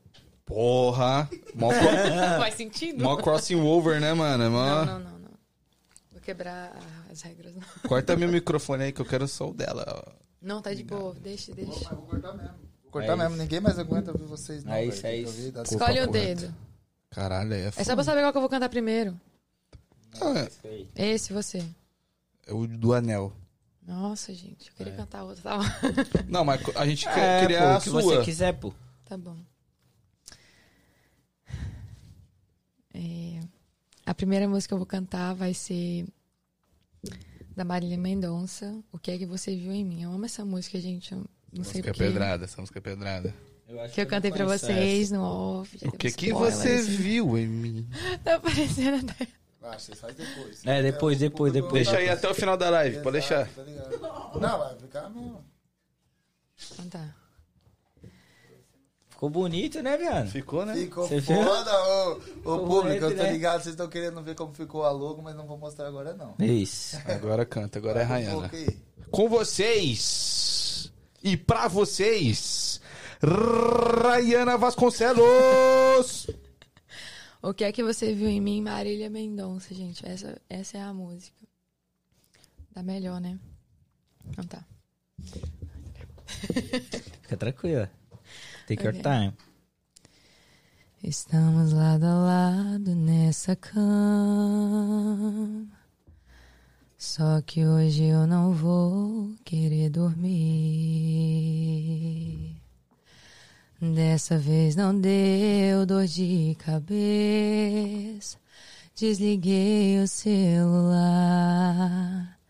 [SPEAKER 1] Porra! Mó, cro-
[SPEAKER 8] Faz sentido?
[SPEAKER 1] É. mó crossing over, né, mano? Mó...
[SPEAKER 8] Não, não, não, não. Vou quebrar a- as regras, não.
[SPEAKER 1] Corta meu microfone aí que eu quero só o dela. ó.
[SPEAKER 8] Não, tá de boa. Deixa, deixa.
[SPEAKER 3] Vou cortar mesmo. Vou
[SPEAKER 2] É
[SPEAKER 3] cortar
[SPEAKER 2] isso.
[SPEAKER 3] mesmo. Ninguém mais aguenta ouvir vocês, não.
[SPEAKER 2] É isso,
[SPEAKER 3] velho.
[SPEAKER 2] é
[SPEAKER 3] Tem que
[SPEAKER 2] isso.
[SPEAKER 3] ouvir, dá-
[SPEAKER 8] Escolhe o
[SPEAKER 1] papo reto.
[SPEAKER 8] dedo.
[SPEAKER 1] Caralho, é.
[SPEAKER 8] É só pra saber qual que eu vou cantar primeiro.
[SPEAKER 1] Ah,
[SPEAKER 8] Esse, você.
[SPEAKER 1] é o do anel.
[SPEAKER 8] Nossa, gente. Eu queria
[SPEAKER 1] É.
[SPEAKER 8] cantar outra. Tá,
[SPEAKER 1] Não, mas a gente quer
[SPEAKER 2] É,
[SPEAKER 1] queria
[SPEAKER 2] pô,
[SPEAKER 1] a
[SPEAKER 2] o que você
[SPEAKER 1] sua.
[SPEAKER 2] quiser, pô.
[SPEAKER 8] tá bom. É, a primeira música que eu vou cantar vai ser da Marília Mendonça. O que é que você viu em mim? Eu amo essa música, gente. Eu não sei
[SPEAKER 1] música é
[SPEAKER 8] porque.
[SPEAKER 1] pedrada, essa música é pedrada.
[SPEAKER 2] acho
[SPEAKER 8] Que eu
[SPEAKER 2] não
[SPEAKER 8] cantei pra
[SPEAKER 2] conheço
[SPEAKER 8] vocês no off. já
[SPEAKER 1] O
[SPEAKER 8] dei
[SPEAKER 1] que
[SPEAKER 8] um
[SPEAKER 1] que
[SPEAKER 8] spoiler,
[SPEAKER 1] você
[SPEAKER 8] assim.
[SPEAKER 1] viu em mim?
[SPEAKER 8] Tá aparecendo até.
[SPEAKER 3] Ah, vocês fazem depois.
[SPEAKER 2] É, depois,
[SPEAKER 3] o
[SPEAKER 2] depois,
[SPEAKER 3] público
[SPEAKER 2] depois.
[SPEAKER 1] Deixa
[SPEAKER 3] tá-
[SPEAKER 1] aí até o final da live, pode
[SPEAKER 3] Exato,
[SPEAKER 1] deixar.
[SPEAKER 3] tá ligado. Não, vai ficar mesmo.
[SPEAKER 8] Então tá.
[SPEAKER 2] essa. Ficou bonito, né, viado?
[SPEAKER 1] Ficou, né?
[SPEAKER 3] Ficou
[SPEAKER 2] Cê viu?
[SPEAKER 3] foda, ô, ô
[SPEAKER 2] Ficou
[SPEAKER 3] público. Eu
[SPEAKER 2] bonito,
[SPEAKER 3] tô
[SPEAKER 2] né?
[SPEAKER 3] ligado, vocês estão querendo ver como ficou a logo, mas não vou mostrar agora, não.
[SPEAKER 2] Isso.
[SPEAKER 1] Agora canta, agora é
[SPEAKER 3] Um
[SPEAKER 1] Rayana.
[SPEAKER 3] pouco aí.
[SPEAKER 1] Com vocês e pra vocês, Rayana Vasconcelos.
[SPEAKER 8] O que é que você viu em mim, Marília Mendonça, gente? Essa, essa é a música. Dá melhor, né? Então tá.
[SPEAKER 2] Fica tranquila. Take your
[SPEAKER 8] Ok.
[SPEAKER 2] time.
[SPEAKER 8] Estamos lado a lado nessa cama. Só que hoje eu não vou querer dormir. Dessa vez não deu dor de cabeça. Desliguei o celular.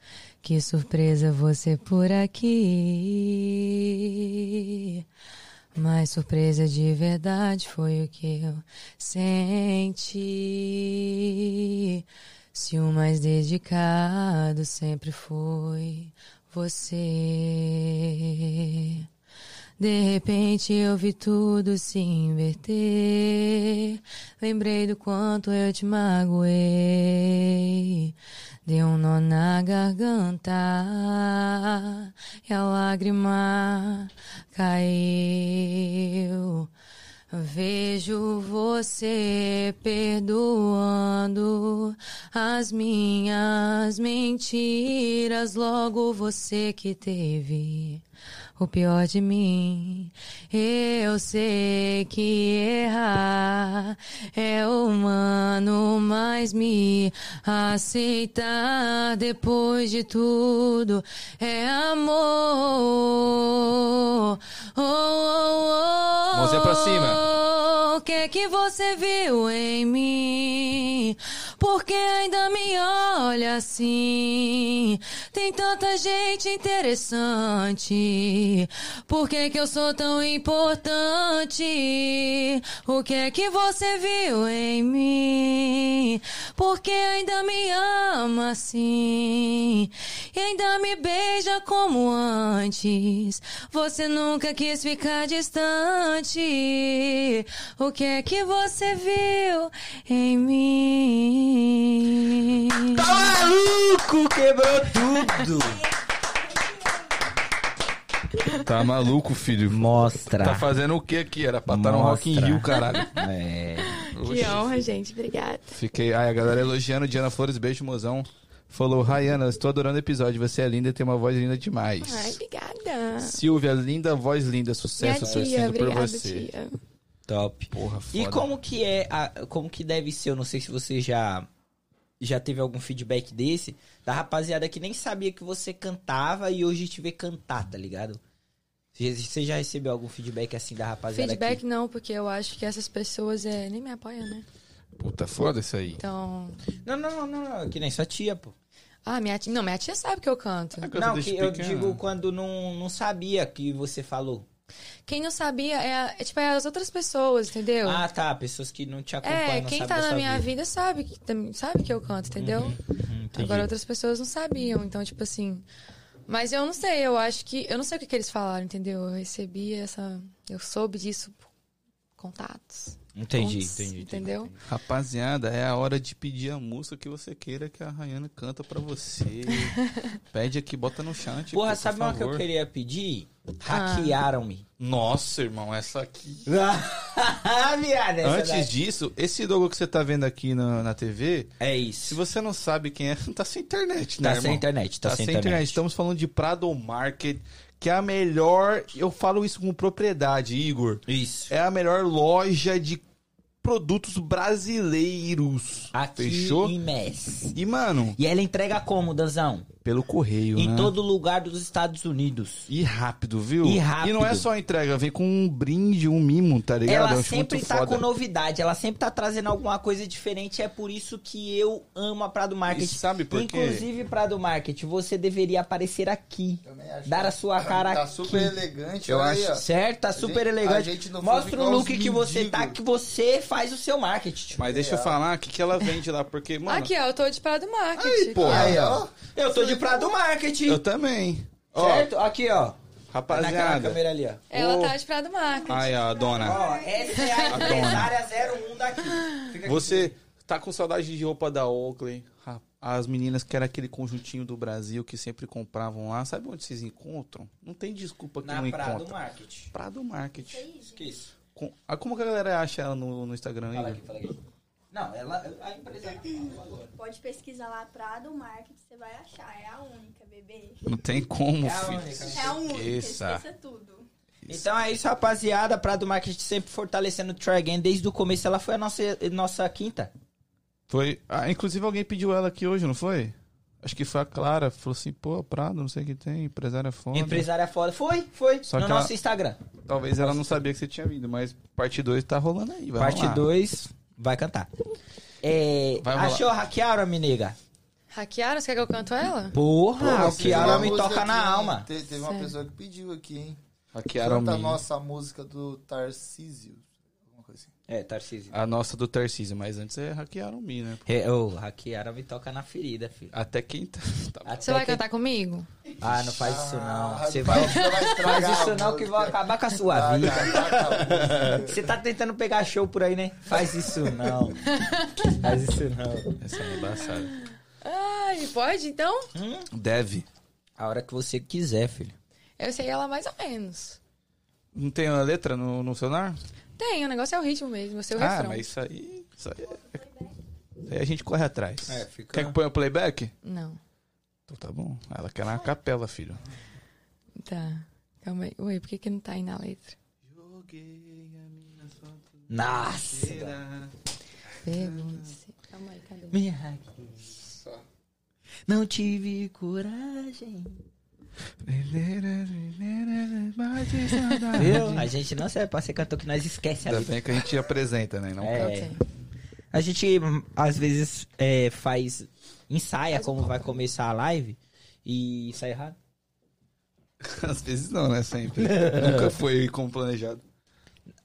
[SPEAKER 8] Que surpresa você por aqui. Mas surpresa de verdade foi o que eu senti. Se o mais dedicado sempre foi você. De repente eu vi tudo se inverter. Lembrei do quanto eu te magoei. Deu um nó na garganta e a lágrima caiu. Vejo você perdoando as minhas mentiras. Logo você que teve o pior de mim. Eu sei que errar é humano, mas me aceitar depois de tudo é amor. Oh, oh, oh.
[SPEAKER 1] Mãozinha pra cima.
[SPEAKER 8] O que é que você viu em mim? Por que ainda me olha assim? Tem tanta gente interessante. Por que, que eu sou tão importante? O que é que você viu em mim? Por que ainda me ama assim? Eu ainda me beija como antes. Você nunca quis ficar distante. O que é que você viu em mim?
[SPEAKER 2] Tá maluco? Quebrou tudo.
[SPEAKER 1] Tá maluco, filho?
[SPEAKER 2] Mostra.
[SPEAKER 1] Tá fazendo o que aqui? Era pra estar no Rock in
[SPEAKER 2] Mostra.
[SPEAKER 1] Rio, caralho.
[SPEAKER 2] É.
[SPEAKER 1] Oxi.
[SPEAKER 4] Que honra, gente. Obrigada.
[SPEAKER 1] Fiquei. Ai, a galera elogiando. Diana Flores, beijo, mozão. Falou, Rayana, estou adorando o episódio. Você é linda e tem uma voz linda demais.
[SPEAKER 4] Ai, obrigada.
[SPEAKER 1] Silvia, linda, voz linda,
[SPEAKER 4] Minha
[SPEAKER 1] sucesso
[SPEAKER 4] tia,
[SPEAKER 1] torcendo por
[SPEAKER 4] obrigada,
[SPEAKER 1] você.
[SPEAKER 4] tia.
[SPEAKER 2] Top.
[SPEAKER 1] Porra, foda.
[SPEAKER 2] E como que é, a- como que deve ser, eu não sei se você já já teve algum feedback desse, da rapaziada que nem sabia que você cantava e hoje te vê cantar, tá ligado? Você você já recebeu algum feedback assim da rapaziada
[SPEAKER 4] Feedback
[SPEAKER 2] que...
[SPEAKER 4] não, porque eu acho que essas pessoas é, nem me apoiam, né?
[SPEAKER 1] Puta, é foda isso aí.
[SPEAKER 4] Então.
[SPEAKER 2] Não, não, não, não, não, que nem sua tia, pô.
[SPEAKER 4] Ah, minha tia. Não, minha tia sabe É que eu canto.
[SPEAKER 1] Canta
[SPEAKER 2] Não,
[SPEAKER 1] desde
[SPEAKER 2] que eu
[SPEAKER 1] pequena.
[SPEAKER 2] digo quando não, não sabia que você falou.
[SPEAKER 4] Quem não sabia é, a- é, tipo, é as outras pessoas, entendeu?
[SPEAKER 2] Ah, tá, pessoas que não te acompanham,
[SPEAKER 4] é,
[SPEAKER 2] não
[SPEAKER 4] quem
[SPEAKER 2] sabem
[SPEAKER 4] tá
[SPEAKER 2] da
[SPEAKER 4] na
[SPEAKER 2] sua
[SPEAKER 4] minha
[SPEAKER 2] vida.
[SPEAKER 4] vida sabe que, tam- sabe que eu canto, entendeu?
[SPEAKER 2] Hum, entendi.
[SPEAKER 4] Agora outras pessoas não sabiam, então, tipo assim. Mas eu não sei, eu acho que. Eu não sei o que, que eles falaram, entendeu? Eu recebi essa. Eu soube disso por contatos.
[SPEAKER 2] Entendi,
[SPEAKER 4] contos,
[SPEAKER 2] entendi, entendi.
[SPEAKER 4] Entendeu?
[SPEAKER 1] Rapaziada, é a hora de pedir a música que você queira que a Rayana canta pra você. Pede aqui, bota no chat.
[SPEAKER 2] Porra,
[SPEAKER 1] por
[SPEAKER 2] sabe uma que eu
[SPEAKER 1] favor.
[SPEAKER 2] queria pedir?
[SPEAKER 4] Ah.
[SPEAKER 2] Hackearam-me.
[SPEAKER 1] Nossa, irmão, essa aqui.
[SPEAKER 2] Ah, Viado, É essa daí-
[SPEAKER 1] Antes disso, esse logo que você tá vendo aqui na, na TV,
[SPEAKER 2] É
[SPEAKER 1] se
[SPEAKER 2] isso.
[SPEAKER 1] você não sabe quem é, tá sem internet, né,
[SPEAKER 2] Tá
[SPEAKER 1] irmão?
[SPEAKER 2] sem internet, tá, sem, internet.
[SPEAKER 1] Estamos falando de Prado Market, que é a melhor. Eu falo isso com propriedade, Igor.
[SPEAKER 2] Isso.
[SPEAKER 1] É a melhor loja de produtos brasileiros.
[SPEAKER 2] Aqui
[SPEAKER 1] Fechou?
[SPEAKER 2] em Mess.
[SPEAKER 1] E, mano,
[SPEAKER 2] E ela entrega como, Danzão?
[SPEAKER 1] pelo correio,
[SPEAKER 2] em
[SPEAKER 1] né?
[SPEAKER 2] todo lugar dos Estados Unidos.
[SPEAKER 1] E rápido, viu?
[SPEAKER 2] E rápido.
[SPEAKER 1] E não é só entrega, vem com um brinde, um mimo, tá ligado?
[SPEAKER 2] Ela
[SPEAKER 1] Eu acho
[SPEAKER 2] sempre
[SPEAKER 1] muito
[SPEAKER 2] tá
[SPEAKER 1] foda.
[SPEAKER 2] com novidade, ela sempre tá trazendo alguma coisa diferente, é por isso que eu amo a Prado
[SPEAKER 1] E
[SPEAKER 2] Market.
[SPEAKER 1] sabe por quê?
[SPEAKER 2] Inclusive, Prado Market, você deveria aparecer aqui,
[SPEAKER 3] Também acho.
[SPEAKER 2] dar a sua cara
[SPEAKER 3] Tá
[SPEAKER 2] aqui.
[SPEAKER 3] super elegante.
[SPEAKER 1] Eu
[SPEAKER 3] olha aí,
[SPEAKER 1] acho-
[SPEAKER 3] ó.
[SPEAKER 2] Certo? Tá super
[SPEAKER 3] gente- a
[SPEAKER 2] elegante.
[SPEAKER 3] gente não foi
[SPEAKER 2] Mostra o
[SPEAKER 3] igual
[SPEAKER 2] look
[SPEAKER 3] os
[SPEAKER 2] que você tá,
[SPEAKER 3] mendigos.
[SPEAKER 2] que você faz o seu marketing.
[SPEAKER 1] Mas deixa eu falar o que, que ela vende lá, porque, mano.
[SPEAKER 4] Aqui, ó, eu tô de Prado Market.
[SPEAKER 1] pô.
[SPEAKER 3] Aí, ó.
[SPEAKER 2] Eu tô de Prado Market.
[SPEAKER 1] Eu também. Ó,
[SPEAKER 2] Certo? Aqui, ó. Naquela
[SPEAKER 1] rapaziada.
[SPEAKER 2] câmera ali, ó.
[SPEAKER 4] Ela
[SPEAKER 1] Ô.
[SPEAKER 4] tá de Prado Market.
[SPEAKER 1] Aí, ó, dona.
[SPEAKER 2] Ó, essa é a empresária 01 daqui. Fica aqui.
[SPEAKER 1] Você tá com saudade de roupa da Oakley? Ra- As meninas que era aquele conjuntinho do Brasil que sempre compravam lá. Sabe onde vocês encontram? Não tem desculpa que não
[SPEAKER 2] na
[SPEAKER 1] encontra.
[SPEAKER 2] Prado Market.
[SPEAKER 1] Prado Market.
[SPEAKER 2] Que isso?
[SPEAKER 1] Com- Ah, como que a galera acha ela no, no Instagram,
[SPEAKER 2] Fala
[SPEAKER 1] Igor?
[SPEAKER 2] aqui, fala aqui. Não, ela, a empresa falou agora.
[SPEAKER 7] Pode pesquisar lá Prado Market, você vai achar. É a única, bebê.
[SPEAKER 1] Não tem como,
[SPEAKER 2] É a
[SPEAKER 1] filho.
[SPEAKER 2] única.
[SPEAKER 7] É a única,
[SPEAKER 1] Esqueça.
[SPEAKER 7] esqueça tudo.
[SPEAKER 2] Então é isso, rapaziada. Prado Market sempre fortalecendo o Tragan desde o começo. Ela foi a nossa, nossa quinta.
[SPEAKER 1] Foi. Ah, inclusive alguém pediu ela aqui hoje, não foi? Acho que foi a Clara. Falou assim, pô, Prado, não sei o que tem, empresária foda.
[SPEAKER 2] Empresária foda. Foi, foi.
[SPEAKER 1] Só
[SPEAKER 2] no
[SPEAKER 1] que ela-
[SPEAKER 2] nosso Instagram.
[SPEAKER 1] Talvez ela não sabia que você tinha vindo, mas parte 2 tá rolando aí. Vai
[SPEAKER 2] Parte
[SPEAKER 1] rolar.
[SPEAKER 2] 2, vai cantar. É,
[SPEAKER 1] Vai rolar.
[SPEAKER 2] achou hackearam, menega?
[SPEAKER 4] Hackearam? Você quer que eu canto ela?
[SPEAKER 2] Porra,
[SPEAKER 3] Pô, teve
[SPEAKER 2] hackearam
[SPEAKER 3] Ah, uma
[SPEAKER 2] me
[SPEAKER 3] música
[SPEAKER 2] toca
[SPEAKER 3] aqui,
[SPEAKER 2] na
[SPEAKER 3] hein?
[SPEAKER 2] alma.
[SPEAKER 3] Te- Teve uma
[SPEAKER 4] Sério.
[SPEAKER 3] pessoa que pediu aqui, hein?
[SPEAKER 1] Hackearam
[SPEAKER 3] Canta a
[SPEAKER 1] mim.
[SPEAKER 3] nossa música do Tarcísio. Alguma coisa assim.
[SPEAKER 2] É, Tarcísio.
[SPEAKER 1] A nossa do Tarcísio, mas antes é hackearam mim, né?
[SPEAKER 2] É, ô, hackearam me toca na ferida, filho.
[SPEAKER 1] Até quem tá. tá bom.
[SPEAKER 4] Você
[SPEAKER 2] Até
[SPEAKER 4] vai
[SPEAKER 2] Ah, que-
[SPEAKER 4] cantar comigo?
[SPEAKER 2] Ah, não faz isso não.
[SPEAKER 3] Ah,
[SPEAKER 2] Você
[SPEAKER 3] rapaz,
[SPEAKER 2] vai...
[SPEAKER 3] você vai estragar
[SPEAKER 2] Faz isso não
[SPEAKER 3] a
[SPEAKER 2] que
[SPEAKER 3] música.
[SPEAKER 2] vai acabar com a sua
[SPEAKER 3] Vai
[SPEAKER 2] vida.
[SPEAKER 3] acabar com a música.
[SPEAKER 2] Você tá tentando pegar show por aí, né? Faz isso não. Faz isso não.
[SPEAKER 1] Essa é embaçada.
[SPEAKER 4] Ai, pode então?
[SPEAKER 1] Deve.
[SPEAKER 2] A hora que você quiser, filho.
[SPEAKER 4] Eu sei ela mais ou menos.
[SPEAKER 1] Não tem a letra no, no celular?
[SPEAKER 4] Tem, o negócio é o ritmo mesmo, eu sei o
[SPEAKER 1] ah,
[SPEAKER 4] refrão.
[SPEAKER 1] mas isso aí. Isso aí, é... isso aí a gente corre atrás.
[SPEAKER 2] É, fica-
[SPEAKER 1] Quer que ponha o playback?
[SPEAKER 4] Não.
[SPEAKER 1] Então tá bom. Ela quer na capela, filho.
[SPEAKER 4] Tá. Calma aí. Ué, por que, que não tá aí na letra?
[SPEAKER 2] Nossa.
[SPEAKER 4] Pergunta-se. Calma aí, cadê?
[SPEAKER 2] Me hackeou. Não tive coragem. Viu? A gente não serve pra ser cantor que nós esquece a
[SPEAKER 1] Ainda
[SPEAKER 2] letra.
[SPEAKER 1] bem que a gente apresenta, né? Não
[SPEAKER 2] É.
[SPEAKER 4] Ok.
[SPEAKER 2] A gente, hum, às vezes, é, faz. ensaia como
[SPEAKER 3] um
[SPEAKER 2] vai começar a live e sai errado.
[SPEAKER 1] Às vezes não, né? Sempre. Nunca foi como planejado.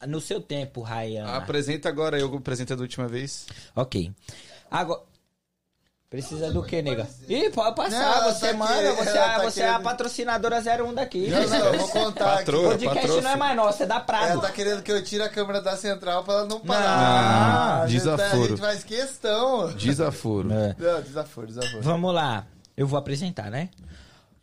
[SPEAKER 2] No seu tempo, Ryan.
[SPEAKER 1] Ah, Apresenta agora, eu apresentei da última vez.
[SPEAKER 2] Ok. Agora. Precisa do quê, nega? Ih, pode passar,
[SPEAKER 3] Não, ela
[SPEAKER 2] você
[SPEAKER 3] tá
[SPEAKER 2] manda,
[SPEAKER 3] aqui,
[SPEAKER 2] você,
[SPEAKER 3] ela
[SPEAKER 2] é-
[SPEAKER 3] tá
[SPEAKER 2] você é a
[SPEAKER 3] querendo-
[SPEAKER 2] patrocinadora 01 daqui.
[SPEAKER 3] Não, não, eu vou contar aqui.
[SPEAKER 5] Patroa.
[SPEAKER 2] Podcast
[SPEAKER 5] patrocínio.
[SPEAKER 2] não é mais nosso, é da Prado.
[SPEAKER 3] Ela tá querendo que eu tire a câmera da central pra ela não
[SPEAKER 2] Não,
[SPEAKER 3] parar.
[SPEAKER 5] Ah,
[SPEAKER 3] a gente-
[SPEAKER 1] desaforo.
[SPEAKER 3] A gente faz questão.
[SPEAKER 1] Desaforo.
[SPEAKER 2] É.
[SPEAKER 3] Não, desaforo, desaforo.
[SPEAKER 2] Vamos lá, eu vou apresentar, né?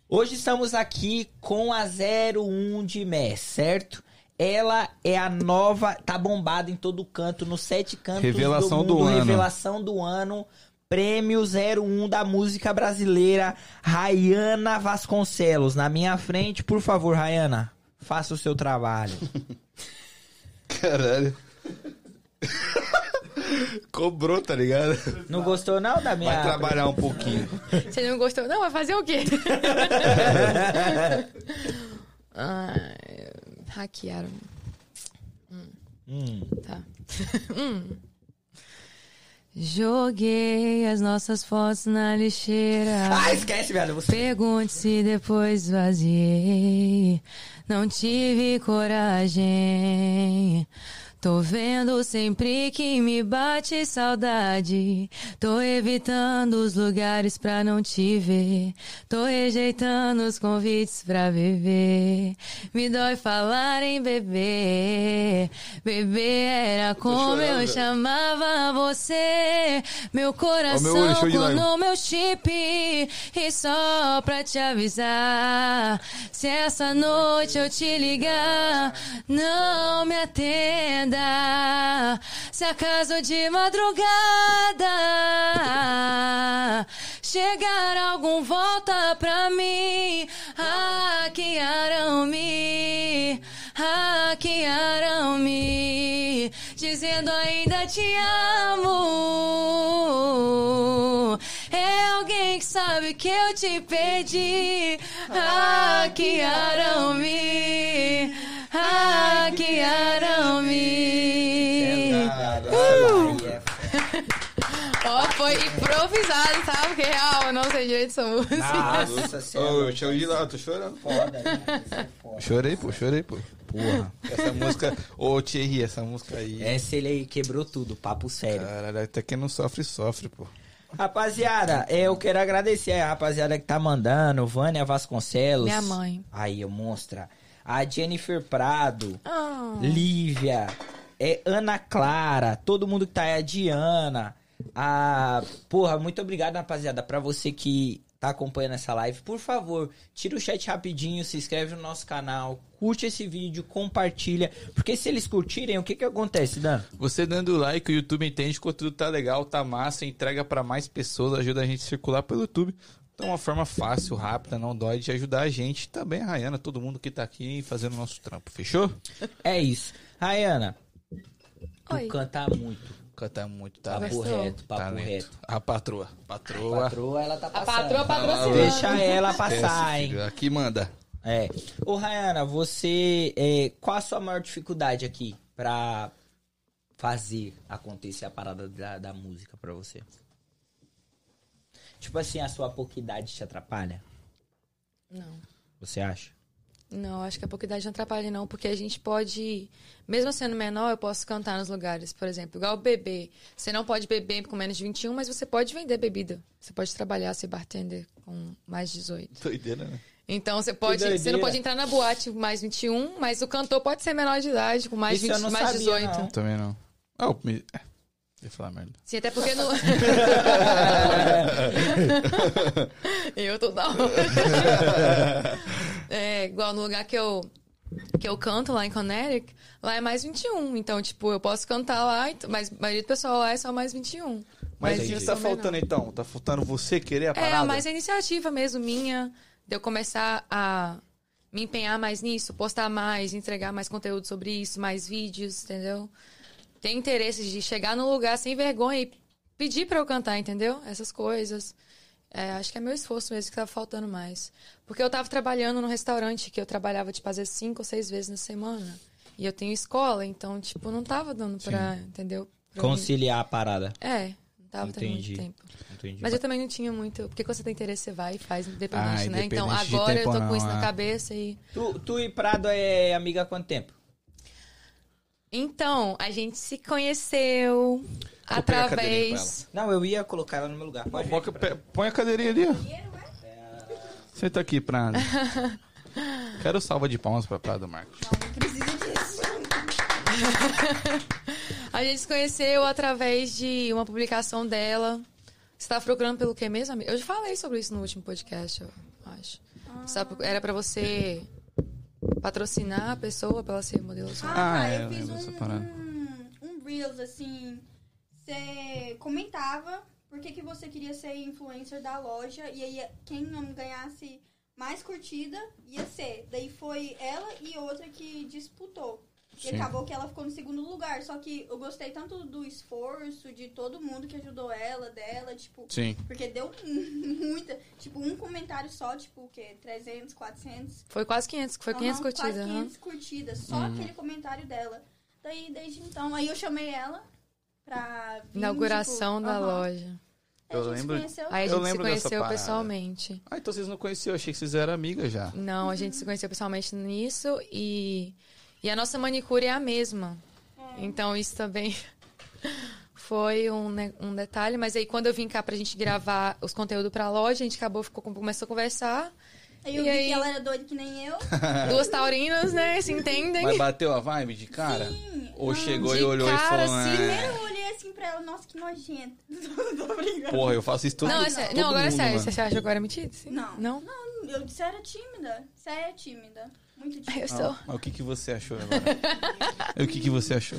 [SPEAKER 2] Hoje estamos aqui com a 01 de Mé, certo? Ela é a nova, tá bombada em todo canto, nos sete cantos
[SPEAKER 1] Revelação do
[SPEAKER 2] mundo,
[SPEAKER 1] ano.
[SPEAKER 2] Revelação do ano, prêmio 01 da música brasileira, Rayana Vasconcelos. Na minha frente, por favor, Rayana, faça o seu trabalho.
[SPEAKER 5] Caralho. Cobrou, tá ligado?
[SPEAKER 2] Não gostou não da minha...
[SPEAKER 5] Vai trabalhar um pouquinho.
[SPEAKER 4] Você não gostou? Não, vai fazer o quê? ah, hackearam.
[SPEAKER 2] Hum,
[SPEAKER 4] Tá.
[SPEAKER 8] Joguei as nossas fotos na lixeira.
[SPEAKER 2] Ah, esquece, velho, você...
[SPEAKER 8] Pergunte se depois vaziei. Não tive coragem. Tô vendo sempre que me bate saudade. Tô evitando os lugares pra não te ver. Tô rejeitando os convites pra beber. Me dói falar em beber. Beber era como eu chamava você. Meu coração
[SPEAKER 1] olho, deixa eu ir lá,
[SPEAKER 8] clonou meu chip. E só pra te avisar: se essa noite eu te ligar, não me atenda. Se acaso de madrugada chegar algum volta pra mim, ah, hackearam-me, hackearam-me, dizendo ainda te amo. É alguém que sabe que eu te perdi, hackearam-me, hackearam-me.
[SPEAKER 5] Ah,
[SPEAKER 2] é
[SPEAKER 4] Ó, foi improvisado, tá? Porque real, eu não sei direito essa música.
[SPEAKER 2] Nossa,
[SPEAKER 5] Ô,
[SPEAKER 2] senhora.
[SPEAKER 5] eu chego de lá, tô chorando.
[SPEAKER 1] Chorei, pô, chorei, pô. Porra.
[SPEAKER 5] Essa música. Ô, É, Thierry, essa música aí.
[SPEAKER 2] Essa ele aí quebrou tudo, papo sério.
[SPEAKER 5] Caralho, até quem não sofre, sofre, pô.
[SPEAKER 2] Rapaziada, é, eu quero agradecer a rapaziada que tá mandando, Vânia Vasconcelos.
[SPEAKER 4] Minha mãe.
[SPEAKER 2] Aí, eu monstra. A Jennifer Prado,
[SPEAKER 4] Ah.
[SPEAKER 2] Lívia, é, Ana Clara, todo mundo que tá aí, a Diana. A... Porra, muito obrigado, rapaziada, pra você que tá acompanhando essa live. Por favor, tira o chat rapidinho, se inscreve no nosso canal, curte esse vídeo, compartilha. Porque se eles curtirem, o que que acontece, Dan?
[SPEAKER 5] Você dando like, o YouTube entende que o conteúdo tá legal, tá massa, entrega pra mais pessoas, ajuda a gente a circular pelo YouTube. Então, é uma forma fácil, rápida, não dói de ajudar a gente e também, a Rayana, todo mundo que tá aqui fazendo o nosso trampo, fechou?
[SPEAKER 2] É isso. Rayana, tu
[SPEAKER 4] Oi.
[SPEAKER 2] canta muito.
[SPEAKER 5] Canta muito, tá?
[SPEAKER 2] Papo
[SPEAKER 4] Gostou?
[SPEAKER 2] reto, papo
[SPEAKER 5] Talento.
[SPEAKER 2] reto.
[SPEAKER 5] A patroa. Patroa.
[SPEAKER 2] Patroa, ela tá
[SPEAKER 4] A
[SPEAKER 2] passando.
[SPEAKER 4] patroa patrocinando.
[SPEAKER 2] Deixa ela
[SPEAKER 5] Esquece,
[SPEAKER 2] passar, hein?
[SPEAKER 5] filho, Aqui manda.
[SPEAKER 2] É. Ô, Rayana, você. é, qual a sua maior dificuldade aqui pra fazer acontecer a parada da, da música pra você? Tipo assim, a sua pouquidade te atrapalha?
[SPEAKER 4] Não.
[SPEAKER 2] Você acha?
[SPEAKER 4] Não, acho que a pouca idade não atrapalha, não, porque a gente pode, mesmo sendo menor, eu posso cantar nos lugares, por exemplo, igual beber. Você não pode beber com menos de 21, mas você pode vender bebida. Você pode trabalhar, ser bartender com mais 18.
[SPEAKER 5] Doideira, né?
[SPEAKER 4] Então você pode. Você
[SPEAKER 2] doideira.
[SPEAKER 4] não pode entrar na boate com mais 21, mas o cantor pode ser menor de idade, com mais,
[SPEAKER 2] Isso eu
[SPEAKER 4] 20,
[SPEAKER 2] não
[SPEAKER 4] mais
[SPEAKER 2] sabia,
[SPEAKER 4] 18.
[SPEAKER 2] não.
[SPEAKER 5] Também não. Ah, o me... é. Ia falar merda.
[SPEAKER 4] Sim, até porque não. eu tô da hora. É, igual no lugar que eu, que eu canto lá em Connecticut, lá é mais 21. Então, tipo, eu posso cantar lá, então- mas a maioria do pessoal lá é só mais 21.
[SPEAKER 5] Mas o
[SPEAKER 4] Entendi.
[SPEAKER 5] que tá faltando então? Tá faltando você querer a
[SPEAKER 4] É,
[SPEAKER 5] parada?
[SPEAKER 4] mas a iniciativa mesmo minha, de eu começar a me empenhar mais nisso, postar mais, entregar mais conteúdo sobre isso, mais vídeos, entendeu? Ter interesse de chegar num lugar sem vergonha e pedir pra eu cantar, entendeu? Essas coisas. É, acho que é meu esforço mesmo que tava faltando mais. Porque eu tava trabalhando num restaurante que eu trabalhava, tipo, às vezes cinco ou seis vezes na semana. E eu tenho escola, então, tipo, não tava dando pra, entendeu? Pra mim.
[SPEAKER 2] Conciliar a parada.
[SPEAKER 4] É, não tava tendo
[SPEAKER 2] Entendi.
[SPEAKER 4] muito tempo.
[SPEAKER 2] Entendi.
[SPEAKER 4] Mas eu também não tinha muito. Porque quando você tem interesse, você vai e faz, independente,
[SPEAKER 5] Ah,
[SPEAKER 4] né? Então
[SPEAKER 5] independente de
[SPEAKER 4] agora
[SPEAKER 5] tempo
[SPEAKER 4] eu tô
[SPEAKER 5] ou
[SPEAKER 1] né?
[SPEAKER 4] com
[SPEAKER 5] não,
[SPEAKER 4] isso
[SPEAKER 5] é.
[SPEAKER 4] na cabeça e.
[SPEAKER 2] tu, tu e Prado é amiga há quanto tempo?
[SPEAKER 4] Então, a gente se conheceu
[SPEAKER 1] pegar a cadeirinha pra
[SPEAKER 4] através.
[SPEAKER 2] Não, eu ia colocar ela no meu lugar. Pode
[SPEAKER 1] Põe a, pe- põe a cadeirinha ali, ó. Senta aqui, Prada. Quero salva de palmas pra Prada, Marcos.
[SPEAKER 4] A gente se conheceu através de uma publicação dela. Você tava procurando pelo que mesmo, amiga? Eu já falei sobre isso no último podcast, eu acho.
[SPEAKER 7] Ah.
[SPEAKER 4] Você tava proc- Era pra você patrocinar a pessoa pra ela ser modelo. sua.
[SPEAKER 7] Ah,
[SPEAKER 1] Ah, é, eu
[SPEAKER 7] eu fiz
[SPEAKER 1] lembro dessa
[SPEAKER 7] um,
[SPEAKER 1] parada.
[SPEAKER 7] um, um Reels, assim. Você comentava por que, que você queria ser influencer da loja. E aí, quem não ganhasse mais curtida ia ser. Daí foi ela e outra que disputou. E
[SPEAKER 1] Sim.
[SPEAKER 7] acabou que ela ficou no segundo lugar. Só que eu gostei tanto do esforço de todo mundo que ajudou ela, dela, tipo.
[SPEAKER 1] Sim.
[SPEAKER 7] Porque deu muita. Tipo, um comentário só, tipo, o quê? 300, 400.
[SPEAKER 4] Foi quase 500, foi 500
[SPEAKER 7] Aham,
[SPEAKER 4] curtidas.
[SPEAKER 7] Quase
[SPEAKER 4] é aham.
[SPEAKER 7] 500 curtidas, só
[SPEAKER 1] Uhum.
[SPEAKER 7] aquele comentário dela. Daí, desde então, aí eu chamei ela pra vir,
[SPEAKER 4] Inauguração
[SPEAKER 7] tipo,
[SPEAKER 4] da
[SPEAKER 7] aham.
[SPEAKER 4] loja.
[SPEAKER 7] Aí a
[SPEAKER 1] Eu
[SPEAKER 7] gente se
[SPEAKER 1] lembro-
[SPEAKER 7] conheceu.
[SPEAKER 4] Aí a
[SPEAKER 1] Eu
[SPEAKER 4] gente se
[SPEAKER 1] lembro dessa
[SPEAKER 4] conheceu
[SPEAKER 1] parada.
[SPEAKER 4] pessoalmente.
[SPEAKER 1] Ah, então vocês não conheciam. Eu achei que vocês eram amigas já.
[SPEAKER 4] Não, a gente se conheceu pessoalmente nisso e, e a nossa manicure é a mesma. Então isso também foi um, ne- um detalhe. Mas aí quando eu vim cá pra gente gravar os conteúdos pra loja, a gente acabou, ficou, começou a conversar.
[SPEAKER 7] Aí eu
[SPEAKER 4] E
[SPEAKER 7] vi
[SPEAKER 4] aí?
[SPEAKER 7] que ela era doida que nem eu.
[SPEAKER 4] Duas taurinas, né? Se entendem.
[SPEAKER 1] Mas bateu a vibe de cara?
[SPEAKER 7] Sim.
[SPEAKER 1] Ou chegou
[SPEAKER 4] de
[SPEAKER 1] e olhou
[SPEAKER 4] cara,
[SPEAKER 1] e falou...
[SPEAKER 4] assim,
[SPEAKER 1] "Ah,
[SPEAKER 7] Primeiro eu olhei assim pra ela, nossa, que nojenta. Tô brincando.
[SPEAKER 1] Porra, eu faço isso todo
[SPEAKER 4] não, é sé-
[SPEAKER 1] todo
[SPEAKER 4] não, agora é
[SPEAKER 1] mundo,
[SPEAKER 4] sério.
[SPEAKER 1] mano."
[SPEAKER 4] Você acha agora é mentira? Sim.
[SPEAKER 7] Não.
[SPEAKER 4] Não?
[SPEAKER 7] Eu disse, era tímida. Você é tímida. Muito tímida.
[SPEAKER 4] Eu sou.
[SPEAKER 1] Ah, mas o que, que você achou agora? o que, que você achou?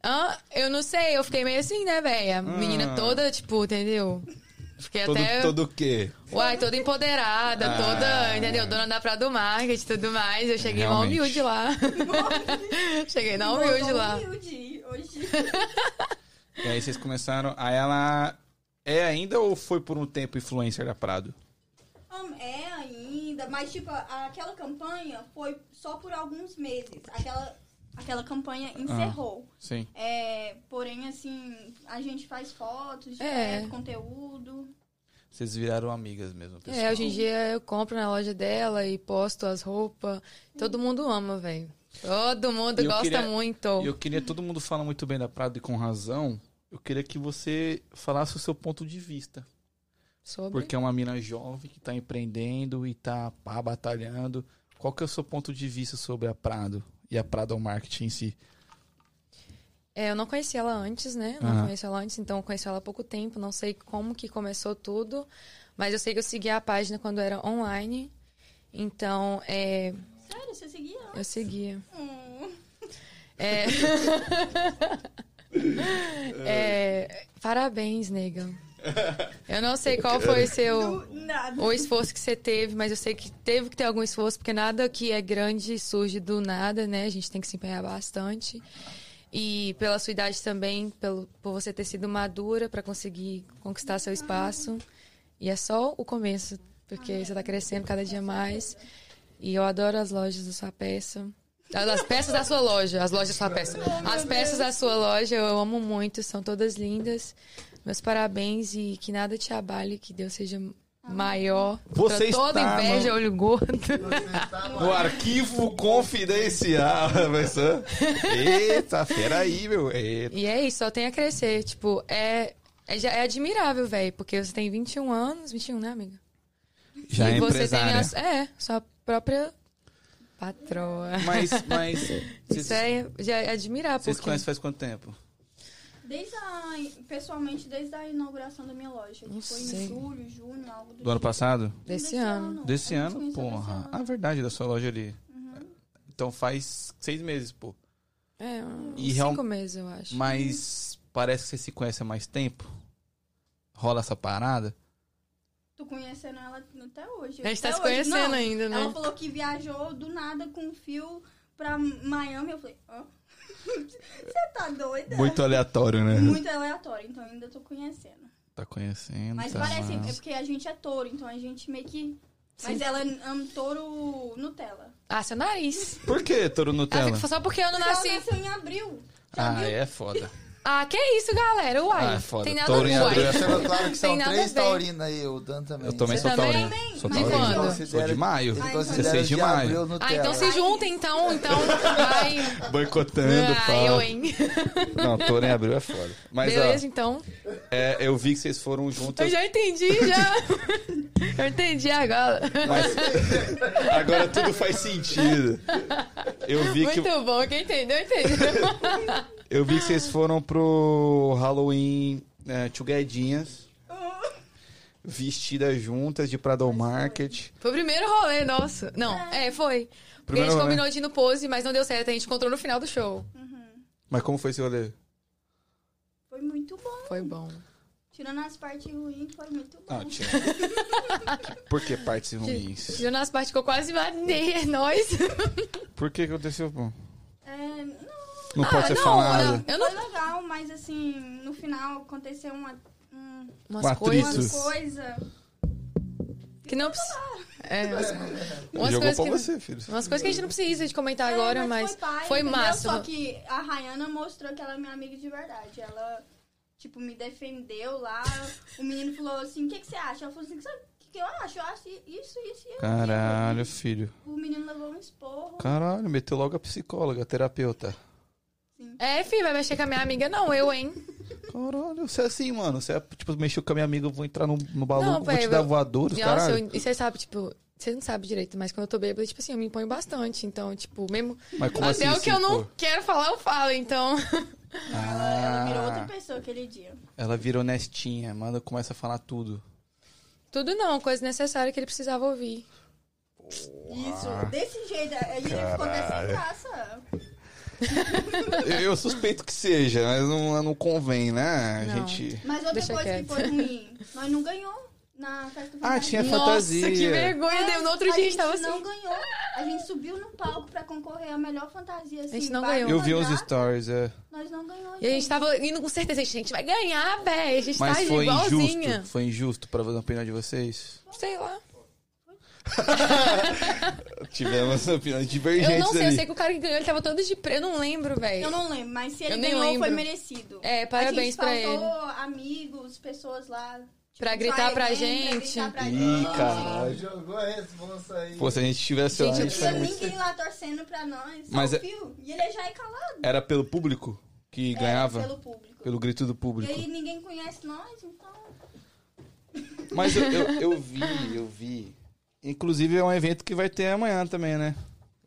[SPEAKER 4] Ah, eu não sei, eu fiquei meio assim, né, velho? Menina toda, tipo, entendeu? Fiquei
[SPEAKER 1] Ah. Todo,
[SPEAKER 4] até.
[SPEAKER 1] todo o quê?
[SPEAKER 4] Uai, toda empoderada,
[SPEAKER 1] Ah.
[SPEAKER 4] toda, entendeu? Dona da Prado Market e é tudo mais. Eu cheguei mó
[SPEAKER 1] Realmente.
[SPEAKER 4] humilde lá. cheguei na Tá humilde
[SPEAKER 7] Voltou
[SPEAKER 4] lá.
[SPEAKER 7] Humilde hoje.
[SPEAKER 1] E aí vocês começaram... Aí ela... É ainda ou foi por um tempo influencer da Prado?
[SPEAKER 7] Hum, é ainda, mas tipo, a- aquela campanha foi só por alguns meses. Aquela, aquela campanha
[SPEAKER 1] Ah.
[SPEAKER 7] encerrou.
[SPEAKER 1] Sim.
[SPEAKER 7] É, porém, assim, a gente faz fotos,
[SPEAKER 4] É.
[SPEAKER 7] direto, conteúdo.
[SPEAKER 1] Vocês viraram amigas mesmo, pessoal.
[SPEAKER 4] É, hoje em dia eu compro na loja dela e posto as roupas. Todo mundo ama, velho. Todo mundo
[SPEAKER 1] E eu
[SPEAKER 4] gosta
[SPEAKER 1] queria-
[SPEAKER 4] muito.
[SPEAKER 1] E Eu queria, todo mundo fala muito bem da Prado e com razão. Eu queria que você falasse o seu ponto de vista.
[SPEAKER 4] Sobre.
[SPEAKER 1] Porque é uma mina jovem que tá empreendendo e tá pá, batalhando. Qual que é o seu ponto de vista sobre a Prado e a Prado Marketing em si?
[SPEAKER 4] É, eu não conheci ela antes, né? Não
[SPEAKER 1] Aham.
[SPEAKER 4] conheci ela antes, então eu conheci ela há pouco tempo. Não sei como que começou tudo. Mas eu sei que eu segui a página quando era online. Então, é,
[SPEAKER 7] Sério, você seguia?
[SPEAKER 4] eu seguia.
[SPEAKER 7] Hum.
[SPEAKER 4] É... É, Parabéns, nega. Eu não sei qual foi seu,
[SPEAKER 7] Do nada.
[SPEAKER 4] o esforço que você teve, mas eu sei que teve que ter algum esforço, porque nada que é grande surge do nada, né? A gente tem que se empenhar bastante. E pela sua idade também, pelo, por você ter sido madura para conseguir conquistar seu espaço. E é só o começo, porque você tá crescendo cada dia mais. E eu adoro as lojas da sua peça. As as peças da sua loja, as lojas da sua peça. As peças da sua loja eu amo muito, são todas lindas. Meus parabéns e que nada te abale, que Deus seja maior.
[SPEAKER 1] Você
[SPEAKER 4] Contra toda
[SPEAKER 1] está
[SPEAKER 4] inveja,
[SPEAKER 1] no-
[SPEAKER 4] olho gordo.
[SPEAKER 9] Você tá no
[SPEAKER 1] No arquivo confidencial, pessoal. Eita, peraí, meu. Eita.
[SPEAKER 4] E é isso, só tem a crescer. Tipo, é, é, já- é admirável, velho, porque você tem 21 anos, 21, né, amiga?
[SPEAKER 1] Já é
[SPEAKER 4] e você tem
[SPEAKER 1] empresária.
[SPEAKER 4] a, é, sua própria patroa.
[SPEAKER 1] Mas, mas... Vocês,
[SPEAKER 4] Isso é, já é admirar,
[SPEAKER 1] vocês
[SPEAKER 4] porque...
[SPEAKER 1] conhecem faz quanto tempo?
[SPEAKER 7] Desde a, pessoalmente, desde a inauguração da minha loja.
[SPEAKER 4] Não
[SPEAKER 7] que foi
[SPEAKER 4] sei.
[SPEAKER 7] em julho, junho, algo do,
[SPEAKER 1] Do ano
[SPEAKER 7] tipo.
[SPEAKER 1] passado?
[SPEAKER 4] Desse ano.
[SPEAKER 1] Desse
[SPEAKER 7] A gente
[SPEAKER 1] ano,
[SPEAKER 7] começou desse
[SPEAKER 1] porra.
[SPEAKER 7] ano.
[SPEAKER 1] A verdade, da sua loja ali.
[SPEAKER 4] Uhum.
[SPEAKER 1] Então faz seis meses, pô.
[SPEAKER 4] É, uns
[SPEAKER 1] E
[SPEAKER 4] cinco
[SPEAKER 1] real-
[SPEAKER 4] meses, eu acho. é
[SPEAKER 1] Mas parece que você se conhece há mais tempo. Rola essa parada.
[SPEAKER 7] Tô conhecendo ela até hoje.
[SPEAKER 4] A gente tá
[SPEAKER 7] Até
[SPEAKER 4] se
[SPEAKER 7] hoje.
[SPEAKER 4] conhecendo
[SPEAKER 7] Não,
[SPEAKER 4] ainda, né?
[SPEAKER 7] Ela falou que viajou do nada com um fio pra Miami. Eu falei, hã? Você tá doida?
[SPEAKER 1] Muito aleatório, né?
[SPEAKER 7] Muito aleatório, então ainda tô conhecendo.
[SPEAKER 1] Tá conhecendo.
[SPEAKER 7] Mas
[SPEAKER 1] tá
[SPEAKER 7] parece,
[SPEAKER 1] massa.
[SPEAKER 7] é porque a gente é touro, então a gente meio que. Mas
[SPEAKER 4] Sim.
[SPEAKER 7] ela é um touro Nutella.
[SPEAKER 4] Ah, seu nariz.
[SPEAKER 1] Por que, Toro
[SPEAKER 4] Ela
[SPEAKER 1] Nutella?
[SPEAKER 4] fica só porque eu não
[SPEAKER 7] Porque
[SPEAKER 4] nasci.
[SPEAKER 7] Ela nasceu em abril. Já
[SPEAKER 1] Ah,
[SPEAKER 7] viu?
[SPEAKER 1] é foda.
[SPEAKER 4] Ah, que isso, galera. Uai.
[SPEAKER 1] Ah, foda.
[SPEAKER 4] Tem nada
[SPEAKER 1] Touro em
[SPEAKER 4] uai.
[SPEAKER 1] abril é
[SPEAKER 3] Deixando claro que são
[SPEAKER 4] Tem nada a
[SPEAKER 3] três
[SPEAKER 4] ver.
[SPEAKER 3] taurinas aí, o Dan também. tá
[SPEAKER 1] Eu também
[SPEAKER 4] Você
[SPEAKER 1] sou
[SPEAKER 4] também?
[SPEAKER 1] taurino.
[SPEAKER 7] Também?
[SPEAKER 1] Sou
[SPEAKER 4] De
[SPEAKER 1] taurino.
[SPEAKER 4] quando?
[SPEAKER 1] Sou de maio.
[SPEAKER 3] Ele
[SPEAKER 7] Ai,
[SPEAKER 3] considera
[SPEAKER 1] 16 de
[SPEAKER 3] de
[SPEAKER 1] maio.
[SPEAKER 3] abril Nutella.
[SPEAKER 4] Ah, então se juntem, então. Então, vai.
[SPEAKER 1] Boicotando,
[SPEAKER 4] Ai, Ah, eu,
[SPEAKER 1] pá.
[SPEAKER 4] hein.
[SPEAKER 1] Não, touro em abril é foda. Mas,
[SPEAKER 4] Beleza, então.
[SPEAKER 1] ó, é, eu vi que vocês foram juntas.
[SPEAKER 4] Eu já entendi, já. eu entendi agora.
[SPEAKER 1] Mas agora tudo faz sentido. Eu vi que...
[SPEAKER 4] Muito bom. Quem entendeu, entendeu.
[SPEAKER 1] Eu vi que vocês foram pro Halloween é, Toguedinhas. Vestidas juntas de Prado Market.
[SPEAKER 4] Foi o primeiro rolê nosso. Não, é, foi. Porque
[SPEAKER 1] Primeiro
[SPEAKER 4] a gente
[SPEAKER 1] rolê.
[SPEAKER 4] combinou de ir no pose, mas não deu certo. A gente encontrou no final do show.
[SPEAKER 1] Mas como foi esse rolê?
[SPEAKER 7] Foi muito bom.
[SPEAKER 4] Foi bom.
[SPEAKER 7] Tirando as partes ruins, foi muito bom.
[SPEAKER 1] Ah, tinha. Por que partes ruins?
[SPEAKER 4] Tirando as partes, ficou quase maneira, nós.
[SPEAKER 1] Por que que aconteceu? bom?
[SPEAKER 7] É, não,
[SPEAKER 1] Não pode ser
[SPEAKER 4] Ah, não,
[SPEAKER 1] falado.
[SPEAKER 4] não. Eu não...
[SPEAKER 7] foi legal, mas assim, no final aconteceu uma, um,
[SPEAKER 4] Umas
[SPEAKER 1] atriz.
[SPEAKER 4] coisas
[SPEAKER 7] uma
[SPEAKER 1] Isso.
[SPEAKER 7] coisa.
[SPEAKER 4] que não precisa... É, umas, umas
[SPEAKER 1] Jogou
[SPEAKER 4] coisas
[SPEAKER 1] pra
[SPEAKER 4] que...
[SPEAKER 1] você, filho.
[SPEAKER 4] Umas coisas que a gente não precisa de comentar
[SPEAKER 7] É,
[SPEAKER 4] agora, mas
[SPEAKER 7] foi, pai,
[SPEAKER 4] foi
[SPEAKER 7] entendeu?
[SPEAKER 4] massa.
[SPEAKER 7] Só que a Rayana mostrou que ela é minha amiga de verdade. Ela, tipo, me defendeu lá. o menino falou assim: o que, que você acha? Ela falou assim: sabe o que, que eu acho? Eu acho isso, isso e aquilo."
[SPEAKER 1] Caralho, filho.
[SPEAKER 7] O menino levou um esporro.
[SPEAKER 1] Caralho, meteu logo a psicóloga, a terapeuta.
[SPEAKER 4] É, filho, vai mexer com a minha amiga? Não, eu, hein?
[SPEAKER 1] Caralho, você é assim, mano. Você é, tipo, mexeu com a minha amiga, eu vou entrar no, no balão,
[SPEAKER 4] Não,
[SPEAKER 1] vou
[SPEAKER 4] pai,
[SPEAKER 1] te dar
[SPEAKER 4] eu-
[SPEAKER 1] voadores,
[SPEAKER 4] Nossa,
[SPEAKER 1] caralho.
[SPEAKER 4] eu, e você sabe, tipo, você não sabe direito, mas quando eu tô bêbada, tipo assim, eu me imponho bastante. Então, tipo, mesmo.
[SPEAKER 1] Mas como
[SPEAKER 4] Até
[SPEAKER 1] assim?
[SPEAKER 4] o que eu
[SPEAKER 1] sim,
[SPEAKER 4] não
[SPEAKER 1] pô?
[SPEAKER 4] quero falar, eu falo, então.
[SPEAKER 7] Ela, ela virou outra
[SPEAKER 1] Ah.
[SPEAKER 7] pessoa aquele dia.
[SPEAKER 1] Ela vira honestinha, manda, começa a falar tudo.
[SPEAKER 4] Tudo não, coisa necessária que ele precisava ouvir.
[SPEAKER 7] Isso, desse jeito. A gente ficou até sem graça.
[SPEAKER 1] Eu, eu suspeito que seja, mas não, não convém, né? A
[SPEAKER 4] Não.
[SPEAKER 1] gente.
[SPEAKER 7] Mas outra
[SPEAKER 4] Deixa
[SPEAKER 7] coisa
[SPEAKER 4] quieto.
[SPEAKER 7] que foi ruim, nós não ganhou na festa
[SPEAKER 1] Ah, tinha
[SPEAKER 7] fantasia.
[SPEAKER 1] fantasia.
[SPEAKER 4] Nossa, que vergonha. deu. No outro dia
[SPEAKER 7] a
[SPEAKER 4] a gente
[SPEAKER 7] gente
[SPEAKER 4] tava assim.
[SPEAKER 7] não ganhou. A gente subiu no palco pra concorrer à melhor fantasia. Assim,
[SPEAKER 4] gente não
[SPEAKER 7] vai
[SPEAKER 4] ganhou.
[SPEAKER 1] Eu vi uns
[SPEAKER 7] mandar,
[SPEAKER 1] stories, é.
[SPEAKER 7] Nós não ganhou.
[SPEAKER 4] E a gente tá- tava indo com certeza, gente, a gente vai ganhar, véi. A gente tá
[SPEAKER 1] Mas foi
[SPEAKER 4] igualzinha.
[SPEAKER 1] injusto. Foi injusto pra fazer a opinião de vocês?
[SPEAKER 4] Sei lá.
[SPEAKER 1] Tivemos opiniões divergentes
[SPEAKER 4] Eu não sei, eu
[SPEAKER 1] ali.
[SPEAKER 4] sei que o cara que ganhou, ele tava todo de preto. Eu não lembro, véi.
[SPEAKER 7] Eu não lembro, mas se
[SPEAKER 4] Eu
[SPEAKER 7] ele
[SPEAKER 4] nem
[SPEAKER 7] ganhou, foi
[SPEAKER 4] lembro.
[SPEAKER 7] merecido.
[SPEAKER 4] É, parabéns pra
[SPEAKER 7] a gente
[SPEAKER 4] ele.
[SPEAKER 7] faltou amigos, pessoas lá. tipo,
[SPEAKER 4] Pra gritar pra
[SPEAKER 7] evento,
[SPEAKER 4] gente.
[SPEAKER 7] Pra gritar pra
[SPEAKER 1] Ih,
[SPEAKER 7] gente.
[SPEAKER 1] caralho.
[SPEAKER 3] Ah, Jogou a responsa aí.
[SPEAKER 1] Pô, se a gente tivesse lá, a
[SPEAKER 4] Gente,
[SPEAKER 1] gente
[SPEAKER 4] eu-
[SPEAKER 1] foi
[SPEAKER 7] Tinha
[SPEAKER 1] é muito...
[SPEAKER 7] ninguém lá torcendo pra nós.
[SPEAKER 1] Mas
[SPEAKER 7] Mas
[SPEAKER 1] é-
[SPEAKER 7] E ele já é calado.
[SPEAKER 1] Era pelo público que
[SPEAKER 7] É,
[SPEAKER 1] ganhava?
[SPEAKER 7] Pelo público.
[SPEAKER 1] Pelo grito do
[SPEAKER 7] E
[SPEAKER 1] público.
[SPEAKER 7] aí ninguém conhece nós, então.
[SPEAKER 1] Mas eu, eu, eu vi, eu vi. Inclusive é um evento que vai ter amanhã também, né?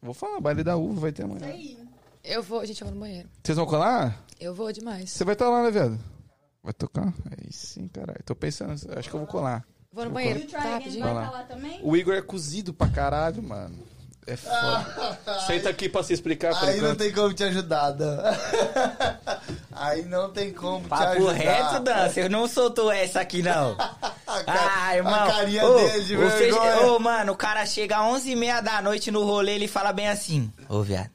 [SPEAKER 1] Vou falar, baile da uva vai ter
[SPEAKER 7] Isso
[SPEAKER 1] amanhã.
[SPEAKER 7] aí.
[SPEAKER 4] Eu vou, gente, eu vou no banheiro.
[SPEAKER 1] Vocês vão colar?
[SPEAKER 4] Eu vou demais.
[SPEAKER 1] Você vai estar lá, né, viado? Vai tocar? Aí sim, caralho. Tô pensando, acho que eu vou colar.
[SPEAKER 4] Vou no
[SPEAKER 7] E
[SPEAKER 4] banheiro.
[SPEAKER 7] o Try
[SPEAKER 4] Tá,
[SPEAKER 7] Again
[SPEAKER 4] rapidinho.
[SPEAKER 7] vai
[SPEAKER 1] Vai lá.
[SPEAKER 7] estar lá também?
[SPEAKER 1] O Igor é cozido pra caralho, mano. É foda. Senta aqui pra se explicar, por
[SPEAKER 3] Aí não
[SPEAKER 1] enquanto.
[SPEAKER 3] tem como te ajudar, Dan. Aí não tem como te
[SPEAKER 2] Papo
[SPEAKER 3] ajudar.
[SPEAKER 2] reto, Dan, você não soltou essa aqui, não.
[SPEAKER 3] A, ca-
[SPEAKER 2] Ah,
[SPEAKER 3] a
[SPEAKER 2] irmão.
[SPEAKER 3] carinha
[SPEAKER 2] Ô,
[SPEAKER 3] dele de
[SPEAKER 2] o feijão-
[SPEAKER 3] vergonha.
[SPEAKER 2] Ô, mano, o cara chega às 11h30 da noite no rolê, ele fala bem assim. Ô, viado.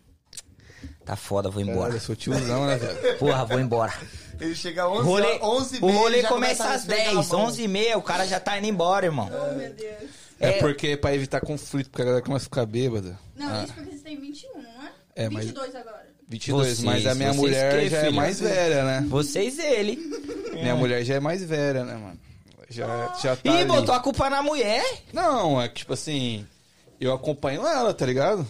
[SPEAKER 2] Tá foda, vou
[SPEAKER 1] Olha,
[SPEAKER 2] embora.
[SPEAKER 1] eu sou tiozão, né, velho?
[SPEAKER 3] É.
[SPEAKER 2] Porra, vou embora.
[SPEAKER 3] Ele chega às 11,
[SPEAKER 2] Rolê,
[SPEAKER 3] 11
[SPEAKER 2] o rolê começa às 10, 11
[SPEAKER 3] h
[SPEAKER 2] e meia, o cara já tá indo embora, irmão.
[SPEAKER 7] Oh, meu Deus.
[SPEAKER 1] É
[SPEAKER 2] É.
[SPEAKER 1] porque é pra evitar conflito, porque a galera começa a ficar bêbada.
[SPEAKER 7] Não, isso porque você tem 21, né?
[SPEAKER 1] Ah. É, mas-
[SPEAKER 7] 22 agora.
[SPEAKER 1] 22,
[SPEAKER 2] Vocês,
[SPEAKER 1] mas a minha
[SPEAKER 2] vocês
[SPEAKER 1] mulher
[SPEAKER 2] que,
[SPEAKER 1] já é
[SPEAKER 2] filho?
[SPEAKER 1] mais velha, né?
[SPEAKER 2] Vocês e ele.
[SPEAKER 1] Minha mulher já é mais velha, né, mano? Já, já tá
[SPEAKER 2] Ih,
[SPEAKER 1] ali.
[SPEAKER 2] botou a culpa na mulher.
[SPEAKER 1] Não, é que, tipo assim, eu acompanho ela, tá ligado?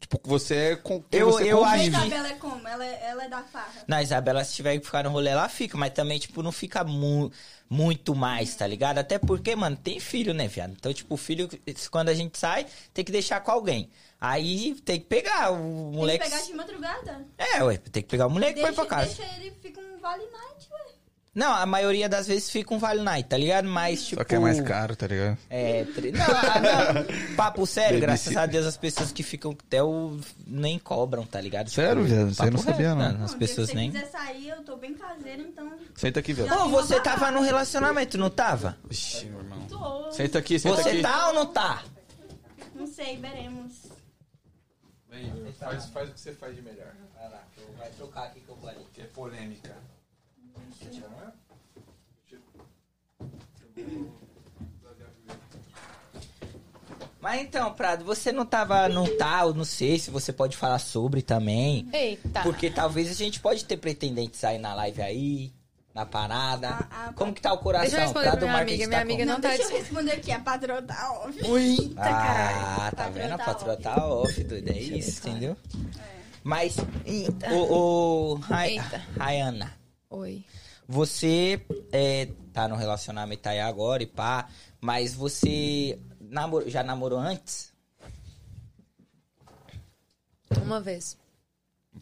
[SPEAKER 1] Tipo, você é com quem
[SPEAKER 2] Eu-
[SPEAKER 1] você
[SPEAKER 2] eu
[SPEAKER 7] A
[SPEAKER 1] convive.
[SPEAKER 2] acho que-
[SPEAKER 7] Isabela é como? Ela é, ela é da farra.
[SPEAKER 2] Na Isabela, se tiver que ficar no rolê, ela fica. Mas também, tipo, não fica mu- muito mais, tá ligado? Até porque, mano, tem filho, né, viado? Então, tipo, o filho, quando a gente sai, tem que deixar com alguém. Aí tem que pegar o
[SPEAKER 7] Tem que
[SPEAKER 2] moleque.
[SPEAKER 7] pegar de madrugada.
[SPEAKER 2] É, ué, tem que pegar o moleque e põe pra
[SPEAKER 7] Deixa,
[SPEAKER 2] casa.
[SPEAKER 7] deixa ele, fica um vale night, ué.
[SPEAKER 2] Não, a maioria das vezes fica um Vale Night, tá ligado? Mas, tipo.
[SPEAKER 1] Só que é mais caro, tá ligado?
[SPEAKER 2] É, tri- não, ah, não. papo sério,
[SPEAKER 1] Babysitter.
[SPEAKER 2] graças a Deus as pessoas que ficam com até o nem cobram, tá ligado? Tipo,
[SPEAKER 1] Sério, viado? Isso aí eu não
[SPEAKER 2] papo reto,
[SPEAKER 1] sabia, não.
[SPEAKER 2] mano,
[SPEAKER 7] Não,
[SPEAKER 2] As pessoas
[SPEAKER 7] se você
[SPEAKER 2] nem.
[SPEAKER 7] quiser sair, eu tô bem caseira, então.
[SPEAKER 1] Senta aqui, velho.
[SPEAKER 2] Ô, você tava num relacionamento, não tava?
[SPEAKER 1] Ixi, meu irmão.
[SPEAKER 7] Tô.
[SPEAKER 1] Senta aqui, senta
[SPEAKER 2] Você
[SPEAKER 1] aqui.
[SPEAKER 2] tá ou não tá?
[SPEAKER 7] Não sei, veremos.
[SPEAKER 1] Vem, faz, faz o que você faz de melhor.
[SPEAKER 2] Vai lá, que eu vai trocar aqui que eu vou ali.
[SPEAKER 1] Que é polêmica.
[SPEAKER 2] Mas então, Prado, você não tava, não tá, eu não sei se você pode falar sobre também.
[SPEAKER 10] Eita.
[SPEAKER 2] Porque talvez a gente pode ter pretendentes aí na live aí, na parada.
[SPEAKER 7] Ah, ah,
[SPEAKER 2] Como que tá o coração?
[SPEAKER 4] Deixa eu responder pra
[SPEAKER 2] Prado
[SPEAKER 4] minha
[SPEAKER 2] Marketing
[SPEAKER 4] amiga. Minha
[SPEAKER 2] tá
[SPEAKER 4] amiga
[SPEAKER 2] como?
[SPEAKER 4] não,
[SPEAKER 7] Não,
[SPEAKER 4] tá
[SPEAKER 7] deixa eu responder aqui. A patroa tá off.
[SPEAKER 2] Ah,
[SPEAKER 7] Eita, caralho.
[SPEAKER 2] tá vendo? A patroa
[SPEAKER 7] off.
[SPEAKER 2] tá off, doida. É isso, entendeu?
[SPEAKER 7] É.
[SPEAKER 2] Mas, e- ô, ô, Ray-
[SPEAKER 10] Eita.
[SPEAKER 2] Rayana,
[SPEAKER 4] Oi.
[SPEAKER 2] você é, tá no relacionamento aí agora e pá, mas você namor- já namorou antes?
[SPEAKER 4] Uma vez.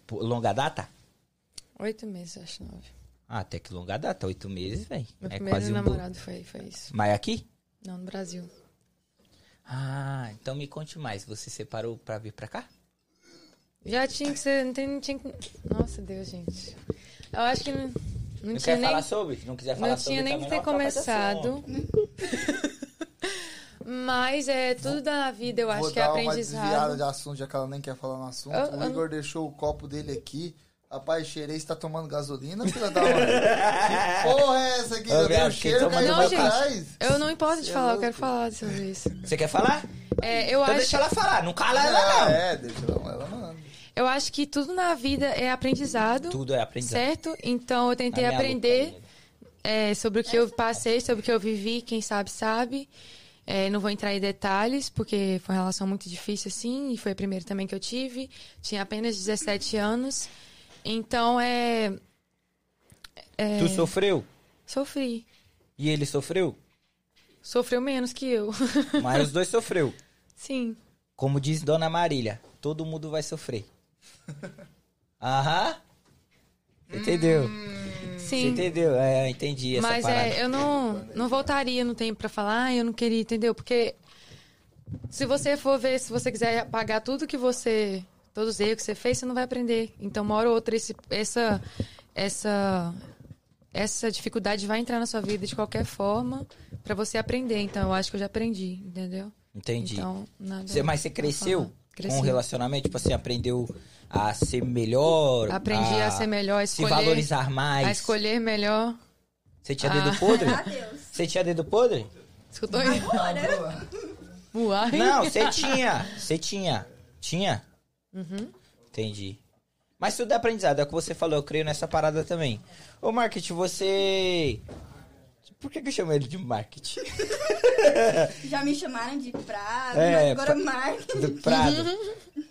[SPEAKER 2] Pô, Longa data?
[SPEAKER 4] Oito meses, acho, nove.
[SPEAKER 2] Ah, até que longa data, oito meses, velho.
[SPEAKER 4] Meu
[SPEAKER 2] É
[SPEAKER 4] primeiro
[SPEAKER 2] quase um... bo-
[SPEAKER 4] namorado foi, foi isso.
[SPEAKER 2] Mas é aqui?
[SPEAKER 4] Não, no Brasil.
[SPEAKER 2] Ah, então me conte mais. Você separou pra vir pra cá?
[SPEAKER 4] Já tinha que ser. Não, tem, não tinha que. Nossa, Deus, gente. Eu acho que não, não
[SPEAKER 2] Não,
[SPEAKER 4] tinha
[SPEAKER 2] quer
[SPEAKER 4] nem.
[SPEAKER 2] falar sobre? Não quiser falar
[SPEAKER 4] Não
[SPEAKER 2] sobre
[SPEAKER 4] tinha nem que
[SPEAKER 2] também,
[SPEAKER 4] ter
[SPEAKER 2] não, troca de
[SPEAKER 4] começado.
[SPEAKER 2] assunto.
[SPEAKER 4] Mas é tudo da vida, eu acho
[SPEAKER 3] Vou
[SPEAKER 4] que é
[SPEAKER 3] dar uma desviada
[SPEAKER 4] aprendizado.
[SPEAKER 3] de assunto, já que ela nem quer falar no assunto.
[SPEAKER 4] Eu-
[SPEAKER 3] o
[SPEAKER 4] eu-
[SPEAKER 3] Igor deixou o copo dele aqui. Rapaz, cheirei, você tá tomando gasolina, filha da mãe? Que porra é essa aqui?
[SPEAKER 2] Ô,
[SPEAKER 3] Eu dei
[SPEAKER 2] viado,
[SPEAKER 3] um
[SPEAKER 2] quem
[SPEAKER 3] cheiro,
[SPEAKER 2] toma
[SPEAKER 3] caiu
[SPEAKER 4] no
[SPEAKER 3] pra
[SPEAKER 4] meu caso?
[SPEAKER 3] trás.
[SPEAKER 4] Eu não importo de
[SPEAKER 3] Você é
[SPEAKER 4] falar, eu
[SPEAKER 3] louco.
[SPEAKER 4] quero falar sobre isso.
[SPEAKER 2] Você quer falar?
[SPEAKER 4] É, eu
[SPEAKER 2] Então
[SPEAKER 4] acho.
[SPEAKER 2] deixa ela falar, não cala ela
[SPEAKER 3] Ah,
[SPEAKER 2] não.
[SPEAKER 3] é, deixa ela, ela não.
[SPEAKER 4] Eu acho que tudo na vida é aprendizado,
[SPEAKER 2] Tudo é aprendizado.
[SPEAKER 4] certo? Então eu tentei
[SPEAKER 2] Na minha
[SPEAKER 4] aprender
[SPEAKER 2] luta, né?
[SPEAKER 4] é, sobre o que eu passei, sobre o que eu vivi, quem sabe sabe. É, não vou entrar em detalhes, porque foi uma relação muito difícil, assim, e foi a primeira também que eu tive. Tinha apenas 17 anos. Então, é. é,
[SPEAKER 2] Tu sofreu?
[SPEAKER 4] Sofri.
[SPEAKER 2] E ele sofreu?
[SPEAKER 4] Sofreu menos que eu.
[SPEAKER 2] Mas os dois sofreu.
[SPEAKER 4] Sim.
[SPEAKER 2] Como diz Dona Marília, todo mundo vai sofrer. Aham.
[SPEAKER 4] Hum,
[SPEAKER 2] Entendeu? Você
[SPEAKER 4] Sim.
[SPEAKER 2] entendeu? É, eu entendi essa
[SPEAKER 4] Mas
[SPEAKER 2] parada.
[SPEAKER 4] é, eu não, não voltaria no tempo pra falar, ah, eu não queria, entendeu? Porque se você for ver, se você quiser apagar tudo que você. Todos os erros que você fez, você não vai aprender. Então, uma hora ou outra, esse, essa. Essa. Essa dificuldade vai entrar na sua vida de qualquer forma pra você aprender. Então, eu acho que eu já aprendi, entendeu?
[SPEAKER 2] Entendi.
[SPEAKER 4] Então, nada.
[SPEAKER 2] Você- mas você
[SPEAKER 4] pra
[SPEAKER 2] cresceu
[SPEAKER 4] falar.
[SPEAKER 2] com o
[SPEAKER 4] Cresci.
[SPEAKER 2] relacionamento? Tipo assim, aprendeu a ser melhor?
[SPEAKER 4] Aprendi a ser melhor, a
[SPEAKER 2] Se
[SPEAKER 4] escolher.
[SPEAKER 2] valorizar mais.
[SPEAKER 4] A escolher melhor.
[SPEAKER 2] Você tinha
[SPEAKER 4] Ah.
[SPEAKER 2] dedo podre?
[SPEAKER 7] Adeus.
[SPEAKER 2] Você tinha dedo podre?
[SPEAKER 4] Escutou aí? Uai.
[SPEAKER 2] Não, você tinha. Você tinha. Tinha?
[SPEAKER 4] Uhum.
[SPEAKER 2] Entendi. Mas tudo é aprendizado, é o que você falou, eu creio nessa parada também. Ô, marketing, você. Por que, que eu chamo ele de marketing?
[SPEAKER 7] Já me chamaram de Prado,
[SPEAKER 2] É,
[SPEAKER 7] mas agora
[SPEAKER 2] pra-
[SPEAKER 7] Mark.
[SPEAKER 2] Do Prado.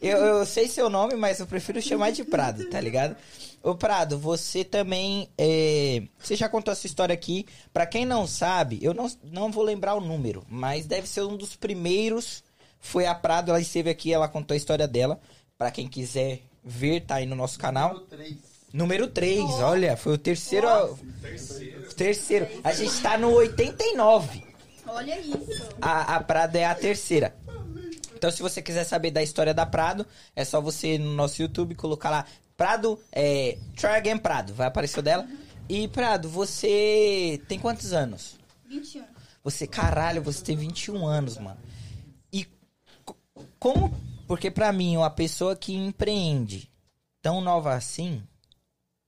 [SPEAKER 2] Eu, eu sei seu nome, mas eu prefiro chamar de Prado, tá ligado? Ô, Prado, você também. é, Você já contou essa história aqui. Pra quem não sabe, eu não, não vou lembrar o número, mas deve ser um dos primeiros. Foi a Prado, ela esteve aqui, ela contou a história dela. Pra quem quiser ver, tá aí no nosso canal. Número 3, olha, foi o terceiro. Terceiro. Terceiro. A gente tá no 89.
[SPEAKER 7] Olha isso.
[SPEAKER 2] A, a Prado é a terceira. Então, se você quiser saber da história da Prado, é só você ir no nosso YouTube colocar lá Prado, é. Try Again Prado, vai aparecer o dela. E Prado, você tem quantos anos?
[SPEAKER 7] 21.
[SPEAKER 2] Você, caralho, você tem 21 anos, mano. E co- como. Porque pra mim, uma pessoa que empreende tão nova assim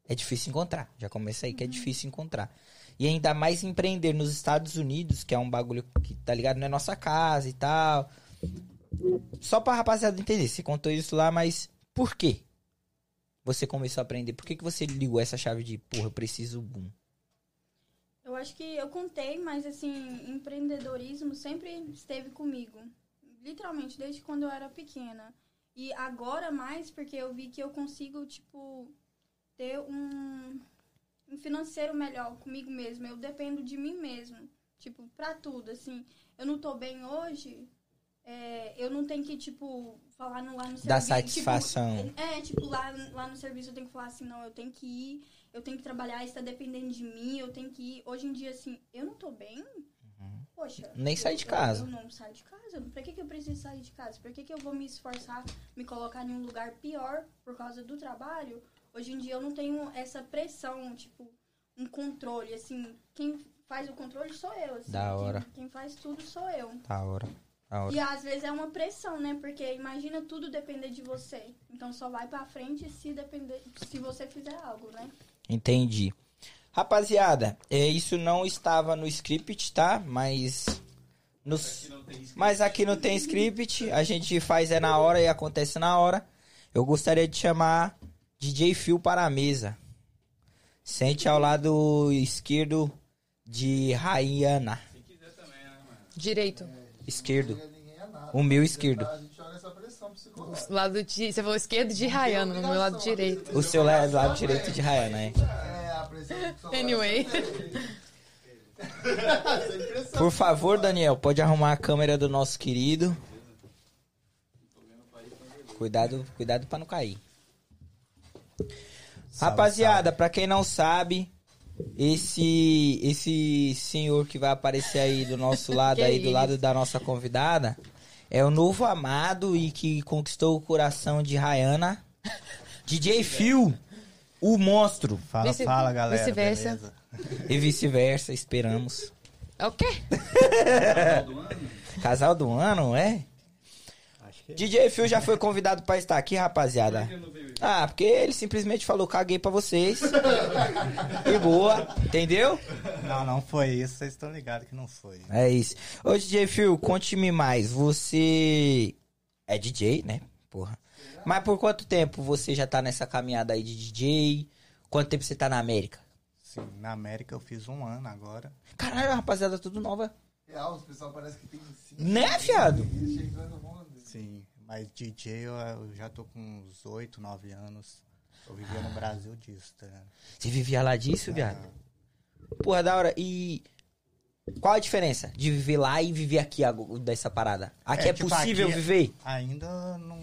[SPEAKER 2] é difícil encontrar. Já começa aí que é difícil encontrar. E ainda mais empreender nos Estados Unidos, que é um bagulho que, tá ligado, não é nossa casa e tal. Só pra rapaziada entender, você contou isso lá, mas por quê? Você começou a aprender? Por que, que você ligou essa chave de, porra, eu preciso boom?
[SPEAKER 7] Eu acho que eu contei, mas assim, empreendedorismo sempre esteve comigo. Literalmente, desde quando eu era pequena. E agora mais, porque eu vi que eu consigo, tipo, ter um, um financeiro melhor comigo mesma. Eu dependo de mim mesmo. Tipo, pra tudo, assim. Eu não tô bem hoje, é, eu não tenho que, tipo, falar no, lá no serviço.
[SPEAKER 2] Dar
[SPEAKER 7] tipo,
[SPEAKER 2] satisfação.
[SPEAKER 7] é, tipo, lá, lá no serviço eu tenho que falar assim, não, eu tenho que ir, eu tenho que trabalhar, isso tá dependendo de mim, eu tenho que ir. Hoje em dia, assim, eu não tô bem?
[SPEAKER 11] Uhum.
[SPEAKER 7] Poxa.
[SPEAKER 2] Nem
[SPEAKER 7] eu-
[SPEAKER 2] sai de
[SPEAKER 7] eu-
[SPEAKER 2] casa.
[SPEAKER 7] Eu, não saio de casa. Pra que, que eu preciso sair de casa? Pra que, que eu vou me esforçar, me colocar em um lugar pior por causa do trabalho? Hoje em dia eu não tenho essa pressão, tipo, um controle, assim, quem faz o controle sou eu, assim.
[SPEAKER 2] Da
[SPEAKER 7] quem-
[SPEAKER 2] hora.
[SPEAKER 7] quem faz tudo sou eu.
[SPEAKER 2] Da hora. Da hora.
[SPEAKER 7] E às vezes é uma pressão, né? Porque imagina tudo depender de você. Então só vai pra frente se depender, se você fizer algo, né?
[SPEAKER 2] Entendi. Rapaziada, é, isso não estava no script, tá? Mas Nos- Mas aqui não tem script, a gente faz é na hora e acontece na hora. Eu gostaria de chamar DJ Phil para a mesa. Sente ao lado esquerdo de Rayana.
[SPEAKER 4] Direito.
[SPEAKER 2] Esquerdo.
[SPEAKER 3] Ninguém é nada.
[SPEAKER 2] O meu
[SPEAKER 11] Um
[SPEAKER 2] esquerdo.
[SPEAKER 3] A gente olha essa pressão psicológica.
[SPEAKER 4] Lado de, você falou esquerdo de Rayana, no meu lado direito.
[SPEAKER 2] O seu la- lado direito de Rayana, hein?
[SPEAKER 3] É, a pressão
[SPEAKER 4] né?
[SPEAKER 3] psicológica.
[SPEAKER 4] Anyway.
[SPEAKER 3] Sem pressão.
[SPEAKER 2] Por favor, Daniel, pode arrumar a câmera do nosso querido. Cuidado, cuidado para não cair. Rapaziada, para quem não sabe, esse esse senhor que vai aparecer aí do nosso lado
[SPEAKER 4] Que
[SPEAKER 2] aí do
[SPEAKER 4] isso.
[SPEAKER 2] lado da nossa convidada é o novo amado e que conquistou o coração de Rayana, DJ Phil, o monstro
[SPEAKER 11] Fala,
[SPEAKER 4] Vice-
[SPEAKER 11] fala, galera.
[SPEAKER 4] vice-versa.
[SPEAKER 11] beleza?
[SPEAKER 2] e vice-versa, esperamos.
[SPEAKER 4] É o quê?
[SPEAKER 2] Casal do ano, é?
[SPEAKER 11] é.
[SPEAKER 2] DJ Phil já foi convidado pra estar aqui, rapaziada. Ah, porque ele simplesmente falou, caguei pra vocês. e boa, entendeu?
[SPEAKER 11] Não, não foi isso. Vocês estão ligados que não foi.
[SPEAKER 2] É isso. Ô, DJ Phil, conte-me mais. Você é DJ, né? Porra. Mas por quanto tempo você já tá nessa caminhada aí de DJ? Quanto tempo você tá na América?
[SPEAKER 11] Sim, na América eu fiz um ano agora.
[SPEAKER 2] Caralho, rapaziada, tudo nova.
[SPEAKER 3] Real, os pessoal É, parece que tem cinco
[SPEAKER 2] Né, fiado?
[SPEAKER 3] dias chegando no mundo.
[SPEAKER 11] Sim, mas DJ eu, eu já tô com uns 8, 9 anos. Eu vivia no Brasil disso, tá ligado?
[SPEAKER 2] Você vivia lá disso, viado? Porra, da hora. E qual a diferença de viver lá e viver aqui ago- dessa parada? Aqui é,
[SPEAKER 11] É, tipo,
[SPEAKER 2] possível
[SPEAKER 11] aqui é-
[SPEAKER 2] viver?
[SPEAKER 11] Ainda não,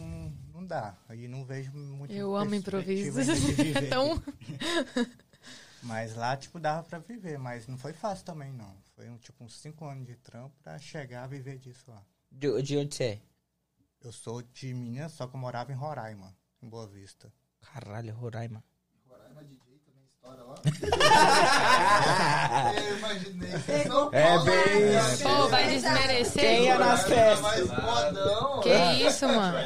[SPEAKER 11] não dá. Aí não vejo muito.
[SPEAKER 4] Eu amo improvisos.
[SPEAKER 11] perspectiva ainda de viver.
[SPEAKER 4] então,
[SPEAKER 11] Mas lá, tipo, dava pra viver, mas não foi fácil também, não. Foi um, tipo uns 5 anos de trampo pra chegar a viver disso lá.
[SPEAKER 2] De, de onde você é?
[SPEAKER 11] Eu sou de Minas, só que eu morava em Roraima, em Boa Vista.
[SPEAKER 2] Caralho, é Roraima.
[SPEAKER 3] Eu imaginei que vocês são
[SPEAKER 2] É
[SPEAKER 3] Paulo,
[SPEAKER 2] bem
[SPEAKER 3] né?
[SPEAKER 2] isso.
[SPEAKER 4] pô, vai desmerecer.
[SPEAKER 2] Quem é nas festas?
[SPEAKER 3] Mas modão.
[SPEAKER 4] Que isso, mano?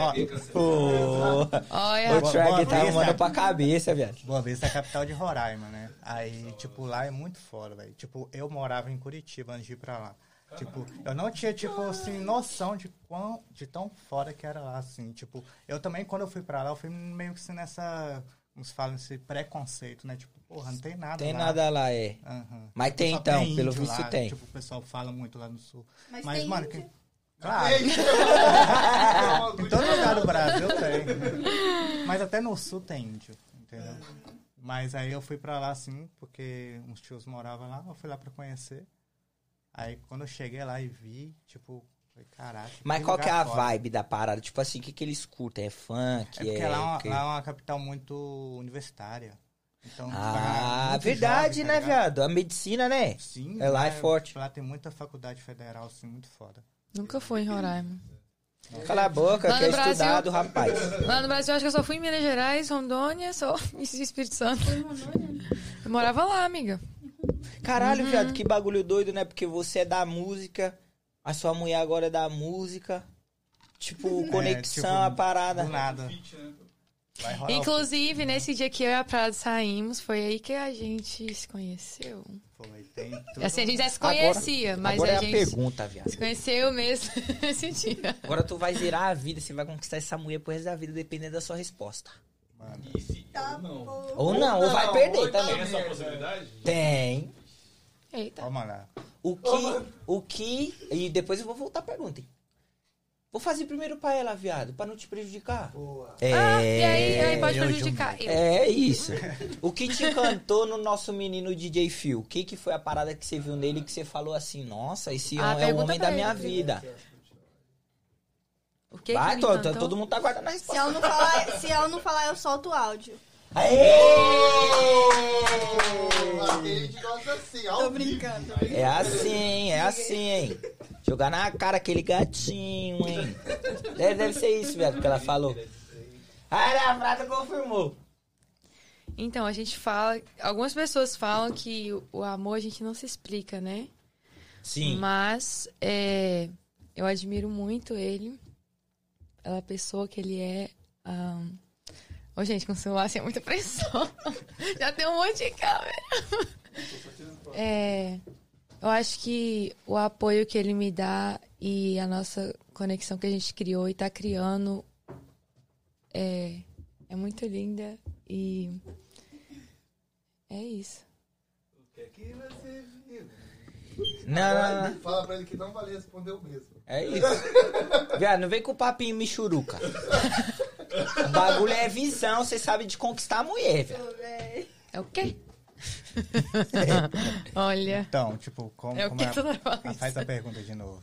[SPEAKER 11] Ó,
[SPEAKER 4] Olha,
[SPEAKER 2] O
[SPEAKER 11] Boa-
[SPEAKER 2] track
[SPEAKER 11] boa
[SPEAKER 2] tá
[SPEAKER 11] vista.
[SPEAKER 2] arrumando pra cabeça, viado.
[SPEAKER 11] Boa Vista é a capital de Roraima, né? Aí, tipo, lá é muito foda, velho. Tipo, eu morava em Curitiba antes de ir pra lá. Tipo, eu não tinha, tipo, assim, noção de quão, de tão foda que era lá, assim. Tipo, eu também, quando eu fui pra lá, eu fui meio que assim nessa, como se fala, esse preconceito, né? Tipo, porra, não tem nada
[SPEAKER 2] Tem
[SPEAKER 11] lá.
[SPEAKER 2] nada lá, é.
[SPEAKER 11] Aham.
[SPEAKER 2] Mas tem
[SPEAKER 11] Só
[SPEAKER 2] então,
[SPEAKER 11] índio
[SPEAKER 2] pelo visto
[SPEAKER 11] lá,
[SPEAKER 2] tem.
[SPEAKER 11] Tipo, o pessoal fala muito lá no sul.
[SPEAKER 7] Mas
[SPEAKER 11] Mas,
[SPEAKER 7] tem um
[SPEAKER 11] mano,
[SPEAKER 7] índio.
[SPEAKER 11] que... Claro, em todo lugar do Brasil tem. Mas até no sul tem índio, entendeu? Mas aí eu fui pra lá, assim, porque uns tios moravam lá, eu fui lá pra conhecer. Aí quando eu cheguei lá e vi, tipo, falei, caraca.
[SPEAKER 2] Mas qual que é
[SPEAKER 11] lugar
[SPEAKER 2] a
[SPEAKER 11] foda.
[SPEAKER 2] vibe da parada? Tipo assim, o que, que eles curtem? É funk?
[SPEAKER 11] É porque
[SPEAKER 2] é
[SPEAKER 11] lá, é uma,
[SPEAKER 2] o quê?
[SPEAKER 11] lá é uma capital muito universitária. Então,
[SPEAKER 2] Ah,
[SPEAKER 11] muito
[SPEAKER 2] verdade,
[SPEAKER 11] jovem, tá
[SPEAKER 2] né,
[SPEAKER 11] ligado?
[SPEAKER 2] viado? A medicina, né?
[SPEAKER 11] Sim.
[SPEAKER 2] É lá é forte.
[SPEAKER 11] Lá tem muita faculdade federal, assim, muito foda.
[SPEAKER 4] nunca fui em Roraima.
[SPEAKER 2] Cala a boca,
[SPEAKER 4] Lá
[SPEAKER 2] que é
[SPEAKER 4] no Brasil-
[SPEAKER 2] estudado, rapaz.
[SPEAKER 4] Lá no Brasil, acho que eu só fui em Minas Gerais, Rondônia, só e Espírito Santo. Eu morava lá, amiga.
[SPEAKER 11] Uhum.
[SPEAKER 2] Caralho, viado, que bagulho doido, né? Porque você é da música, a sua mulher agora é da música. Tipo, conexão,
[SPEAKER 11] tipo,
[SPEAKER 2] a parada.
[SPEAKER 11] Do nada. Vai rolar.
[SPEAKER 4] Inclusive, nesse dia que eu e a Prado saímos, foi aí que a gente se conheceu.
[SPEAKER 11] É, Foi, tem tudo.
[SPEAKER 4] Assim, a gente já se
[SPEAKER 2] Agora-
[SPEAKER 4] conhecia, mas
[SPEAKER 2] agora é
[SPEAKER 4] a
[SPEAKER 2] a
[SPEAKER 4] gente
[SPEAKER 2] pergunta, viado.
[SPEAKER 4] se conheceu mesmo nesse dia.
[SPEAKER 2] Agora tu vai zerar a vida, você vai conquistar essa mulher pro resto da vida, dependendo da sua resposta.
[SPEAKER 11] Mano,
[SPEAKER 7] Tá bom.
[SPEAKER 2] Ou não, ou vai perder também.
[SPEAKER 12] essa possibilidade?
[SPEAKER 2] Tem.
[SPEAKER 4] Eita.
[SPEAKER 11] calma lá.
[SPEAKER 2] O que. O que. E depois eu vou voltar à pergunta, hein? Vou fazer primeiro pra ela, viado, pra não te prejudicar. É.
[SPEAKER 4] Ah, e aí, aí pode
[SPEAKER 11] eu
[SPEAKER 4] prejudicar. Eu.
[SPEAKER 2] É isso. O que te encantou no nosso menino DJ Phil? O que, que foi a parada que você viu nele que você falou assim, nossa, esse
[SPEAKER 4] Ah,
[SPEAKER 2] é o
[SPEAKER 4] pergunta
[SPEAKER 2] homem
[SPEAKER 4] pra
[SPEAKER 2] da minha
[SPEAKER 4] ele.
[SPEAKER 2] vida.
[SPEAKER 4] O que
[SPEAKER 2] Vai,
[SPEAKER 4] que me
[SPEAKER 2] tô- tô-
[SPEAKER 4] encantou?
[SPEAKER 2] todo mundo tá guardando a
[SPEAKER 7] Se
[SPEAKER 2] resposta.
[SPEAKER 7] ela, não falar, se ela não falar, eu solto o áudio.
[SPEAKER 2] Aê!
[SPEAKER 3] Aqui a gente gosta assim, ao
[SPEAKER 7] Tô
[SPEAKER 3] vivo.
[SPEAKER 7] brincando.
[SPEAKER 2] É assim, é assim, hein? Jogar na cara aquele gatinho, hein? Deve, deve ser isso, velho, que ela falou. Ah, a Prata confirmou.
[SPEAKER 4] Então, a gente fala... Algumas pessoas falam que o- o amor a gente não se explica, né?
[SPEAKER 2] Sim.
[SPEAKER 4] Mas é, eu admiro muito ele, pela pessoa que ele é. ahn. Ô, gente, com o celular assim é muita pressão. Já tem um monte de câmera. É,
[SPEAKER 10] Eu acho que o apoio que ele me dá e a nossa conexão que a gente criou e tá criando é, é muito linda e é isso.
[SPEAKER 2] Não, não,
[SPEAKER 4] né?
[SPEAKER 2] não.
[SPEAKER 3] Fala pra ele que não valia responder o mesmo.
[SPEAKER 2] É isso. Viado, não vem com papinho michuruca. O bagulho é visão, você sabe de conquistar a mulher, velho.
[SPEAKER 10] É o quê? Olha.
[SPEAKER 11] Então, tipo, como,
[SPEAKER 10] É o
[SPEAKER 11] como
[SPEAKER 10] que
[SPEAKER 11] é-
[SPEAKER 10] toda
[SPEAKER 11] Ah,
[SPEAKER 10] vez.
[SPEAKER 11] Faz a pergunta de novo.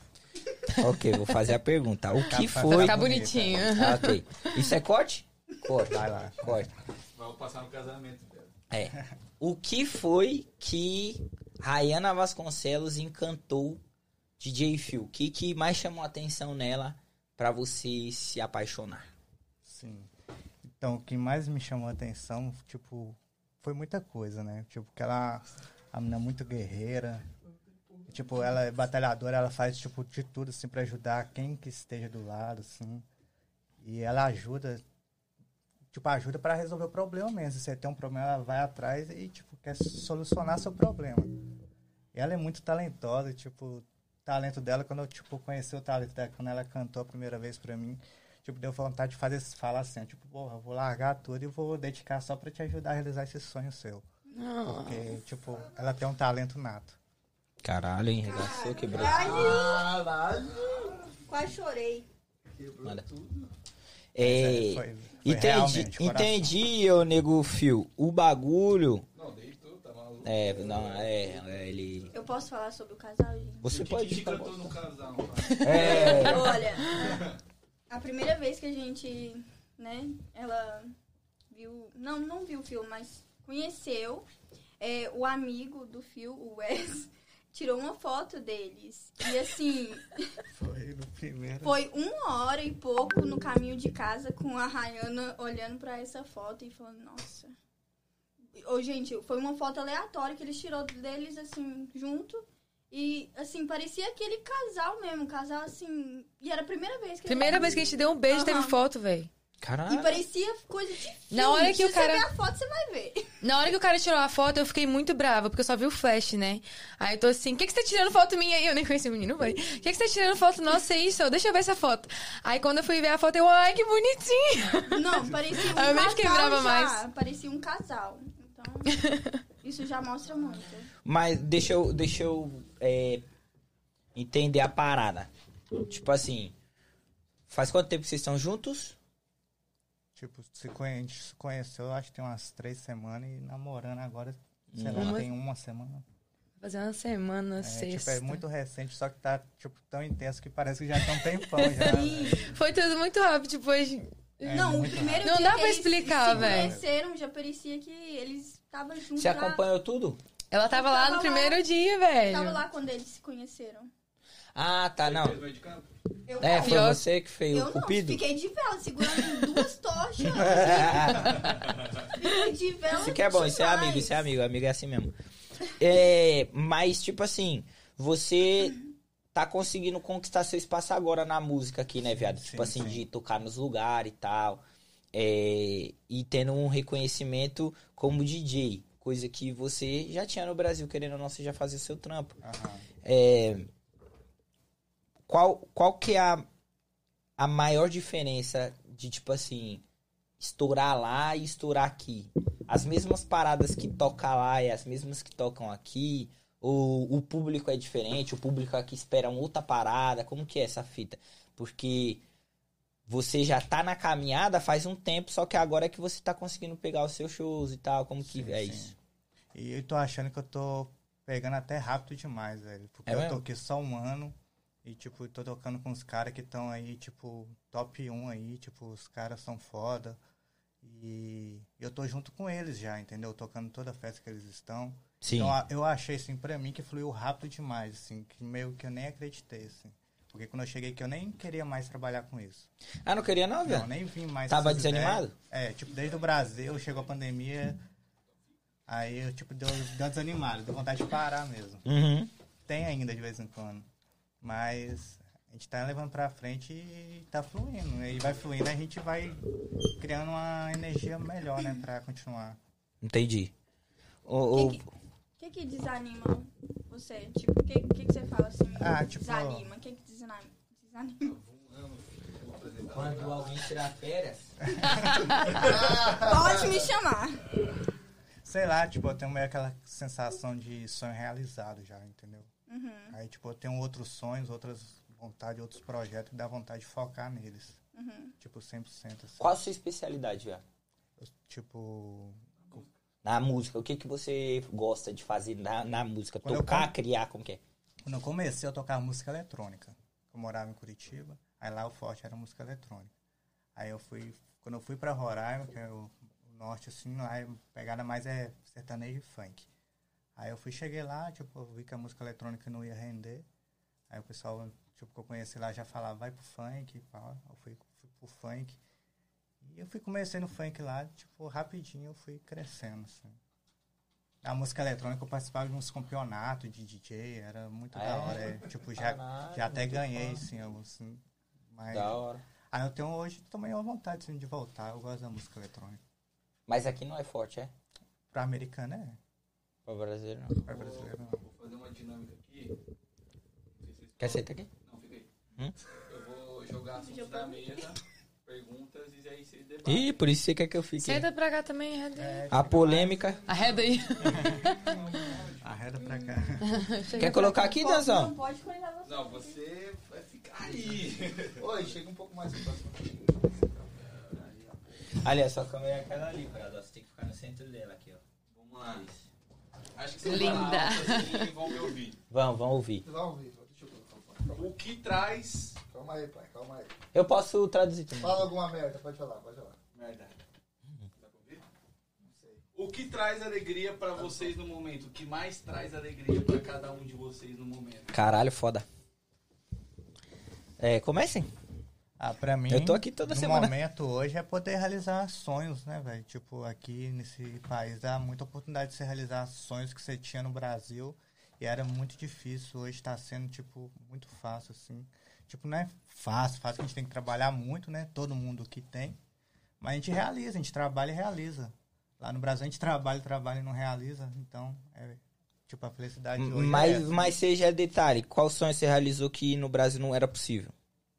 [SPEAKER 2] Ok, vou fazer a pergunta. O que
[SPEAKER 11] Tá-
[SPEAKER 2] foi.
[SPEAKER 10] Tá
[SPEAKER 11] bonito.
[SPEAKER 10] bonitinho.
[SPEAKER 2] Ah, ok. Isso é corte? Corte.
[SPEAKER 11] Vai lá.
[SPEAKER 2] Corte.
[SPEAKER 5] Vamos passar no casamento, velho.
[SPEAKER 2] É. O que foi que Rayana Vasconcelos encantou DJ Phil? O que, que mais chamou a atenção nela pra você se apaixonar?
[SPEAKER 11] Sim. Então, o que mais me chamou a atenção, tipo, foi muita coisa, né? Tipo, que ela, a menina é muito guerreira. Tipo, ela é batalhadora, ela faz, tipo, de tudo, assim, pra ajudar quem que esteja do lado, assim. E ela ajuda, tipo, ajuda pra resolver o problema mesmo. Se você tem um problema, ela vai atrás e, tipo, quer solucionar seu problema. E ela é muito talentosa, tipo, o talento dela, quando eu, tipo, conheci o talento dela, quando ela cantou a primeira vez pra mim, Tipo, deu vontade de fazer, falar assim, tipo, porra, eu vou largar tudo e vou dedicar só pra te ajudar a realizar esse sonho seu. Porque, tipo, ela tem um talento nato.
[SPEAKER 2] Caralho, hein? Regaçou, quebrou.
[SPEAKER 7] Quase chorei.
[SPEAKER 2] Manda. É,
[SPEAKER 11] Foi, foi
[SPEAKER 2] entendi,
[SPEAKER 11] realmente, coração.
[SPEAKER 2] entendi, ô nego Phil. O bagulho. Não, deitou, tá maluco. É, não, é, é, ele.
[SPEAKER 7] Eu posso falar sobre o casal, gente?
[SPEAKER 2] Você pode.
[SPEAKER 5] Que
[SPEAKER 2] ficar
[SPEAKER 5] cantou no casal, lá?
[SPEAKER 2] É,
[SPEAKER 7] Olha, a primeira vez que a gente, né, ela viu, não, não viu o filme, mas conheceu, é, o amigo do Phil, o Wes, tirou uma foto deles. E assim,
[SPEAKER 11] Foi no primeiro.
[SPEAKER 7] foi uma hora e pouco no caminho de casa com a Rayana olhando pra essa foto e falando, nossa. Ô, gente, foi uma foto aleatória que eles tirou deles, assim, junto. E, assim, parecia aquele casal mesmo, um casal, assim... E era a primeira vez que...
[SPEAKER 10] Primeira vez que a gente deu um beijo, teve
[SPEAKER 7] Aham.
[SPEAKER 10] foto, velho.
[SPEAKER 2] caralho.
[SPEAKER 7] E parecia coisa de filme.
[SPEAKER 10] Na hora que
[SPEAKER 7] Se
[SPEAKER 10] o cara.
[SPEAKER 7] você ver a foto, você vai ver.
[SPEAKER 10] Na hora que o cara tirou a foto, eu fiquei muito brava, porque eu só vi o flash, né? Aí eu tô assim, o que, que você tá tirando foto minha aí? Eu nem conheci o menino, vai. O que, que você tá tirando foto nossa aí, só? Deixa eu ver essa foto. Aí quando eu fui ver a foto, eu, ai, que bonitinho!
[SPEAKER 7] Não, parecia um
[SPEAKER 10] Aí eu nem
[SPEAKER 7] casal
[SPEAKER 10] fiquei brava
[SPEAKER 7] já.
[SPEAKER 10] mais.
[SPEAKER 7] Parecia um casal. Então, isso já mostra muito.
[SPEAKER 2] Mas deixa eu, deixa eu é, entender a parada. Tipo assim, faz quanto tempo que vocês estão juntos?
[SPEAKER 11] Tipo, se conhe- a gente se conheceu, eu acho que tem umas três semanas e namorando agora, sei lá,
[SPEAKER 10] Uma-
[SPEAKER 11] tem uma semana.
[SPEAKER 10] Fazer uma semana,
[SPEAKER 11] É, tipo,
[SPEAKER 10] sexta.
[SPEAKER 11] é muito recente, só que tá, tipo, tão intenso que parece que já tem um tempão já. né?
[SPEAKER 10] Foi tudo muito rápido, depois.
[SPEAKER 11] É
[SPEAKER 7] não, o
[SPEAKER 11] muito
[SPEAKER 7] primeiro
[SPEAKER 10] Não
[SPEAKER 7] dia
[SPEAKER 10] dá
[SPEAKER 7] que
[SPEAKER 10] pra
[SPEAKER 7] eles
[SPEAKER 10] explicar,
[SPEAKER 7] se
[SPEAKER 10] velho.
[SPEAKER 7] conheceram, já parecia que eles estavam juntos.
[SPEAKER 2] Você acompanhou tudo?
[SPEAKER 10] Ela tava
[SPEAKER 7] Eu
[SPEAKER 10] lá
[SPEAKER 7] tava
[SPEAKER 10] no
[SPEAKER 7] lá.
[SPEAKER 10] primeiro dia,
[SPEAKER 7] Eu
[SPEAKER 10] velho.
[SPEAKER 7] tava lá quando eles se conheceram.
[SPEAKER 2] Ah, tá, não.
[SPEAKER 7] Eu,
[SPEAKER 2] É,
[SPEAKER 7] não,
[SPEAKER 2] foi
[SPEAKER 10] Pior-
[SPEAKER 2] você que fez o
[SPEAKER 7] eu não,
[SPEAKER 2] cupido?
[SPEAKER 7] fiquei assim. de vela, segurando duas tochas. fiquei de vela tipo,
[SPEAKER 2] Isso que é bom, isso é
[SPEAKER 7] demais.
[SPEAKER 2] amigo, isso é amigo, amigo é assim mesmo. É, mas, tipo assim, você tá conseguindo conquistar seu espaço agora na música aqui, né, viado? tipo
[SPEAKER 11] sim,
[SPEAKER 2] assim,
[SPEAKER 11] sim.
[SPEAKER 2] de tocar nos lugares e tal. É, e tendo um reconhecimento como DJ, coisa que você já tinha no Brasil, querendo ou não, você já fazia o seu trampo.
[SPEAKER 11] Aham.
[SPEAKER 2] Qual, qual que é a, a maior diferença de, tipo assim, estourar lá e estourar aqui? As mesmas paradas que toca lá e as mesmas que tocam aqui? Ou o público é diferente? O público aqui espera uma outra parada? Como que é essa fita? Porque você já tá na caminhada faz um tempo, só que agora é que você tá conseguindo pegar os seus shows e tal. Como que
[SPEAKER 11] Sim,
[SPEAKER 2] é
[SPEAKER 11] sim.
[SPEAKER 2] isso?
[SPEAKER 11] E eu tô achando que eu tô pegando até rápido demais, velho. Porque
[SPEAKER 2] É
[SPEAKER 11] eu
[SPEAKER 2] mesmo?
[SPEAKER 11] tô aqui só um ano e, tipo, tô tocando com os caras que estão aí, tipo, top 1 aí, tipo, os caras são foda. E eu tô junto com eles já, entendeu? Tocando toda a festa que eles estão.
[SPEAKER 2] Sim.
[SPEAKER 11] Então a- eu achei, assim, pra mim que fluiu rápido demais, assim, que meio que eu nem acreditei, assim. Porque quando eu cheguei aqui, eu nem queria mais trabalhar com isso.
[SPEAKER 2] Ah, não queria não,
[SPEAKER 11] Não,
[SPEAKER 2] velho?
[SPEAKER 11] nem vim mais. com
[SPEAKER 2] Tava
[SPEAKER 11] essas ideias.
[SPEAKER 2] desanimado?
[SPEAKER 11] É, tipo, desde o Brasil, chegou a pandemia. Aí eu, tipo, deu, deu desanimado, deu vontade de parar mesmo.
[SPEAKER 2] Uhum.
[SPEAKER 11] Tem ainda de vez em quando. Mas a gente tá levando pra frente e tá fluindo. E vai fluindo, a gente vai criando uma energia melhor, né, pra continuar.
[SPEAKER 2] Entendi. Ou,
[SPEAKER 7] Que que- O que que desanima você? Tipo, o que, que, que você fala assim?
[SPEAKER 11] Ah, tipo-
[SPEAKER 7] Desanima. O que, que desanima? desanima?
[SPEAKER 2] Quando alguém tirar férias,
[SPEAKER 7] Pode me chamar.
[SPEAKER 11] Sei lá, tipo, eu tenho meio aquela sensação de sonho realizado já, entendeu?
[SPEAKER 7] Uhum,
[SPEAKER 11] Aí, tipo, eu tenho outros sonhos, outras vontades, outros projetos que dá vontade de focar neles.
[SPEAKER 7] uhum.
[SPEAKER 11] Tipo, 100%. Assim.
[SPEAKER 2] qual a sua especialidade, Ian?
[SPEAKER 11] Eu, tipo,
[SPEAKER 2] Na música, o que, que você gosta de fazer na, na música?
[SPEAKER 11] Quando eu
[SPEAKER 2] Tocar,
[SPEAKER 11] canto-
[SPEAKER 2] criar, como que é?
[SPEAKER 11] quando eu comecei a tocar música eletrônica, eu morava em Curitiba, aí lá o forte era música eletrônica. Aí eu fui, quando eu fui pra Roraima, que é o, o norte, assim, lá a pegada mais é sertanejo e funk. Aí eu fui, cheguei lá, tipo, eu vi que a música eletrônica não ia render. Aí o pessoal, tipo, que eu conheci lá já falava, vai pro funk, e pá. Eu fui, fui pro funk. E eu fui comecei no funk lá, tipo, rapidinho eu fui crescendo, assim. A música eletrônica eu participava de uns campeonatos de DJ, era muito
[SPEAKER 2] Ah,
[SPEAKER 11] da
[SPEAKER 2] é?
[SPEAKER 11] hora. é. Tipo, já,
[SPEAKER 2] Caralho,
[SPEAKER 11] já até
[SPEAKER 2] muito
[SPEAKER 11] ganhei, né?
[SPEAKER 2] foda.
[SPEAKER 11] sim, alguns. sim. Mas,
[SPEAKER 2] Da hora.
[SPEAKER 11] aí eu tenho hoje também uma vontade, assim, de voltar. Eu gosto da música eletrônica.
[SPEAKER 2] Mas aqui não é forte, é?
[SPEAKER 11] Pra americana é,
[SPEAKER 2] Pra brasileiro, não.
[SPEAKER 11] pra brasileira não.
[SPEAKER 1] Vou fazer uma dinâmica aqui.
[SPEAKER 2] Quer sentar aqui?
[SPEAKER 1] Não, fica aí.
[SPEAKER 2] Hum?
[SPEAKER 1] Eu vou jogar assuntos da mesa, perguntas e aí vocês debatem.
[SPEAKER 2] Ih, por isso você quer que eu fique.
[SPEAKER 13] Senta pra cá também, Reda.
[SPEAKER 11] É.
[SPEAKER 2] A polêmica.
[SPEAKER 13] Arreda aí.
[SPEAKER 11] Arreda Ah, pra cá.
[SPEAKER 2] Quer colocar aqui,
[SPEAKER 7] Pode-
[SPEAKER 2] Danzão?
[SPEAKER 7] Não pode convidar você.
[SPEAKER 1] Não, você vai ficar aí.
[SPEAKER 3] Oi, chega um pouco mais pra cima.
[SPEAKER 2] Aliás, sua câmera é aquela ali, Prado. Você tem que ficar no centro dela aqui, ó.
[SPEAKER 1] Vamos lá. Acho que você
[SPEAKER 13] Linda.
[SPEAKER 1] Assim, e vão me ouvir.
[SPEAKER 2] Vamos, vamos ouvir.
[SPEAKER 3] Dá um vídeo, deixa eu colocar o pai.
[SPEAKER 1] O que traz.
[SPEAKER 3] Calma aí, pai, calma aí.
[SPEAKER 2] Eu posso traduzir também.
[SPEAKER 3] Fala alguma merda, pode falar, pode falar.
[SPEAKER 1] Merda. Dá pra ouvir? O que traz alegria pra vocês no momento? O que mais traz alegria pra cada um de vocês no momento?
[SPEAKER 2] Caralho, foda. É, comecem.
[SPEAKER 11] Ah, pra mim.
[SPEAKER 2] Eu tô aqui toda
[SPEAKER 11] no
[SPEAKER 2] semana.
[SPEAKER 11] momento hoje é poder realizar sonhos, né, velho? Tipo, aqui nesse país dá muita oportunidade de você realizar sonhos que você tinha no Brasil e era muito difícil. Hoje tá sendo, tipo, muito fácil, assim. Tipo, não é fácil, fácil que a gente tem que trabalhar muito, né? Todo mundo que tem. Mas a gente realiza, a gente trabalha e realiza. Lá no Brasil a gente trabalha, trabalha e não realiza. Então, é, tipo, a felicidade de hoje. é
[SPEAKER 2] Mas,
[SPEAKER 11] essa.
[SPEAKER 2] mas seja detalhe, qual sonho você realizou que no Brasil não era possível?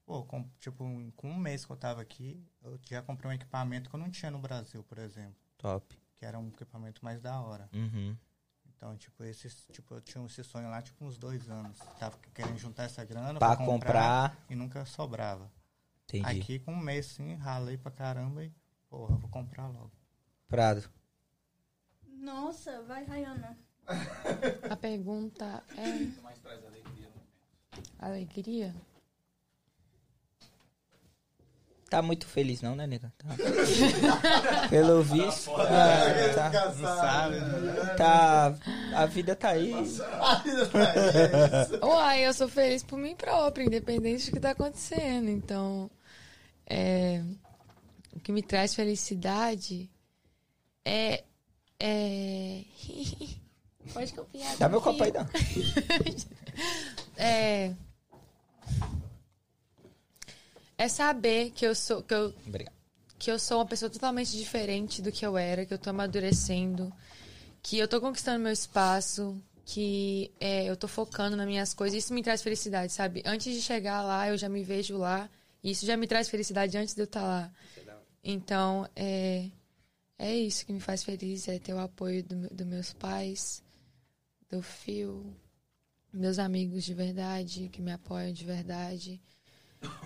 [SPEAKER 11] Pô, com, tipo, um- com um mês que eu tava aqui, eu já comprei um equipamento que eu não tinha no Brasil, por exemplo.
[SPEAKER 2] Top.
[SPEAKER 11] Que era um equipamento mais da hora.
[SPEAKER 2] Uhum.
[SPEAKER 11] Então, tipo, esse, tipo, eu tinha esse sonho lá, tipo, uns dois anos. Tava querendo juntar essa grana
[SPEAKER 2] Pra comprar.
[SPEAKER 11] E nunca sobrava.
[SPEAKER 2] Entendi.
[SPEAKER 11] Aqui, com um mês, sim, ralei pra caramba e, porra, eu vou comprar logo.
[SPEAKER 2] Prado.
[SPEAKER 7] Nossa, vai, Rayana.
[SPEAKER 4] A pergunta é
[SPEAKER 1] mais traz alegria no
[SPEAKER 4] alegria?
[SPEAKER 2] Tá muito feliz não, né, nega? Tá. Pelo visto. ah, tá,
[SPEAKER 11] Não sabe, né?
[SPEAKER 2] tá- A vida tá aí.
[SPEAKER 4] Uai, eu sou feliz por mim própria, independente do que tá acontecendo. Então, é, o que me traz felicidade é. é... Pode copiar.
[SPEAKER 2] Dá meu
[SPEAKER 4] confia.
[SPEAKER 2] copo aí, dá.
[SPEAKER 4] É. É saber que eu sou. Que eu,
[SPEAKER 2] Obrigado.
[SPEAKER 4] que eu sou uma pessoa totalmente diferente do que eu era, que eu tô amadurecendo, que eu tô conquistando meu espaço, que é, eu tô focando nas minhas coisas. Isso me traz felicidade, sabe? Antes de chegar lá, eu já me vejo lá. E isso já me traz felicidade antes de eu estar lá. Então, é, é isso que me faz feliz, é ter o apoio dos do meus pais, do fio, meus amigos de verdade, que me apoiam de verdade.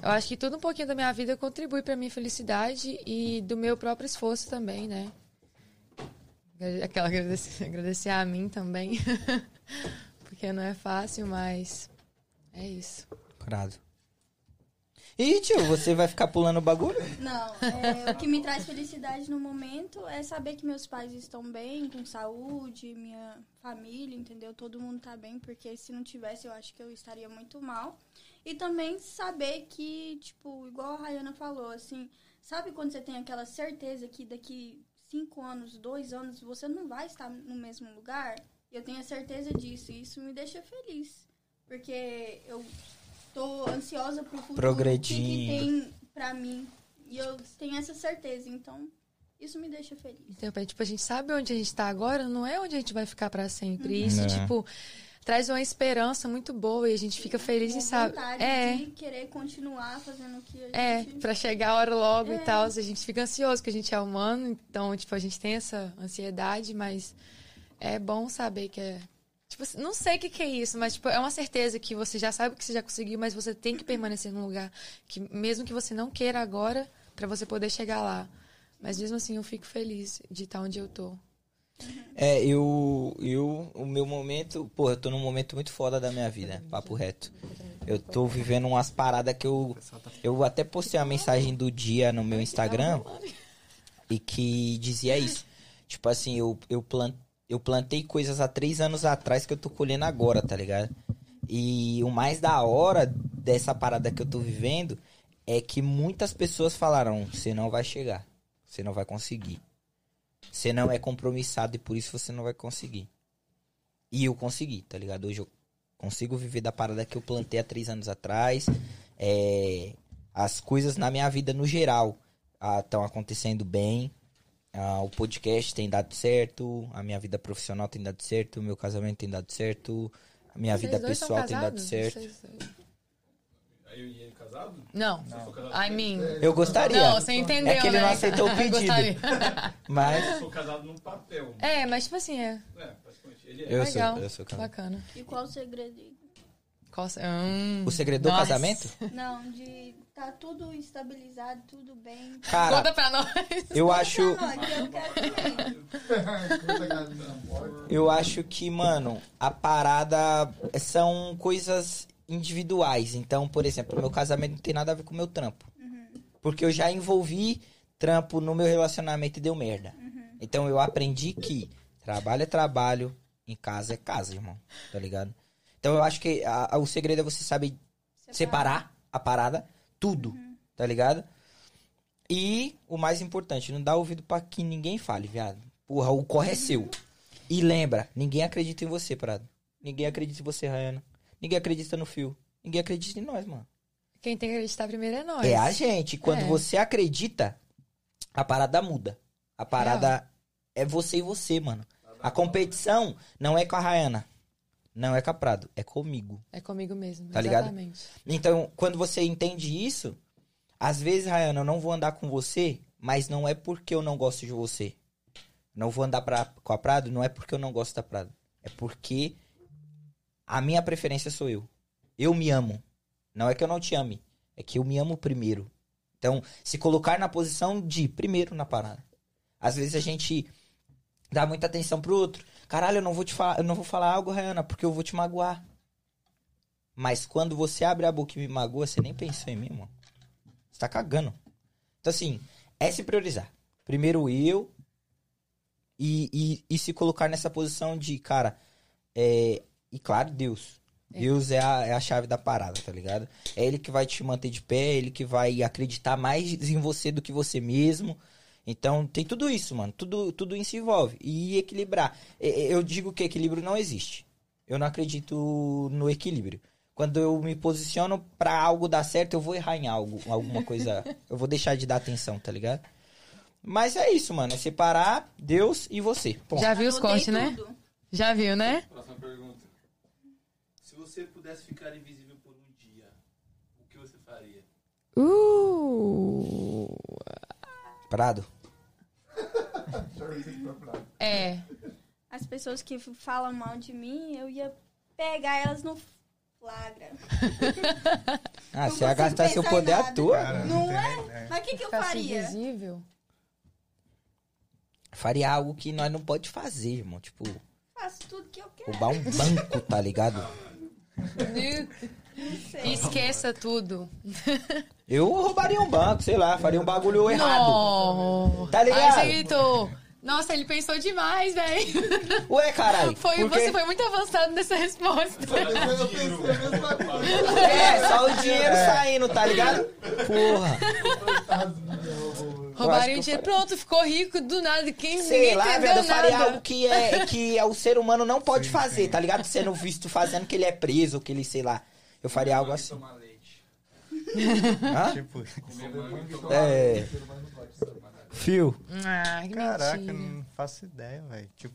[SPEAKER 4] Eu acho que tudo um pouquinho da minha vida contribui para minha felicidade e do meu próprio esforço também, né? Agrade- Aquela agradecer, agradecer a mim também, porque não é fácil, mas é isso.
[SPEAKER 2] Prado. Ih, tio, você vai ficar pulando o bagulho?
[SPEAKER 7] Não, é, o que me traz felicidade no momento é saber que meus pais estão bem, com saúde, minha família, entendeu? Todo mundo tá bem, porque se não tivesse, eu acho que eu estaria muito mal. E também saber que, tipo, igual a Rayana falou, assim, sabe quando você tem aquela certeza que daqui cinco anos, dois anos, você não vai estar no mesmo lugar? Eu tenho a certeza disso, e isso me deixa feliz. Porque eu tô ansiosa pro futuro.
[SPEAKER 2] Progredindo.
[SPEAKER 7] O que, que tem pra mim? E eu tenho essa certeza, então isso me deixa feliz.
[SPEAKER 4] é Então, tipo, a gente sabe onde a gente tá agora, não é onde a gente vai ficar para sempre. E Isso,
[SPEAKER 2] É.
[SPEAKER 4] tipo,
[SPEAKER 10] traz uma esperança muito boa e a gente fica feliz em
[SPEAKER 7] Uma
[SPEAKER 10] saber.
[SPEAKER 7] vontade
[SPEAKER 10] É.
[SPEAKER 7] de querer continuar fazendo o que a
[SPEAKER 10] É,
[SPEAKER 7] gente...
[SPEAKER 10] pra chegar a hora logo
[SPEAKER 7] É.
[SPEAKER 10] e tal, a gente fica ansioso, porque a gente é humano, então, tipo, a gente tem essa ansiedade, mas é bom saber que é. Tipo, assim, não sei o que, que é isso, mas tipo, é uma certeza que você já sabe que você já conseguiu, mas você tem que permanecer num lugar que, mesmo que você não queira agora, pra você poder chegar lá. Mas mesmo assim, eu fico feliz de estar onde eu tô.
[SPEAKER 2] É, eu, eu, o meu momento, porra, eu tô num momento muito foda da minha vida, papo reto. Eu tô vivendo umas paradas que eu, eu até postei uma mensagem do dia no meu Instagram e que dizia isso. Tipo assim, eu, eu, plan, eu plantei coisas há três anos atrás que eu tô colhendo agora, tá ligado? E o mais da hora dessa parada que eu tô vivendo é que muitas pessoas falaram, você não vai chegar, você não vai conseguir. Você não é compromissado e por isso você não vai conseguir. E eu consegui, tá ligado? Hoje eu consigo viver da parada que eu plantei há três anos atrás. É, as coisas na minha vida no geral estão acontecendo bem. Ah, o podcast tem dado certo, a minha vida profissional tem dado certo, o meu casamento tem dado certo, a minha
[SPEAKER 10] Vocês
[SPEAKER 2] vida
[SPEAKER 10] dois são
[SPEAKER 2] pessoal tem dado
[SPEAKER 10] casados?
[SPEAKER 2] certo.
[SPEAKER 10] Vocês dois. Não, I mean.
[SPEAKER 2] Eu gostaria.
[SPEAKER 10] Não, você entendeu.
[SPEAKER 2] É que ele
[SPEAKER 10] né?
[SPEAKER 2] não aceitou o pedido.
[SPEAKER 10] Gostaria.
[SPEAKER 2] Mas
[SPEAKER 5] Sou casado no papel.
[SPEAKER 10] É, mas tipo assim, é
[SPEAKER 2] eu sou,
[SPEAKER 10] Legal.
[SPEAKER 2] eu sou casado.
[SPEAKER 10] bacana.
[SPEAKER 7] E qual o segredo?
[SPEAKER 10] Qual se- hum,
[SPEAKER 2] O segredo do
[SPEAKER 10] nossa.
[SPEAKER 2] casamento?
[SPEAKER 7] Não, de tá tudo estabilizado, tudo bem.
[SPEAKER 2] Cara,
[SPEAKER 11] É.
[SPEAKER 10] Conta pra nós.
[SPEAKER 2] eu acho.
[SPEAKER 7] Não, aqui eu quero também.
[SPEAKER 2] Eu acho que, mano, a parada são coisas individuais. Então, por exemplo, meu casamento não tem nada a ver com o meu trampo. Porque eu já envolvi trampo no meu relacionamento e deu merda. Então eu aprendi que trabalho é trabalho, em casa é casa, irmão. Tá ligado? Então eu acho que a- a- o segredo é você saber
[SPEAKER 7] Tá
[SPEAKER 2] separar a parada, tudo, tá ligado? E o mais importante, não dá ouvido pra que ninguém fale, viado. Porra, o corre é seu. E lembra, ninguém acredita em você, parado. Ninguém acredita em você, Rayana. Ninguém acredita no fio. Ninguém acredita em nós, mano.
[SPEAKER 10] Quem tem que acreditar primeiro é nós.
[SPEAKER 2] É a gente. Quando
[SPEAKER 10] É.
[SPEAKER 2] você acredita, a parada muda. A parada é você e você, mano. A competição não é com a Rayana. Não é com a Prado. É comigo.
[SPEAKER 10] É comigo mesmo.
[SPEAKER 2] Tá ligado?
[SPEAKER 10] exatamente.
[SPEAKER 2] Então, quando você entende isso, às vezes, Rayana, eu não vou andar com você, mas não é porque eu não gosto de você. Não vou andar pra, com a Prado, não é porque eu não gosto da Prado. É porque a minha preferência sou eu. Eu me amo. Não é que eu não te ame, é que eu me amo primeiro. Então, se colocar na posição de primeiro na parada. Às vezes a gente dá muita atenção pro outro. Caralho, eu não vou te falar, eu não vou falar algo, Rayana, porque eu vou te magoar. Mas quando você abre a boca e me magoa, você nem pensou em mim, mano. Você tá cagando. Então, assim, é se priorizar. Primeiro eu e, e, e se colocar nessa posição de, cara, é, e claro, Deus. Deus é a, é a chave da parada, tá ligado? É ele que vai te manter de pé, é ele que vai acreditar mais em você do que você mesmo. Então, tem tudo isso, mano. Tudo, tudo isso envolve. E equilibrar. E- e- Eu digo que equilíbrio não existe. Eu não acredito no equilíbrio. Quando eu me posiciono pra algo dar certo, eu vou errar em algo, alguma coisa. eu vou deixar de dar atenção, tá ligado? Mas é isso, mano. É separar Deus e você. Ponto.
[SPEAKER 10] Já viu os
[SPEAKER 7] Anotei
[SPEAKER 10] cortes, né?
[SPEAKER 7] tudo.
[SPEAKER 10] Já viu, né?
[SPEAKER 5] Próxima pergunta. Se você pudesse ficar invisível por um dia, o que você faria?
[SPEAKER 10] Uh!
[SPEAKER 2] Prado.
[SPEAKER 10] É.
[SPEAKER 7] As pessoas que f- falam mal de mim, eu ia pegar elas no flagra.
[SPEAKER 10] Então
[SPEAKER 2] Ah,
[SPEAKER 7] Não
[SPEAKER 2] você ia
[SPEAKER 7] consigo
[SPEAKER 2] gastar seu
[SPEAKER 7] pensar em
[SPEAKER 2] poder à
[SPEAKER 7] nada.
[SPEAKER 2] toa.
[SPEAKER 11] Cara,
[SPEAKER 7] Não é?
[SPEAKER 11] tem nem ideia.
[SPEAKER 7] Mas o que, que eu
[SPEAKER 10] Ficar assim
[SPEAKER 7] faria?
[SPEAKER 10] invisível.
[SPEAKER 2] Faria algo que nós não pode fazer, irmão. Tipo,
[SPEAKER 7] Faço tudo que eu quero.
[SPEAKER 2] roubar um banco, tá ligado?
[SPEAKER 7] Não sei.
[SPEAKER 10] Esqueça tudo.
[SPEAKER 2] Eu roubaria um banco, sei lá, faria um bagulho errado.
[SPEAKER 10] Não.
[SPEAKER 2] Tá ligado?
[SPEAKER 10] Aí você gritou. Nossa, ele pensou demais, velho.
[SPEAKER 2] Ué, caralho.
[SPEAKER 10] Foi,
[SPEAKER 2] por quê?
[SPEAKER 10] Você foi muito avançado nessa resposta.
[SPEAKER 3] Eu pensei a mesma coisa.
[SPEAKER 2] É, só o dinheiro saindo, tá ligado? Porra.
[SPEAKER 10] Roubaram
[SPEAKER 2] eu
[SPEAKER 10] o dinheiro. Pronto, ficou rico do nada. Quem
[SPEAKER 2] Sei
[SPEAKER 10] ninguém
[SPEAKER 2] lá,
[SPEAKER 10] entendeu
[SPEAKER 2] velho, eu faria
[SPEAKER 10] nada.
[SPEAKER 2] algo que é que é o ser humano não pode fazer, tá ligado? Sendo visto fazendo que ele é preso, que ele, sei lá. Eu faria algo assim. Hã?
[SPEAKER 11] Tipo,
[SPEAKER 2] É. Fio.
[SPEAKER 10] Ah, que
[SPEAKER 11] caraca,
[SPEAKER 10] mentira.
[SPEAKER 11] não faço ideia, velho. Tipo,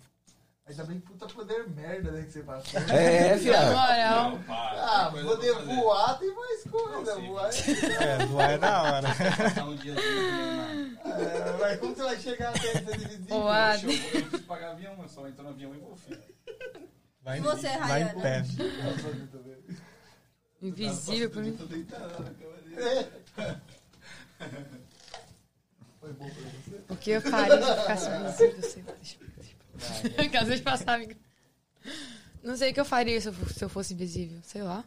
[SPEAKER 3] Ainda bem que puta poder merda, né, que você passou.
[SPEAKER 2] É, fiado.
[SPEAKER 4] Moral.
[SPEAKER 3] Ah, poder voar tem mais coisa, voar é...
[SPEAKER 11] É, voar é da hora.
[SPEAKER 5] Passar um dia
[SPEAKER 3] É, mas como você vai chegar até esse vizinho?
[SPEAKER 4] Voado.
[SPEAKER 5] Eu preciso pagar avião, eu só entro no avião e vou, filho.
[SPEAKER 11] Vai,
[SPEAKER 7] E você,
[SPEAKER 11] vai
[SPEAKER 7] Rayana?
[SPEAKER 11] em pé.
[SPEAKER 3] Tá
[SPEAKER 4] Invisível pra mim.
[SPEAKER 5] né,
[SPEAKER 3] É.
[SPEAKER 4] Porque eu parei de ficar subvisível sempre. Deixa eu ver. Que às vezes passava. em- Não sei o que eu faria se eu fo- se eu fosse invisível. Sei lá.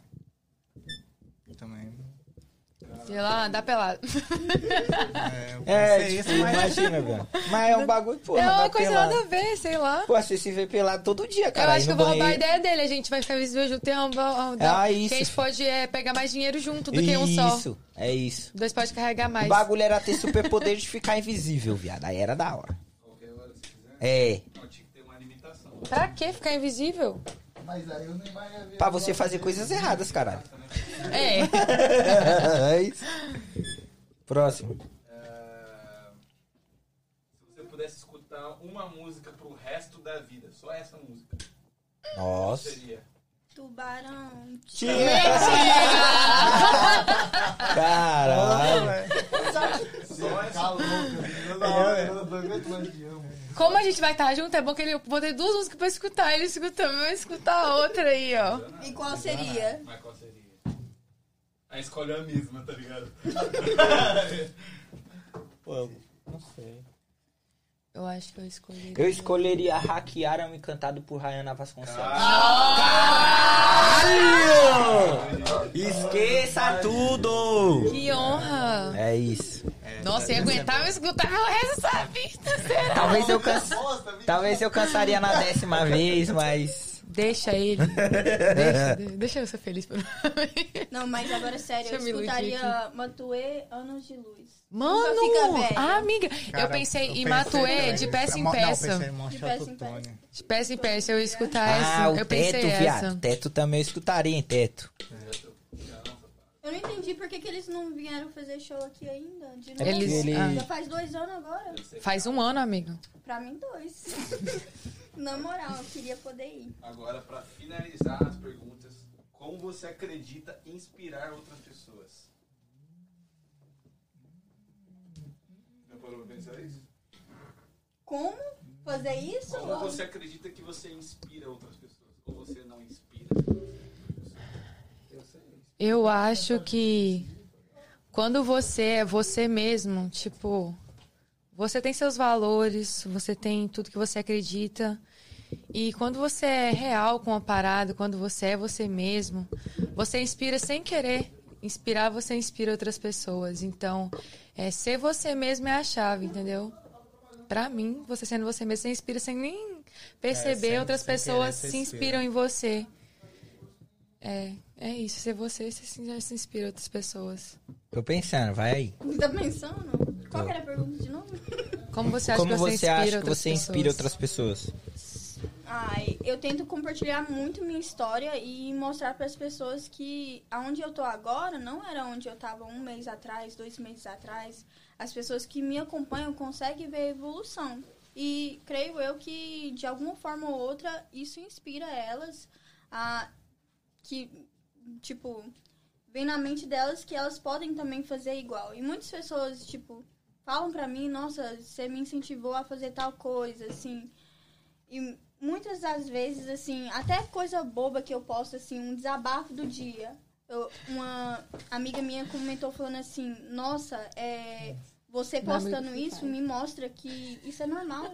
[SPEAKER 11] Também.
[SPEAKER 4] Sei lá, andar pelado.
[SPEAKER 11] É, eu
[SPEAKER 2] É,
[SPEAKER 11] pensei
[SPEAKER 2] tipo,
[SPEAKER 11] isso, mas
[SPEAKER 2] imagina, velho. Mas é um bagulho, porra.
[SPEAKER 4] é uma
[SPEAKER 2] andar
[SPEAKER 4] coisa
[SPEAKER 2] pelado.
[SPEAKER 4] nada a ver, sei lá.
[SPEAKER 2] Pô, você se vê pelado todo dia, cara.
[SPEAKER 4] eu
[SPEAKER 2] aí
[SPEAKER 4] acho que
[SPEAKER 2] no
[SPEAKER 4] eu vou roubar a
[SPEAKER 2] banheiro.
[SPEAKER 4] ideia dele. A gente vai ficar visível junto. Tem um, uma, uma, uma,
[SPEAKER 2] Ah, isso.
[SPEAKER 4] que a gente pode é, pegar mais dinheiro junto do que um só.
[SPEAKER 2] Isso, é isso.
[SPEAKER 4] Dois pode carregar mais.
[SPEAKER 2] O bagulho era ter superpoder de ficar invisível, viado. Aí era da hora. É,
[SPEAKER 4] Pra que ficar invisível?
[SPEAKER 3] Mas aí eu nem mais ia ver.
[SPEAKER 2] pra você fazer coisas erradas, caralho.
[SPEAKER 4] É.
[SPEAKER 2] é isso. Próximo.
[SPEAKER 5] É, Se você pudesse escutar uma música pro resto da vida, só essa música,
[SPEAKER 2] Nossa.
[SPEAKER 5] seria.
[SPEAKER 7] Tubarão.
[SPEAKER 2] Caralho.
[SPEAKER 5] é. Só essa É,
[SPEAKER 3] Tá louco, eu não- eu não- eu não aguento mais de amo.
[SPEAKER 4] Como a gente vai estar junto, é bom que ele. Eu botei duas músicas pra escutar. Ele escuta uma, eu escuta a outra aí, ó.
[SPEAKER 7] E qual seria?
[SPEAKER 5] Mas qual seria? Aí escolhe a mesma, tá ligado?
[SPEAKER 2] Não sei.
[SPEAKER 4] Eu acho que eu escolhi.
[SPEAKER 2] Eu escolheria Hackear é um encantado por Rayana Vasconcelos. Caralho! Esqueça tudo!
[SPEAKER 4] Que honra!
[SPEAKER 2] É isso.
[SPEAKER 4] Nossa, eu ia aguentar eu escutar meu resto da vida, será?
[SPEAKER 2] Talvez eu canse... Talvez eu cansaria na décima vez, mas.
[SPEAKER 4] Deixa ele. deixa, de- deixa eu ser feliz por
[SPEAKER 7] Não, mas agora sério,
[SPEAKER 4] Deixa eu me
[SPEAKER 7] eu
[SPEAKER 4] iludir
[SPEAKER 7] escutaria Matuê Anos de Luz.
[SPEAKER 4] Mano!
[SPEAKER 7] Só fica velho.
[SPEAKER 4] Ah, amiga, eu
[SPEAKER 11] Cara,
[SPEAKER 4] pensei em
[SPEAKER 11] também.
[SPEAKER 4] Matuê Ah, é? de peça em
[SPEAKER 11] Mo-
[SPEAKER 4] peça.
[SPEAKER 11] Não, pensei em
[SPEAKER 7] peça em
[SPEAKER 11] Monstro
[SPEAKER 7] peça.
[SPEAKER 11] Tônia.
[SPEAKER 4] de peça em peça, eu ia escutar
[SPEAKER 2] Ah,
[SPEAKER 4] essa.
[SPEAKER 2] o
[SPEAKER 4] eu pensei
[SPEAKER 2] teto,
[SPEAKER 4] essa.
[SPEAKER 2] viado. Teto também eu escutaria, hein, teto.
[SPEAKER 7] Eu não entendi por que, que eles não vieram fazer show aqui ainda. De novo.
[SPEAKER 4] Eles-
[SPEAKER 2] Ele-
[SPEAKER 4] ah,
[SPEAKER 7] Já faz dois anos agora?
[SPEAKER 4] faz um ano, amigo.
[SPEAKER 7] Pra mim, dois. Na moral, eu queria poder ir.
[SPEAKER 5] Agora, pra finalizar as perguntas, como você acredita inspirar outras pessoas? Já parou pra pensar isso?
[SPEAKER 7] Como fazer isso?
[SPEAKER 5] Como você acredita que você inspira outras pessoas? Ou você não inspira?
[SPEAKER 4] Eu acho que quando você é você mesmo, tipo, você tem seus valores, você tem tudo que você acredita. E quando você é real com a parada, quando você é você mesmo, você inspira sem querer. Inspirar, você inspira outras pessoas. Então, é, ser você mesmo é a chave, entendeu? Pra mim, você sendo você mesmo, você inspira sem nem perceber.
[SPEAKER 11] É, sem-
[SPEAKER 4] outras
[SPEAKER 11] sem querer,
[SPEAKER 4] pessoas
[SPEAKER 11] você
[SPEAKER 4] se inspiram em você. É, é isso. Ser você, você se- já se inspira em outras pessoas.
[SPEAKER 2] Tô pensando, vai aí.
[SPEAKER 7] Tá pensando? Qual que era a pergunta de novo?
[SPEAKER 4] Como você acha
[SPEAKER 2] Como
[SPEAKER 4] que você
[SPEAKER 2] você
[SPEAKER 4] inspira
[SPEAKER 2] acha que
[SPEAKER 4] outras
[SPEAKER 2] você
[SPEAKER 4] pessoas?
[SPEAKER 2] inspira outras pessoas?
[SPEAKER 7] Ai, eu tento compartilhar muito minha história e mostrar para as pessoas que aonde eu tô agora não era onde eu tava um mês atrás, dois meses atrás. As pessoas que me acompanham conseguem ver a evolução. E creio eu que de alguma forma ou outra isso inspira elas a que tipo vem na mente delas que elas podem também fazer igual. E muitas pessoas tipo falam pra mim, nossa, você me incentivou a fazer tal coisa, assim. E muitas das vezes, assim, até coisa boba que eu posto, assim, um desabafo do dia. Eu- uma amiga minha comentou falando assim, nossa, é, você
[SPEAKER 4] Dá meio
[SPEAKER 7] postando
[SPEAKER 4] que
[SPEAKER 7] isso
[SPEAKER 4] vai.
[SPEAKER 7] me mostra que isso é normal.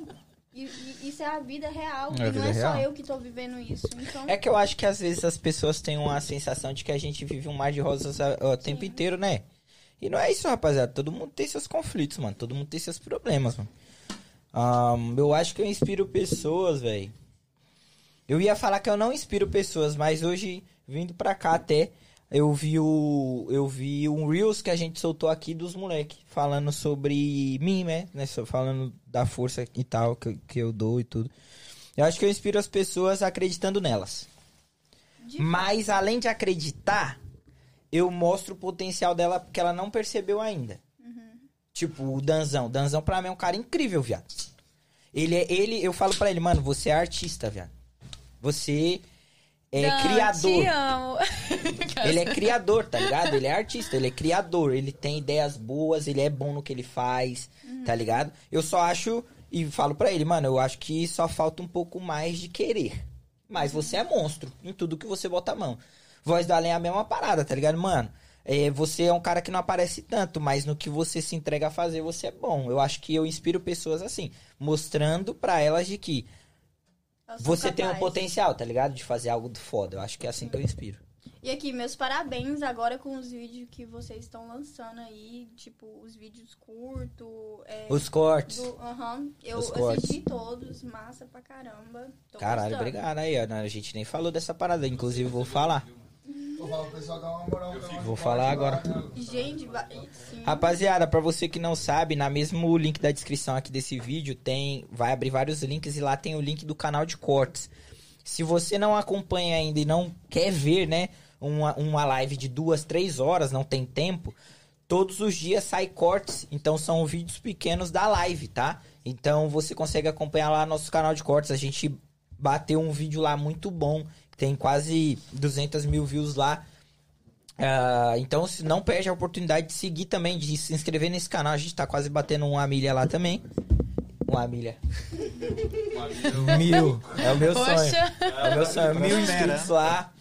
[SPEAKER 7] E, e isso é a vida real.
[SPEAKER 2] É a
[SPEAKER 7] e não
[SPEAKER 2] vida
[SPEAKER 7] é
[SPEAKER 2] real.
[SPEAKER 7] só eu que tô vivendo isso. Então,
[SPEAKER 2] É que eu acho que às vezes as pessoas têm uma sensação de que a gente vive um mar de rosas a- o tempo inteiro, né? E não é isso, rapaziada. Todo mundo tem seus conflitos, mano. Todo mundo tem seus problemas, mano. Ahn, eu acho que eu inspiro pessoas, velho. Eu ia falar que eu não inspiro pessoas, mas hoje, vindo pra cá até, eu vi o. Eu vi um Reels que a gente soltou aqui dos moleques. Falando sobre mim, né? né? so- Falando da força e tal que, eu- que eu dou e tudo. Eu acho que eu inspiro as pessoas acreditando nelas.
[SPEAKER 7] de-
[SPEAKER 2] Mas além de acreditar, eu mostro o potencial dela porque ela não percebeu ainda. Tipo, o Danzão. Danzão pra mim é um cara incrível, viado. Ele é ele, eu falo pra ele, mano, você é artista, viado. Você é
[SPEAKER 4] Dan,
[SPEAKER 2] criador.
[SPEAKER 4] "Ah, Te amo.
[SPEAKER 2] Ele é criador, tá ligado? Ele é artista, ele é criador, ele tem ideias boas, ele é bom no que ele faz, tá ligado? Eu só acho e falo pra ele, mano, eu acho que só falta um pouco mais de querer. Mas você é monstro em tudo que você bota a mão. Voz do Além é a mesma parada, tá ligado, mano? É, você é um cara que não aparece tanto, mas no que você se entrega a fazer, você é bom. Eu acho que eu inspiro pessoas assim, mostrando pra elas de que
[SPEAKER 7] Eu sou
[SPEAKER 2] você tem um
[SPEAKER 7] capaz.
[SPEAKER 2] potencial, tá ligado? De fazer algo do foda. Eu acho que é assim que eu inspiro.
[SPEAKER 7] E aqui, meus parabéns agora com os vídeos que vocês estão lançando aí. Tipo, os vídeos curtos. É,
[SPEAKER 2] Os cortes.
[SPEAKER 7] do- aham. Eu
[SPEAKER 2] Os cortes.
[SPEAKER 7] assisti todos, massa pra caramba. Tô
[SPEAKER 2] Caralho,
[SPEAKER 7] gostando.
[SPEAKER 2] obrigado. Aí, ó, a gente nem falou dessa parada, inclusive vou falar.
[SPEAKER 3] Vou falar pro pessoal dar uma moral. pra nós.
[SPEAKER 2] Vou falar agora.
[SPEAKER 7] Gente, ba- sim.
[SPEAKER 2] Rapaziada, pra você que não sabe, na mesmo link da descrição aqui desse vídeo tem, vai abrir vários links e lá tem o link do canal de cortes. Se você não acompanha ainda e não quer ver, né, uma, uma live de duas, três horas, não tem tempo, todos os dias sai cortes, então são vídeos pequenos da live, tá? Então você consegue acompanhar lá nosso canal de cortes. A gente bateu um vídeo lá muito bom, tem quase 200 mil views lá. Ah, então se não perde a oportunidade de seguir também, de se inscrever nesse canal. A gente tá quase batendo uma milha lá também. Uma milha. Mil. É o meu sonho.
[SPEAKER 8] Poxa,
[SPEAKER 2] É o meu sonho. Mil
[SPEAKER 11] Prospera.
[SPEAKER 2] inscritos lá.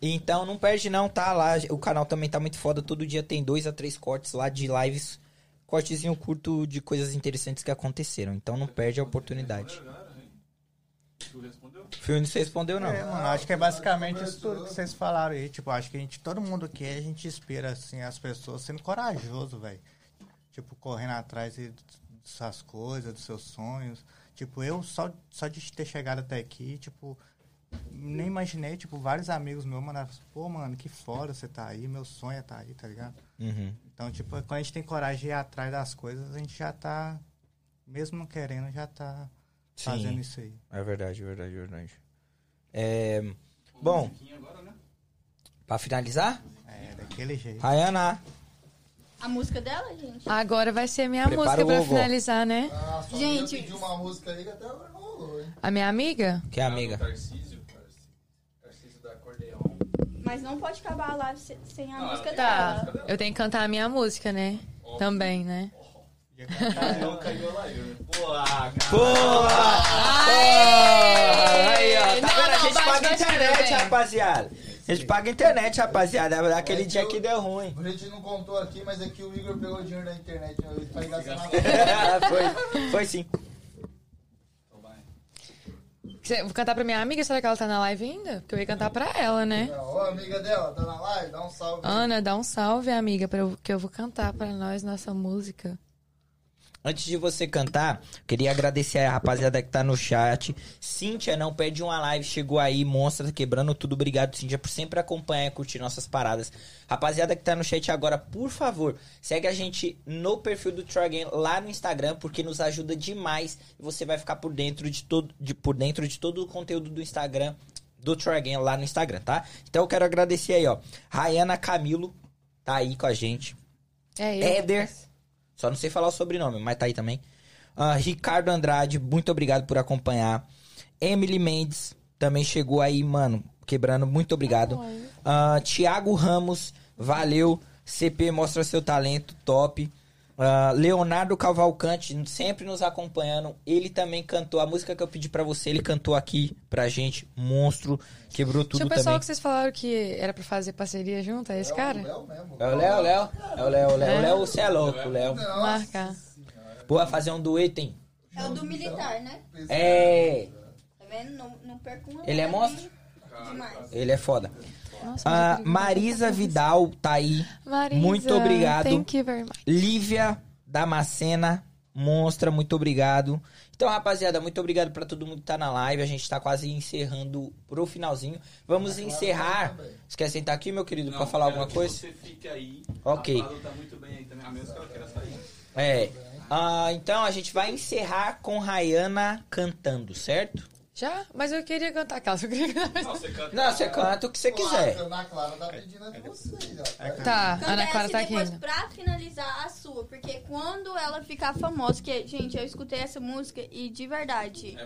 [SPEAKER 2] Então não perde não, tá lá. O canal também tá muito foda. Todo dia tem dois a três cortes lá de lives. Cortezinho curto de coisas interessantes que aconteceram. Então não perde a oportunidade. O filme não se respondeu não.
[SPEAKER 11] É, mano, acho que é basicamente isso tudo que vocês falaram aí. Tipo, acho que a gente, todo mundo aqui, a gente inspira, assim, as pessoas sendo corajoso, velho. Tipo, correndo atrás de, de suas coisas, dos seus sonhos. Tipo, eu só, só de ter chegado até aqui, tipo, nem imaginei, tipo, vários amigos meus mandaram, pô, mano, que foda você tá aí, meu sonho é tá aí, tá ligado?
[SPEAKER 2] Uhum.
[SPEAKER 11] Então, tipo, quando a gente tem coragem de ir atrás das coisas, a gente já tá, mesmo não querendo, já tá
[SPEAKER 2] Sim.
[SPEAKER 11] fazendo isso aí.
[SPEAKER 2] É verdade, é verdade, é verdade. É, Bom. Pra finalizar,
[SPEAKER 11] É, daquele jeito.
[SPEAKER 2] Rayana.
[SPEAKER 7] A música dela, gente?
[SPEAKER 8] agora vai ser minha
[SPEAKER 2] Prepara
[SPEAKER 8] música
[SPEAKER 2] o
[SPEAKER 8] pra
[SPEAKER 2] vovô.
[SPEAKER 8] finalizar, né?
[SPEAKER 3] Ah, sua
[SPEAKER 7] Gente.
[SPEAKER 3] amiga pediu uma música aí que até agora não rolou, hein?
[SPEAKER 8] A minha amiga?
[SPEAKER 2] Que é amiga.
[SPEAKER 7] Mas não pode acabar a live se- sem a música
[SPEAKER 4] é.
[SPEAKER 8] Tá,
[SPEAKER 7] dela.
[SPEAKER 8] eu tenho que cantar a minha música, né? Também, né?
[SPEAKER 2] Boa! Aí, ó. Tá
[SPEAKER 8] Não,
[SPEAKER 2] vendo? A
[SPEAKER 8] não,
[SPEAKER 2] gente
[SPEAKER 8] bate,
[SPEAKER 2] paga
[SPEAKER 8] bate,
[SPEAKER 2] internet,
[SPEAKER 8] bem.
[SPEAKER 2] rapaziada. A gente paga internet, rapaziada. Aquele dia que deu ruim.
[SPEAKER 3] A gente não contou aqui, mas é que o Igor pegou dinheiro da internet. né? Ele tá engraçado.
[SPEAKER 5] assim.
[SPEAKER 2] foi, foi sim.
[SPEAKER 8] Cê- Vou cantar pra minha amiga, será que ela tá na live ainda? Porque eu ia cantar pra ela, né?
[SPEAKER 3] Ó, a amiga dela, tá na live? Dá um salve.
[SPEAKER 8] Ana, dá um salve, amiga, pra eu- que eu vou cantar pra nós nossa música.
[SPEAKER 2] Antes de você cantar, queria agradecer a rapaziada que tá no chat. Cíntia, não perde uma live, chegou aí, monstra, tá quebrando tudo. Obrigado, Cíntia, por sempre acompanhar e curtir nossas paradas. Rapaziada que tá no chat agora, por favor, segue a gente no perfil do Trogan lá no Instagram, porque nos ajuda demais. E você vai ficar por dentro de todo, de- por dentro de todo o conteúdo do Instagram, do Trogan lá no Instagram, tá? Então eu quero agradecer aí, ó. Rayana Camilo tá aí com a gente.
[SPEAKER 8] É eu.
[SPEAKER 2] Éder. Só não sei falar o sobrenome, mas tá aí também. Ah, Ricardo Andrade, muito obrigado por acompanhar. Emily Mendes também chegou aí, mano, quebrando. Muito obrigado. Ah, Tiago Ramos, valeu. CP mostra seu talento, top. Ah, Leonardo Cavalcante, sempre nos acompanhando. Ele também cantou a música que eu pedi pra você. Ele cantou aqui pra gente, monstro. Quebrou tudo
[SPEAKER 8] Tinha o pessoal
[SPEAKER 2] também.
[SPEAKER 8] que vocês falaram que era pra fazer parceria junto, é esse cara?
[SPEAKER 3] Léo mesmo.
[SPEAKER 2] É o Léo, Léo. É o Léo, Léo. Léo, você é louco, Léo.
[SPEAKER 8] Marcar.
[SPEAKER 2] Boa, fazer um dueto, hein?
[SPEAKER 7] É o do militar, né?
[SPEAKER 2] É,
[SPEAKER 7] Tá vendo? Não, não perco uma
[SPEAKER 2] Ele é
[SPEAKER 7] live,
[SPEAKER 2] monstro?
[SPEAKER 7] hein? Demais.
[SPEAKER 2] ele é foda.
[SPEAKER 8] Nossa,
[SPEAKER 2] Ah,
[SPEAKER 8] muito obrigada.
[SPEAKER 2] Marisa Vidal tá aí.
[SPEAKER 8] Marisa,
[SPEAKER 2] muito obrigado.
[SPEAKER 8] Thank you very much.
[SPEAKER 2] Lívia Damascena, monstra, muito obrigado. Então, rapaziada, muito obrigado pra todo mundo que tá na live. A gente tá quase encerrando pro finalzinho. Vamos encerrar. Vocês querem sentar aqui, meu querido, pra falar alguma coisa?
[SPEAKER 5] Você fica aí.
[SPEAKER 2] Ok.
[SPEAKER 5] Paulo tá muito bem aí também, a menos que ela queira sair.
[SPEAKER 2] É. Ah, então a gente vai encerrar com Rayana cantando, certo?
[SPEAKER 4] Já? Mas eu queria cantar aquela. Eu queria cantar mais-
[SPEAKER 2] Não, você canta o que você quiser.
[SPEAKER 3] Ana Clara tá pedindo a de vocês, ó.
[SPEAKER 4] Tá, Ana
[SPEAKER 7] Acontece né,
[SPEAKER 4] Clara tá aqui
[SPEAKER 7] depois
[SPEAKER 4] ainda.
[SPEAKER 7] pra finalizar a sua, porque quando ela ficar famosa, que, gente, eu escutei essa música e de verdade,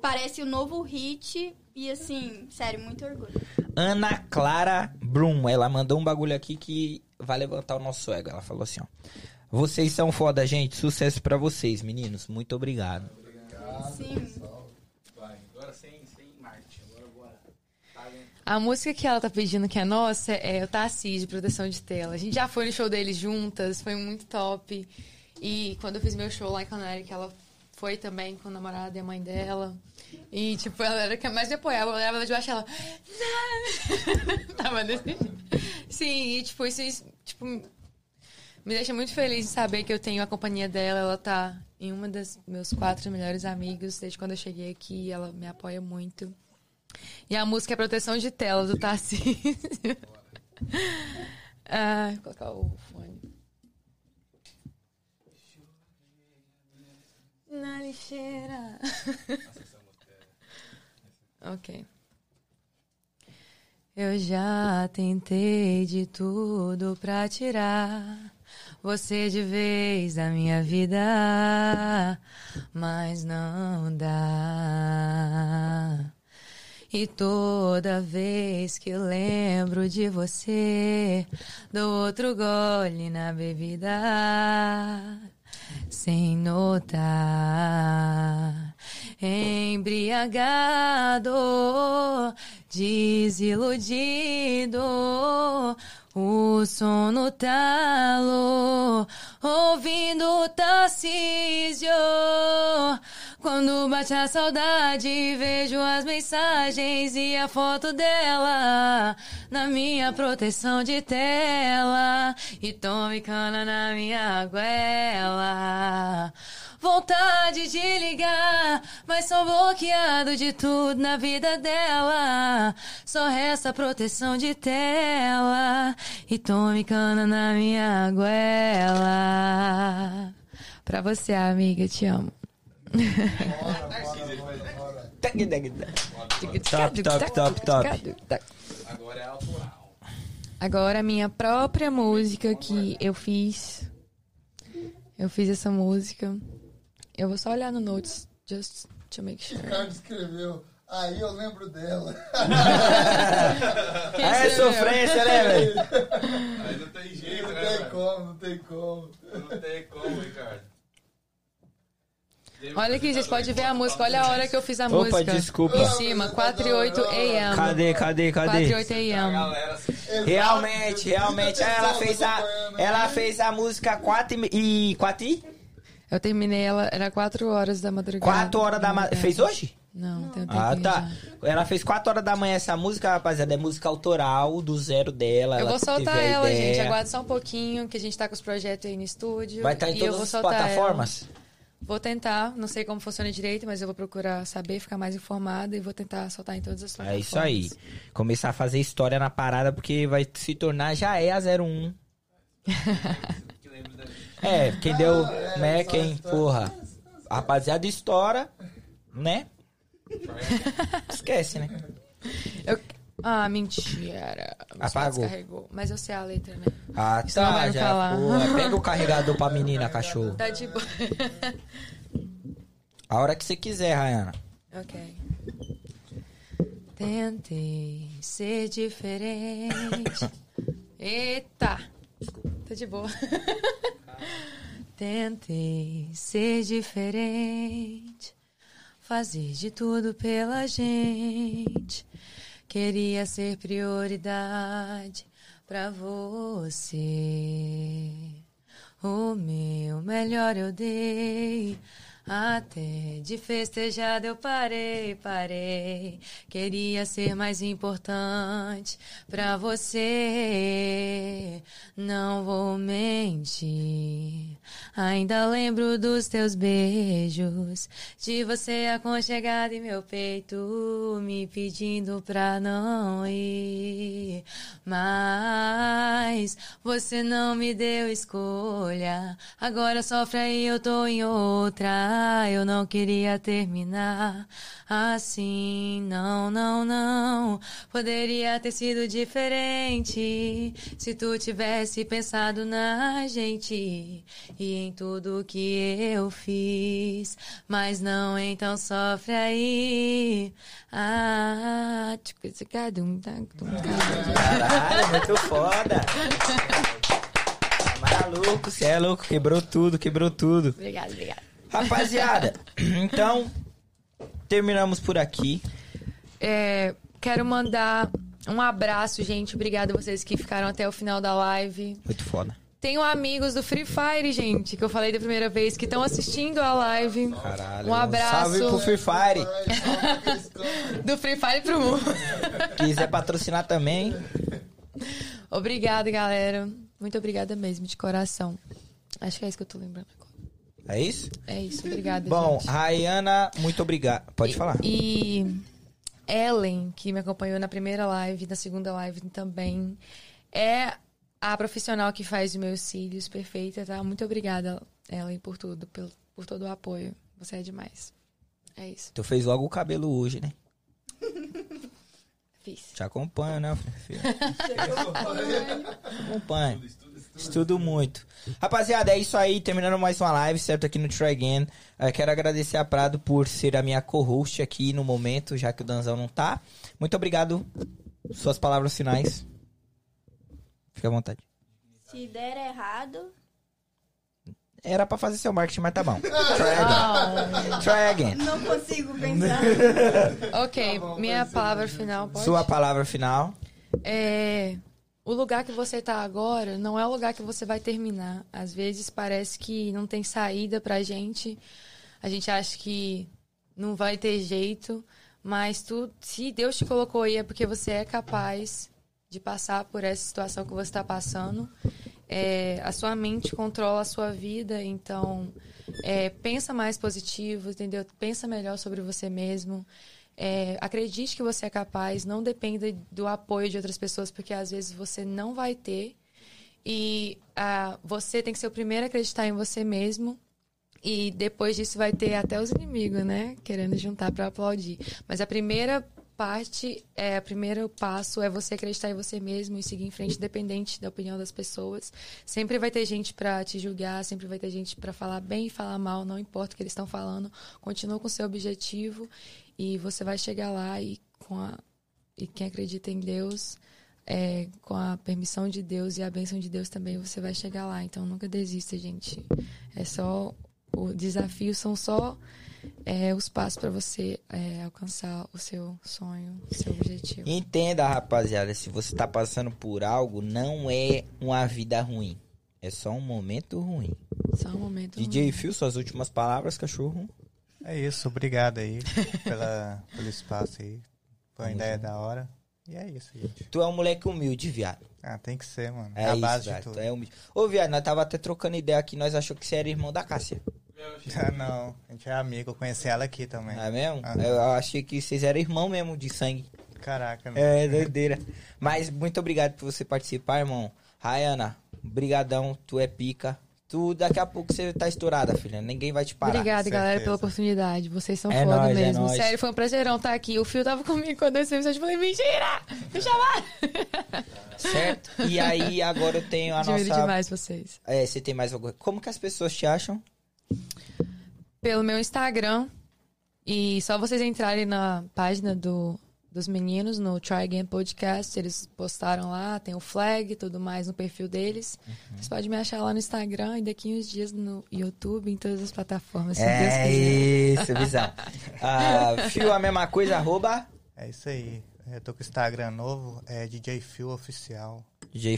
[SPEAKER 7] parece o novo hit e assim, sério, muito orgulho.
[SPEAKER 2] Ana Clara Brum, ela mandou um bagulho aqui que vai levantar o nosso ego. Ela falou assim, ó. Vocês são foda, gente. Sucesso pra vocês, meninos. Muito obrigado.
[SPEAKER 7] Sim.
[SPEAKER 4] A música que ela tá pedindo, que é nossa, é o Tassi, de Proteção de Tela. A gente já foi no show deles juntas, foi muito top. E quando eu fiz meu show lá em Canário, que ela foi também com o namorado e a mãe dela. E, tipo, ela era a que mais me apoiava. Eu olhava ela de baixo e ela... Não! Tava desse jeito. Sim, e, tipo, isso, isso, tipo, me deixa muito feliz de saber que eu tenho a companhia dela. Ela tá em uma das meus quatro melhores amigos desde quando eu cheguei aqui. Ela me apoia muito. E a música é Proteção de Tela, do Tarcísio. ah, vou colocar o fone. Na lixeira. ok. Eu já tentei de tudo pra tirar você de vez da minha vida, mas não dá. E toda vez que lembro de você, dou outro gole na bebida, sem notar. Embriagado, desiludido, o som no talo, ouvindo o Tarcísio. Quando bate a saudade, vejo as mensagens e a foto dela na minha proteção de tela. E tome cana na minha goela. Vontade de ligar, mas sou bloqueado de tudo na vida dela. Só resta proteção de tela e tome cana na minha goela. Pra você, amiga, te amo.
[SPEAKER 2] Top, top, top, top.
[SPEAKER 4] Agora a minha própria música que eu fiz. Eu fiz essa música. Eu vou só olhar no notes, just to make sure.
[SPEAKER 3] O Ricardo escreveu. Aí eu lembro dela.
[SPEAKER 4] Quem
[SPEAKER 2] É
[SPEAKER 4] escreveu?
[SPEAKER 2] sofrência, né, velho?
[SPEAKER 1] Aí não tem jeito,
[SPEAKER 3] Não
[SPEAKER 1] né,
[SPEAKER 3] tem
[SPEAKER 1] velho?
[SPEAKER 3] como, não tem como.
[SPEAKER 1] Não tem como, Ricardo.
[SPEAKER 4] Olha aqui, vocês podem ver a música. Olha a hora que eu fiz a
[SPEAKER 2] Opa,
[SPEAKER 4] música.
[SPEAKER 2] desculpa.
[SPEAKER 4] Em cima, 4 e 8 a.m.
[SPEAKER 2] Cadê, cadê,
[SPEAKER 4] 4 e
[SPEAKER 2] cadê?
[SPEAKER 4] 8 a.m.
[SPEAKER 2] Realmente, realmente. Ah, Ela fez
[SPEAKER 4] é
[SPEAKER 2] a, ela fez a música 4 e... 4 e?
[SPEAKER 4] Eu terminei ela, era 4 horas da madrugada. É.
[SPEAKER 2] 4 horas da manhã. Fez hoje?
[SPEAKER 4] Não, tem um
[SPEAKER 2] Ah,
[SPEAKER 4] tempinho
[SPEAKER 2] tá.
[SPEAKER 4] já.
[SPEAKER 2] Ela fez 4 horas da manhã essa música, rapaziada. É música autoral, do zero dela.
[SPEAKER 4] Eu
[SPEAKER 2] ela
[SPEAKER 4] vou
[SPEAKER 2] teve
[SPEAKER 4] soltar
[SPEAKER 2] a
[SPEAKER 4] ela,
[SPEAKER 2] ideia.
[SPEAKER 4] gente. Aguarda só um pouquinho, que a gente tá com os projetos aí no estúdio.
[SPEAKER 2] Vai estar em
[SPEAKER 4] e eu
[SPEAKER 2] todas
[SPEAKER 4] vou
[SPEAKER 2] as
[SPEAKER 4] soltar ela.
[SPEAKER 2] plataformas?
[SPEAKER 4] Vou tentar, não sei como funciona direito, mas eu vou procurar saber, ficar mais informada e vou tentar soltar em todas as
[SPEAKER 2] É
[SPEAKER 4] plataformas.
[SPEAKER 2] isso aí. Começar a fazer história na parada, porque vai se tornar já é a 01. é, quem deu, né, quem, porra. Rapaziada, estoura, né? Esquece, né?
[SPEAKER 4] Eu- Ah, mentira. Mas
[SPEAKER 2] Apagou.
[SPEAKER 4] Descarregou. Mas eu sei a letra, né?
[SPEAKER 2] Ah,
[SPEAKER 4] Isso não vai
[SPEAKER 2] tá,
[SPEAKER 4] me
[SPEAKER 2] já,
[SPEAKER 4] calar.
[SPEAKER 2] porra. Pega o carregador pra menina, cachorro.
[SPEAKER 4] Tá de boa.
[SPEAKER 2] A hora que você quiser, Rayana.
[SPEAKER 4] ok. Tentei ser diferente. Eita! Tá de boa. Tentei ser diferente. Fazer de tudo pela gente. Queria ser prioridade pra você. O meu melhor eu dei. Até de festejada eu parei, parei. Queria ser mais importante pra você. Não vou mentir. Ainda lembro dos teus beijos, de você aconchegada em meu peito, me pedindo pra não ir. Mas você não me deu escolha. Agora sofre e eu tô em outra. Ah, eu não queria terminar assim, não, não, não. Poderia ter sido diferente se tu tivesse pensado na gente e em tudo que eu fiz. Mas não, então sofre aí. Ah, tchucu, tchucadum, tacadum, tacadum.
[SPEAKER 2] Caralho, muito foda. Maluco, você é louco, quebrou tudo, quebrou tudo.
[SPEAKER 4] Obrigada, obrigada.
[SPEAKER 2] Rapaziada, então terminamos por aqui.
[SPEAKER 4] É, quero mandar um abraço, gente. Obrigada a vocês que ficaram até o final da live.
[SPEAKER 2] Muito foda.
[SPEAKER 4] Tenho amigos do Free Fire, gente, que eu falei da primeira vez, que estão assistindo a live.
[SPEAKER 2] Caralho.
[SPEAKER 4] Um abraço.
[SPEAKER 2] Salve pro Free Fire.
[SPEAKER 4] Do Free Fire pro mundo.
[SPEAKER 2] Quiser patrocinar também.
[SPEAKER 4] Obrigada, galera. Muito obrigada mesmo, de coração. Acho que é isso que eu tô lembrando agora.
[SPEAKER 2] É isso?
[SPEAKER 4] É isso, obrigada.
[SPEAKER 2] Bom, ah.
[SPEAKER 4] gente.
[SPEAKER 2] Rayana, muito obrigado. Pode falar.
[SPEAKER 4] E Ellen, que me acompanhou na primeira live, na segunda live também, é a profissional que faz os meus cílios, perfeita, tá? Muito obrigada, Ellen, por tudo, pelo- por todo o apoio. Você é demais. É isso.
[SPEAKER 2] Tu fez logo o cabelo hoje, né?
[SPEAKER 4] Fiz.
[SPEAKER 2] Te acompanho, né, filho? Te acompanho. Estudo muito. Rapaziada, é isso aí. Terminando mais uma live, certo? Aqui no Try Again. Eh, quero agradecer a Prado por ser a minha co-host aqui no momento, já que o Danzão não tá. Muito obrigado. Suas palavras finais. Fique à vontade.
[SPEAKER 7] Se der errado,
[SPEAKER 2] Era pra fazer seu marketing, mas tá bom.
[SPEAKER 4] Não.
[SPEAKER 2] Try again.
[SPEAKER 7] não consigo pensar.
[SPEAKER 4] ok, minha palavra final pode?
[SPEAKER 2] Sua palavra final.
[SPEAKER 4] É, o lugar que você tá agora não é o lugar que você vai terminar. Às vezes parece que não tem saída pra gente. A gente acha que não vai ter jeito, mas tu, se Deus te colocou aí é porque você é capaz de passar por essa situação que você está passando. É, a sua mente controla a sua vida, então é, pensa mais positivo, entendeu? Pensa melhor sobre você mesmo. É, acredite que você é capaz, não dependa do apoio de outras pessoas, porque às vezes você não vai ter. E ah, você tem que ser o primeiro a acreditar em você mesmo. E depois disso vai ter até os inimigos, né? Querendo juntar para aplaudir. Mas a primeira parte, é, o primeiro passo é você acreditar em você mesmo e seguir em frente, independente da opinião das pessoas. Sempre vai ter gente para te julgar, sempre vai ter gente para falar bem e falar mal, não importa o que eles estão falando. Continua com o seu objetivo e você vai chegar lá e com a e quem acredita em Deus, é, com a permissão de Deus e a bênção de Deus também, você vai chegar lá. Então nunca desista, gente. É só o desafio são só é, os passos para você é, alcançar o seu sonho, o seu objetivo.
[SPEAKER 2] Entenda, rapaziada, se você tá passando por algo, não é uma vida ruim. É só um momento ruim.
[SPEAKER 4] Só um
[SPEAKER 11] Então
[SPEAKER 4] momento.
[SPEAKER 2] DJ Phil, suas últimas palavras, cachorro.
[SPEAKER 11] É isso, obrigado aí pela, pelo espaço aí. Foi uma ideia da hora. E é isso, gente.
[SPEAKER 2] Tu é um moleque humilde, viado.
[SPEAKER 11] Ah, tem que ser, mano. É,
[SPEAKER 2] É
[SPEAKER 11] a
[SPEAKER 2] isso,
[SPEAKER 11] base
[SPEAKER 2] viado.
[SPEAKER 11] de tudo.
[SPEAKER 2] Tu é humilde. Ô, viado, nós tava até trocando ideia aqui, nós achou que você era irmão da Cássia.
[SPEAKER 11] Ah, não, a gente é amigo, eu conheci ela aqui também.
[SPEAKER 2] Não é mesmo?
[SPEAKER 11] Ah.
[SPEAKER 2] Eu achei que vocês eram irmão mesmo de sangue.
[SPEAKER 11] Caraca, né?
[SPEAKER 2] É, doideira. Mas muito obrigado por você participar, irmão. Rayana, brigadão, tu é pica. Tu, daqui a pouco você tá estourada, filha. Ninguém vai te parar.
[SPEAKER 4] Obrigada,
[SPEAKER 11] certeza.
[SPEAKER 4] galera, pela oportunidade. Vocês são
[SPEAKER 2] É
[SPEAKER 4] foda
[SPEAKER 2] nóis, é
[SPEAKER 4] mesmo.
[SPEAKER 2] nóis.
[SPEAKER 4] Sério, foi um prazerão estar aqui. O Fio tava comigo quando eu recebi mensagem. Eu falei, mentira! Me chamaram!
[SPEAKER 2] Certo? E aí, agora eu tenho a
[SPEAKER 4] Admiro
[SPEAKER 2] Tá nossa
[SPEAKER 4] demais vocês.
[SPEAKER 2] É, você tem mais alguma Como que as pessoas te acham?
[SPEAKER 4] pelo meu Instagram. E só vocês entrarem na página do, dos meninos no Try Again Podcast. Eles postaram lá, tem o flag e tudo mais no perfil deles.
[SPEAKER 2] Uhum.
[SPEAKER 4] Vocês podem me achar lá no Instagram e daqui uns dias no YouTube, em todas as plataformas, se Deus
[SPEAKER 2] é
[SPEAKER 4] quiser.
[SPEAKER 2] isso, bizarro. Ah, fio a mesma coisa, arroba
[SPEAKER 11] É isso aí. Eu tô com o Instagram novo, é DJ Phil Oficial.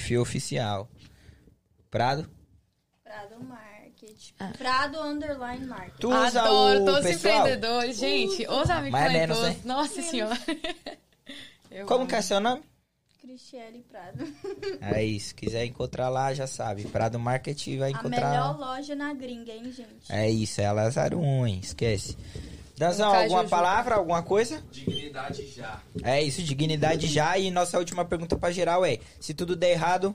[SPEAKER 2] Fio Oficial. Prado?
[SPEAKER 7] Prado Market.
[SPEAKER 4] Ah.
[SPEAKER 7] Prado Underline Market.
[SPEAKER 2] Tu usa
[SPEAKER 4] Adoro
[SPEAKER 2] o
[SPEAKER 4] todos os
[SPEAKER 2] pessoal? Uh, ah,
[SPEAKER 4] empreendedores, gente. Os amigos
[SPEAKER 2] Mais menos, né?
[SPEAKER 4] talentosos. Nossa senhora. Eu
[SPEAKER 2] Como
[SPEAKER 4] amo.
[SPEAKER 2] que é seu nome?
[SPEAKER 7] Cristiane Prado.
[SPEAKER 2] É isso, quiser encontrar lá, já sabe. Prado Market vai
[SPEAKER 7] A
[SPEAKER 2] encontrar
[SPEAKER 7] melhor
[SPEAKER 2] lá.
[SPEAKER 7] loja na gringa, hein, gente?
[SPEAKER 2] É isso, é Lazarun, esquece. Danzão,
[SPEAKER 4] Caju,
[SPEAKER 2] alguma
[SPEAKER 4] Ju.
[SPEAKER 2] palavra, alguma coisa?
[SPEAKER 14] Dignidade já.
[SPEAKER 2] É isso, dignidade já. E nossa última pergunta pra geral é: se tudo der errado,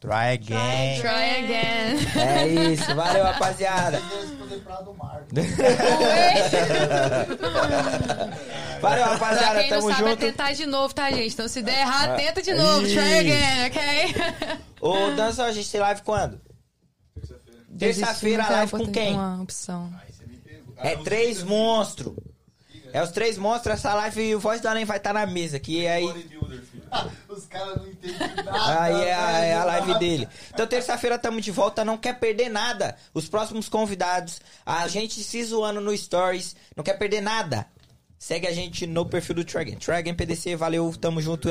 [SPEAKER 11] Try again.
[SPEAKER 8] Try again.
[SPEAKER 2] É isso, valeu, rapaziada.
[SPEAKER 3] Eu responder pra do Marco.
[SPEAKER 2] Valeu,
[SPEAKER 8] Pra
[SPEAKER 2] rapaziada,
[SPEAKER 8] quem não
[SPEAKER 2] tamo
[SPEAKER 8] sabe, é
[SPEAKER 2] junto.
[SPEAKER 8] tentar de novo, tá, gente? Então se der errado, tenta de novo. Try again, ok?
[SPEAKER 2] Ô, Dança, a gente tem live quando? Terça-feira,
[SPEAKER 8] Desistir nunca é
[SPEAKER 2] live com
[SPEAKER 8] importante,
[SPEAKER 2] quem?
[SPEAKER 8] Uma opção.
[SPEAKER 2] É três monstros. É os três monstros, essa live e o Voz do Além vai estar na mesa, que aí,
[SPEAKER 3] Os caras não entendem nada.
[SPEAKER 2] aí é, a, é a
[SPEAKER 3] velho.
[SPEAKER 2] live dele. Então terça-feira estamos de volta, não quer perder nada. Os próximos convidados, a gente se zoando no Stories, não quer perder nada. Segue a gente no perfil do Tragen. Tragen PDC, valeu, tamo junto.